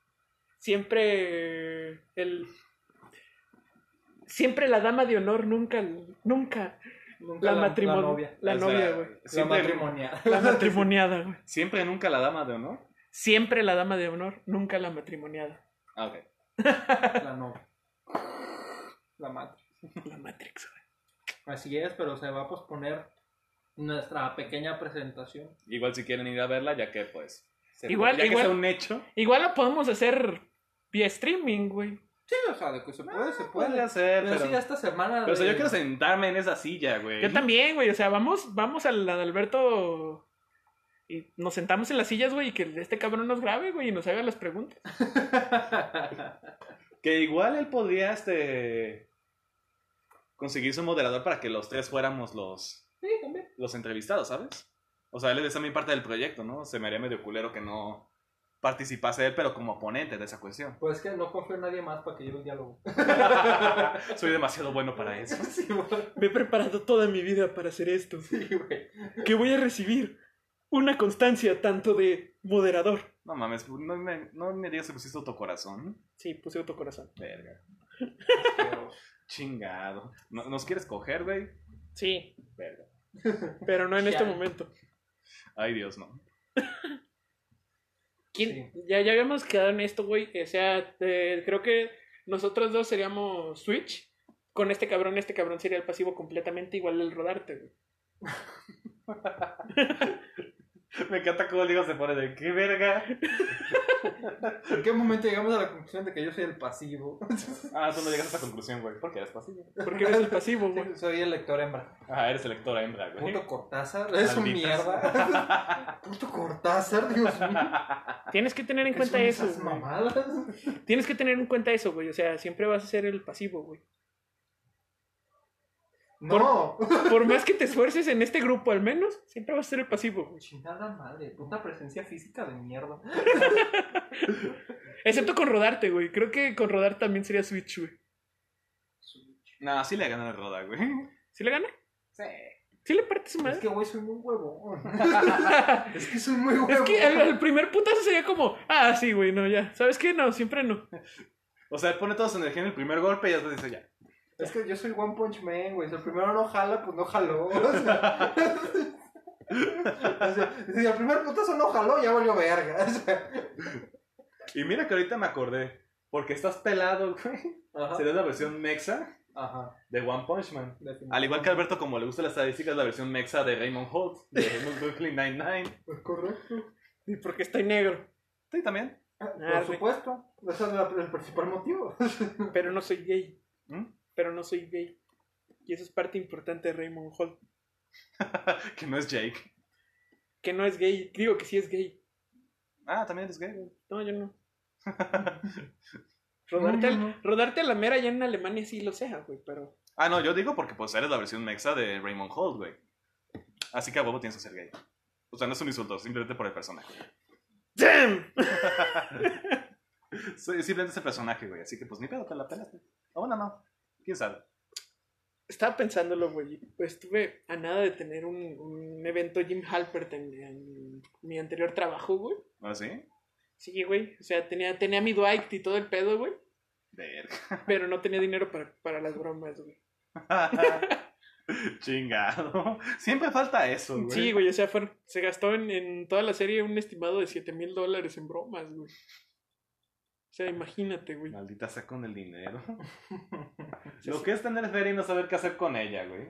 Speaker 3: siempre el... Siempre la dama de honor, nunca, nunca
Speaker 4: Nunca
Speaker 3: la,
Speaker 4: la,
Speaker 3: matrimonio,
Speaker 4: la novia.
Speaker 3: la
Speaker 2: O sea,
Speaker 3: novia, güey.
Speaker 4: La
Speaker 2: Siempre,
Speaker 4: matrimonial.
Speaker 3: La matrimoniada, güey.
Speaker 2: siempre nunca la dama de honor.
Speaker 3: Siempre la dama de honor, nunca la matrimoniada.
Speaker 2: Ah, ok.
Speaker 4: La novia. La madre.
Speaker 3: La Matrix, güey.
Speaker 4: Así es, pero se va a posponer nuestra pequeña presentación.
Speaker 2: Igual si quieren ir a verla, ya que pues. se-
Speaker 3: Igual-
Speaker 2: ya
Speaker 3: igual-
Speaker 2: que sea un hecho.
Speaker 3: Igual lo podemos hacer vía streaming, güey.
Speaker 4: Sí, o sea, de que se puede, se puede.
Speaker 2: Puede Ah, ser,
Speaker 4: pero,
Speaker 2: pero.
Speaker 4: sí, esta semana.
Speaker 2: Pero o sea,
Speaker 4: de-
Speaker 2: yo quiero sentarme en esa silla, güey.
Speaker 3: Yo también, güey. O sea, vamos, vamos al Alberto y nos sentamos en las sillas, güey, y que este cabrón nos grabe, güey, y nos haga las preguntas.
Speaker 2: Que igual él podría, este. Conseguirse un moderador para que los tres fuéramos los.
Speaker 4: Sí, también.
Speaker 2: los entrevistados, ¿sabes? O sea, él es también parte del proyecto, ¿no? Se me haría medio culero que no participase él, pero como ponente de esa cuestión.
Speaker 4: Pues es que no confío en nadie más para que lleve el diálogo.
Speaker 2: Soy demasiado bueno para eso.
Speaker 4: Sí, güey.
Speaker 3: Me he preparado toda mi vida para hacer esto.
Speaker 4: Sí, güey.
Speaker 3: Que voy a recibir una constancia tanto de moderador.
Speaker 2: No mames, no me, no me digas que pusiste tu corazón.
Speaker 3: Sí, puse otro corazón.
Speaker 2: Verga. Chingado. No- ¿Nos quieres coger, güey?
Speaker 3: Sí,
Speaker 2: Verga.
Speaker 3: pero no en este
Speaker 4: Ya.
Speaker 3: momento.
Speaker 2: Ay, Dios, no.
Speaker 3: ¿Quién? Ya, ya habíamos quedado en esto, güey. O sea, eh, creo que nosotros dos seríamos Switch. Con este cabrón, este cabrón sería el pasivo completamente igual del rodarte, güey.
Speaker 2: Me encanta cómo el Diego se pone de qué verga.
Speaker 4: ¿En qué momento llegamos a la conclusión de que yo soy el pasivo?
Speaker 2: Ah, tú no llegas a esa conclusión, güey. Porque eres pasivo.
Speaker 3: Porque eres el pasivo, güey.
Speaker 4: Soy el lector hembra.
Speaker 2: Ah, eres electora hembra, güey.
Speaker 3: Eh,
Speaker 4: Puto Cortázar, es un
Speaker 2: Malditas.
Speaker 4: mierda. Puto Cortázar, Dios mío.
Speaker 3: Tienes que tener en
Speaker 4: ¿Qué
Speaker 3: cuenta
Speaker 4: son
Speaker 3: eso,
Speaker 4: esas
Speaker 3: güey.
Speaker 4: mamadas?
Speaker 3: Tienes que tener en cuenta eso, güey. O sea, siempre vas a ser el pasivo, güey.
Speaker 4: No,
Speaker 3: Por más que te esfuerces en este grupo, al menos, siempre vas a ser el pasivo, güey.
Speaker 4: chingada madre, puta presencia física de mierda.
Speaker 3: Excepto con rodarte, güey. Creo que con rodar también sería Switch, güey.
Speaker 2: No, sí le ganan el roda, güey.
Speaker 3: ¿Sí le gana?
Speaker 2: Sí.
Speaker 3: ¿Sí le parte su
Speaker 4: Es
Speaker 3: madre?
Speaker 4: que güey, soy muy huevón. Es que soy muy huevón.
Speaker 3: Es que el, el primer putazo sería como, ah, sí, güey, no, ya. ¿Sabes qué? No, siempre no.
Speaker 2: O sea, él pone toda su energía en el primer golpe y después dice ya.
Speaker 4: Es que yo soy One Punch Man, güey. Si el primero no jala, pues no jaló. O sea, o sea, si el primer putazo no jaló, ya valió verga. O sea,
Speaker 2: Y mira que ahorita me acordé. Porque estás pelado, güey.
Speaker 4: ajá,
Speaker 2: Sería la versión mexa
Speaker 4: ajá,
Speaker 2: de One Punch Man.
Speaker 4: definitivamente.
Speaker 2: Al igual que Alberto, como le gusta la estadística, es la versión mexa de Raymond Holt, de Brooklyn Nine-Nine.
Speaker 4: Pues correcto.
Speaker 3: Y porque estoy negro.
Speaker 2: Sí, también.
Speaker 4: Por
Speaker 3: Arre.
Speaker 4: supuesto. Ese es la- el principal motivo.
Speaker 3: Pero no soy gay.
Speaker 2: ¿Mm?
Speaker 3: Pero no soy gay. Y eso es parte importante de Raymond Holt.
Speaker 2: Que no es Jake.
Speaker 3: Que no es gay. Digo que sí es gay.
Speaker 2: Ah, también es gay. güey.
Speaker 3: No, yo no. rodarte, al- rodarte a la mera ya en Alemania sí lo sea, güey, pero.
Speaker 2: Ah, no, yo digo porque pues eres la versión mexa de Raymond Holt, güey. Así que a huevo tienes que ser gay. O sea, no es un insulto, simplemente por el personaje.
Speaker 3: ¡Damn!
Speaker 2: Sí, Simplemente es el personaje, güey. Así que pues ni pedo, te la pelaste. O bueno, no. ¿Quién sabe?
Speaker 3: Estaba pensándolo, güey. Pues estuve a nada de tener un, un evento Jim Halpert en, en mi anterior trabajo, güey.
Speaker 2: ¿No sí?
Speaker 3: Sí, güey. O sea, tenía, tenía mi Dwight y todo el pedo, güey.
Speaker 2: Verga.
Speaker 3: Pero no tenía dinero para, para las bromas, güey.
Speaker 2: Chingado. Siempre falta eso, Oh, güey.
Speaker 3: Sí, güey. O sea, fueron- se gastó en, en toda la serie un estimado de 7 mil dólares en bromas, güey. O sea, imagínate, güey.
Speaker 2: Maldita sea con el dinero. Lo que es tener feria y no saber qué hacer con ella, güey.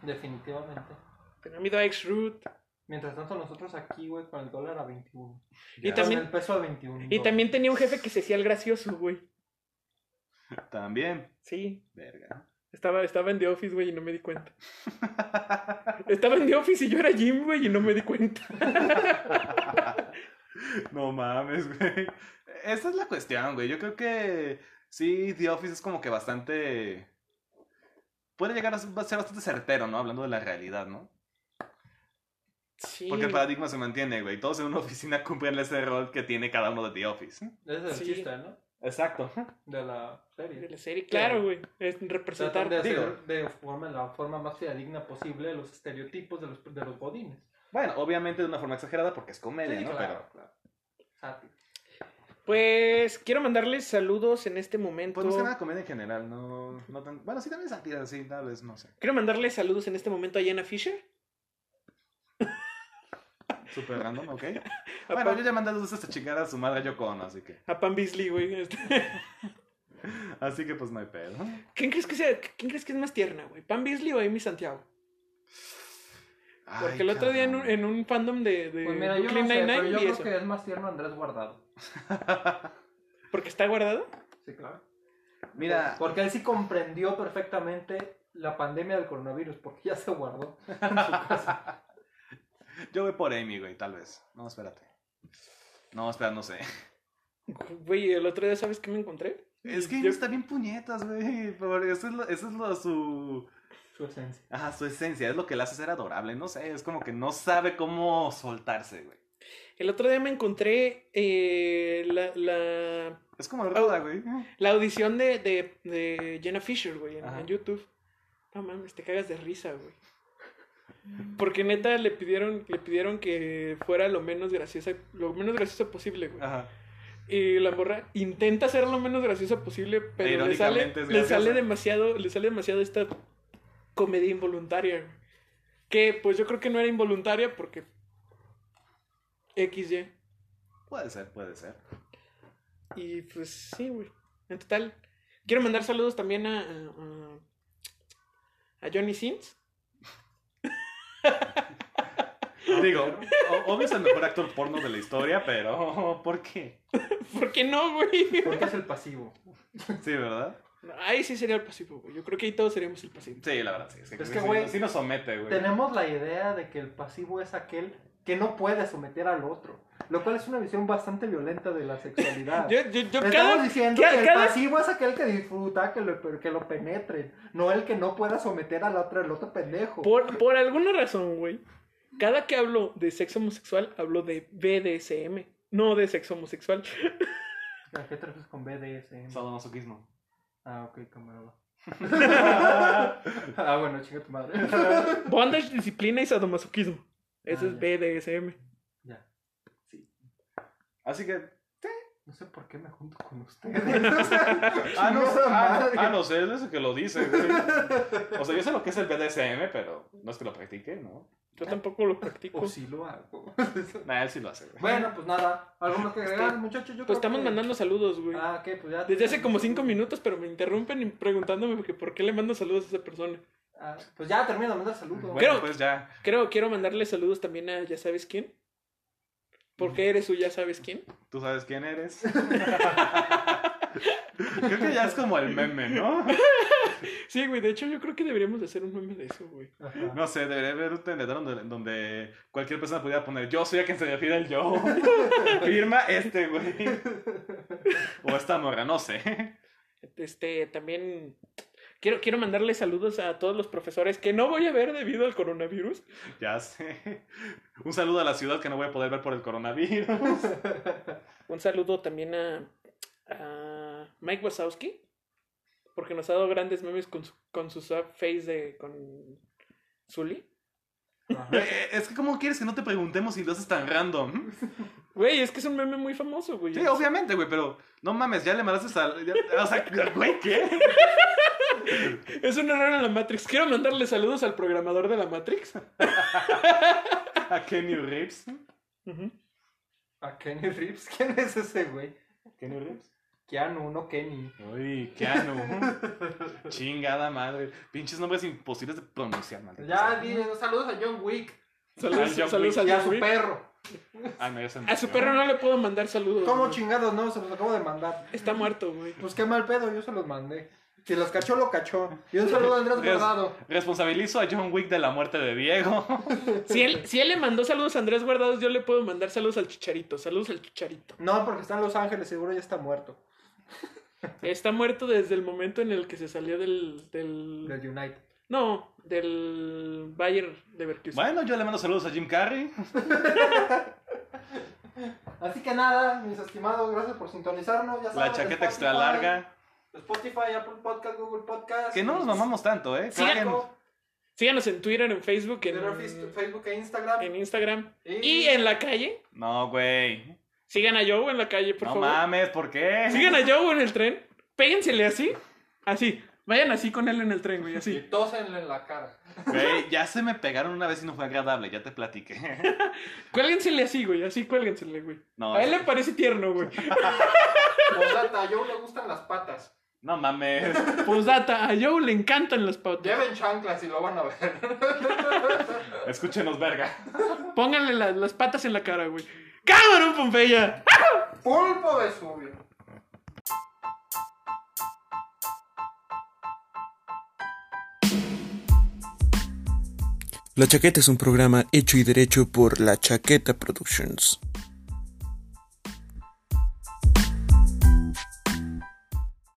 Speaker 4: Definitivamente.
Speaker 3: Tenía mi Dwight Schrute.
Speaker 4: Mientras tanto, nosotros aquí, güey, con el dólar a 21.
Speaker 3: Y
Speaker 2: Ya.
Speaker 3: también-
Speaker 4: Con el peso a 21.
Speaker 3: Y también tenía un jefe que se hacía el gracioso, güey.
Speaker 2: También.
Speaker 3: Sí.
Speaker 2: Verga.
Speaker 3: Estaba, estaba en The Office, güey, y no me di cuenta. estaba en The Office y yo era Jim, güey, y no me di cuenta.
Speaker 2: No mames, güey. Esa es la cuestión, güey. Yo creo que sí, The Office es como que bastante... Puede llegar a ser bastante certero, ¿no? Hablando de la realidad, ¿no?
Speaker 3: Sí.
Speaker 2: Porque el paradigma se mantiene, güey. Todos en una oficina cumplen ese rol que tiene cada uno de The Office.
Speaker 4: Ese es el
Speaker 3: Sí.
Speaker 4: chiste, ¿no?
Speaker 2: Exacto.
Speaker 4: De la
Speaker 3: De la
Speaker 4: serie.
Speaker 3: serie, claro, güey. Es
Speaker 4: Tratan
Speaker 3: representar.
Speaker 4: de
Speaker 2: digo.
Speaker 4: hacer de forma, la forma más fidedigna posible los estereotipos de los, de los bodines.
Speaker 2: Bueno, obviamente de una forma exagerada porque es comedia,
Speaker 4: Sí,
Speaker 2: ¿no?
Speaker 4: claro, claro. Sátira.
Speaker 3: Pues quiero mandarles saludos en este momento.
Speaker 2: Pues no sé nada de comedia en general, no, no tan... Bueno, sí también sátira, sí, tal vez, no sé.
Speaker 3: Quiero mandarles saludos en este momento a Jenna Fisher.
Speaker 2: Super random, ok.
Speaker 3: A,
Speaker 2: Bueno,
Speaker 3: Pam,
Speaker 2: yo ya mandé dos veces a chingar a su madre yo con, así que...
Speaker 3: a Pam Beasley, güey. Este,
Speaker 2: Así que pues no hay pedo.
Speaker 3: ¿Quién crees que sea, quién crees que es más tierna, güey? ¿Pam Beasley o Amy Santiago? Porque
Speaker 2: Ay,
Speaker 3: el otro día en un,
Speaker 2: cabrón.
Speaker 3: en un fandom de, de
Speaker 4: Pues mira, yo no
Speaker 3: Brooklyn
Speaker 4: sé,
Speaker 3: Nine-Nine
Speaker 4: pero yo
Speaker 3: vi
Speaker 4: creo
Speaker 3: eso.
Speaker 4: que es más tierno Andrés Guardado.
Speaker 3: Porque está guardado.
Speaker 4: Sí, claro.
Speaker 2: Mira,
Speaker 4: Porque él sí comprendió perfectamente la pandemia del coronavirus, porque ya se guardó en su casa.
Speaker 2: yo voy por Amy, güey, tal vez. No, espérate. No, espera, no sé.
Speaker 3: Güey, el otro día, ¿sabes qué me encontré?
Speaker 2: Es que
Speaker 3: Yo-
Speaker 2: está bien puñetas, güey. por- Eso es, lo, eso es lo, su...
Speaker 4: Su esencia.
Speaker 2: Ajá, su esencia. Es lo que le hace ser adorable. No sé, es como que no sabe cómo soltarse, güey.
Speaker 3: El otro día me encontré eh, la, la,
Speaker 2: Es como Roda, güey.
Speaker 3: la audición de, de, de Jenna Fisher, güey, en,
Speaker 2: Ajá.
Speaker 3: en YouTube. No mames, te cagas de risa, güey. Porque neta le pidieron, le pidieron que fuera lo menos graciosa, lo menos graciosa posible, güey.
Speaker 2: Ajá.
Speaker 3: Y la morra intenta ser lo menos graciosa posible, pero le sale,
Speaker 2: Irónicamente es
Speaker 3: le sale
Speaker 2: graciosa.
Speaker 3: demasiado, le sale demasiado esta comedia involuntaria. güey. Que pues yo creo que no era involuntaria porque XY.
Speaker 2: Puede ser, puede ser.
Speaker 3: Y pues sí, güey. En total. Quiero mandar saludos también a, a, a Johnny Sins.
Speaker 2: Digo, o- obvio es el mejor actor porno de la historia, pero ¿por qué?
Speaker 3: ¿Por qué no, güey?
Speaker 4: Porque es el pasivo.
Speaker 2: Sí, ¿verdad?
Speaker 3: Ahí sí sería el pasivo, güey. Yo creo que ahí todos seríamos el pasivo.
Speaker 2: Sí, la verdad, sí. Es que,
Speaker 4: Es
Speaker 2: sí,
Speaker 4: que,
Speaker 2: sí,
Speaker 4: güey,
Speaker 2: sí nos somete, güey.
Speaker 4: Tenemos la idea de que el pasivo es aquel que no puede someter al otro, lo cual es una visión bastante violenta de la sexualidad.
Speaker 3: Yo, yo, yo
Speaker 4: Pues Estamos
Speaker 3: cada,
Speaker 4: diciendo
Speaker 3: ca-
Speaker 4: que el
Speaker 3: cada-
Speaker 4: pasivo es aquel que disfruta que lo, que lo penetren, no el que no pueda someter al otro, el otro pendejo.
Speaker 3: Por, por alguna razón, güey. Cada que hablo de sexo homosexual, hablo de BDSM. No de sexo homosexual.
Speaker 4: ¿A qué te refieres con BDSM?
Speaker 2: Sadomasoquismo.
Speaker 4: Ah, ok, camarada. ah, bueno, chinga tu madre.
Speaker 3: Bondage, disciplina y sadomasoquismo. Eso
Speaker 4: Ah,
Speaker 3: es
Speaker 4: ya.
Speaker 3: BDSM.
Speaker 4: ya,
Speaker 2: Así que
Speaker 4: no sé por qué me junto con ustedes. o sea,
Speaker 2: Ah, no,
Speaker 4: chingada
Speaker 2: ah,
Speaker 4: madre.
Speaker 2: ah, no sé, él es el que lo dice, güey. O sea, yo sé lo que es el BDSM, pero no es que lo practique, ¿no.
Speaker 3: Yo tampoco lo practico.
Speaker 4: Ah, O sí lo hago.
Speaker 2: Nah, él sí lo hace, güey.
Speaker 4: bueno, pues nada, algo más que agregar, muchachos. Yo
Speaker 3: Pues
Speaker 4: creo
Speaker 3: estamos
Speaker 4: que-
Speaker 3: mandando saludos, güey.
Speaker 4: Ah, ¿qué? Pues ya.
Speaker 3: Desde hace como cinco minutos, pero me interrumpen y preguntándome que por qué le mando saludos a esa persona.
Speaker 4: Ah, pues ya termina de mandar saludos.
Speaker 2: Bueno,
Speaker 3: Creo-
Speaker 2: pues ya.
Speaker 3: Creo, quiero mandarle saludos también a ya sabes quién. Porque eres su ya sabes quién.
Speaker 2: Tú sabes quién eres. Creo que ya es como el meme, ¿no?
Speaker 3: Sí, güey, de hecho yo creo que deberíamos de hacer un meme de eso, güey.
Speaker 4: Ajá.
Speaker 2: No sé, debería haber un tenedor donde, donde cualquier persona pudiera poner yo soy a quien se refiere el yo. Firma este, güey. O esta morra, no sé.
Speaker 3: Este, también quiero, quiero mandarle saludos a todos los profesores que no voy a ver debido al coronavirus.
Speaker 2: Ya sé. Un saludo a la ciudad que no voy a poder ver por el coronavirus.
Speaker 3: Un saludo también a, a Mike Wazowski, porque nos ha dado grandes memes con su, con su sad face de con Zully.
Speaker 2: Eh,
Speaker 4: Ajá.
Speaker 2: eh, Es que, ¿cómo quieres que no te preguntemos si lo haces tan random?
Speaker 3: Güey, es que es un meme muy famoso, güey.
Speaker 2: Sí, obviamente, güey, pero no mames, ya le mandaste al. ya- o sea, güey, ¿qué?
Speaker 3: Es un error en la Matrix. Quiero mandarle saludos al programador de la Matrix.
Speaker 2: A Kenny Reeves.
Speaker 3: Ujú.
Speaker 4: ¿A Kenny Reeves? ¿Quién es ese güey?
Speaker 2: ¿Kenny Reeves?
Speaker 4: Keanu, no Kenny.
Speaker 2: Uy, Keanu. Chingada madre. Pinches nombres imposibles de pronunciar, maldita
Speaker 4: Ya,
Speaker 2: sea.
Speaker 4: dile, saludos a John Wick
Speaker 3: Saludos,
Speaker 2: Al John
Speaker 3: saludos
Speaker 2: Wick.
Speaker 3: al
Speaker 4: y a
Speaker 3: John
Speaker 4: su
Speaker 3: Wick.
Speaker 4: perro.
Speaker 2: Ay, Ah, no, ya se me
Speaker 3: A su
Speaker 2: olvidó.
Speaker 3: perro no le puedo mandar saludos.
Speaker 4: ¿Cómo
Speaker 3: güey.
Speaker 4: chingados no? Se los acabo de mandar.
Speaker 3: Está muerto, güey.
Speaker 4: Pues qué mal pedo, yo se los mandé. Si los cachó, lo cachó. Y un saludo a Andrés
Speaker 2: Res-
Speaker 4: Guardado.
Speaker 2: Responsabilizo a John Wick de la muerte de Diego.
Speaker 3: Si él, si él le mandó saludos a Andrés Guardados, yo le puedo mandar saludos al Chicharito. Saludos al Chicharito.
Speaker 4: No, porque está en Los Ángeles, seguro ya está muerto.
Speaker 3: Está muerto desde el momento en el que se salió del. del
Speaker 4: Del United.
Speaker 3: no, del Bayer de Berkusen.
Speaker 2: Bueno, yo le mando saludos a Jim Carrey.
Speaker 4: Así que nada, mis estimados, gracias por sintonizarnos. Ya
Speaker 2: La
Speaker 4: saben,
Speaker 2: chaqueta
Speaker 4: Spotify,
Speaker 2: extra larga.
Speaker 4: Spotify, Apple Podcast, Google Podcast.
Speaker 2: Que no nos mamamos tanto, ¿eh?
Speaker 3: Sí,
Speaker 2: Paguen.
Speaker 4: Claro,
Speaker 3: Síganos en Twitter, en Facebook, en,
Speaker 4: Twitter, Fis- Facebook e Instagram.
Speaker 3: en Instagram.
Speaker 4: Y-
Speaker 3: Y en la calle.
Speaker 2: No, güey.
Speaker 3: Sigan a Joe en la calle, por
Speaker 2: No
Speaker 3: favor.
Speaker 2: mames, ¿por qué?
Speaker 3: Sigan a Joe en el tren. Péguensele así. Así. Vayan así con él en el tren, güey.
Speaker 4: Y
Speaker 3: Así.
Speaker 4: tósenle en la cara.
Speaker 2: Güey, ya se me pegaron una vez y no fue agradable, ya te platiqué.
Speaker 3: Cuélguensele así, güey. Así cuélguensele, güey.
Speaker 2: No,
Speaker 3: A él le parece tierno, güey.
Speaker 4: Posdata, a Joe le gustan las patas.
Speaker 2: no mames.
Speaker 3: Postdata, a Joe le encantan las pautas.
Speaker 4: Lleven chanclas y lo van a ver.
Speaker 2: Escúchenos, verga.
Speaker 3: Pónganle la- las patas en la cara, güey. ¡Cabrón, Pompeya!
Speaker 4: Pulpo Vesubio.
Speaker 1: La Chaqueta es un programa hecho y derecho por La Chaqueta Productions.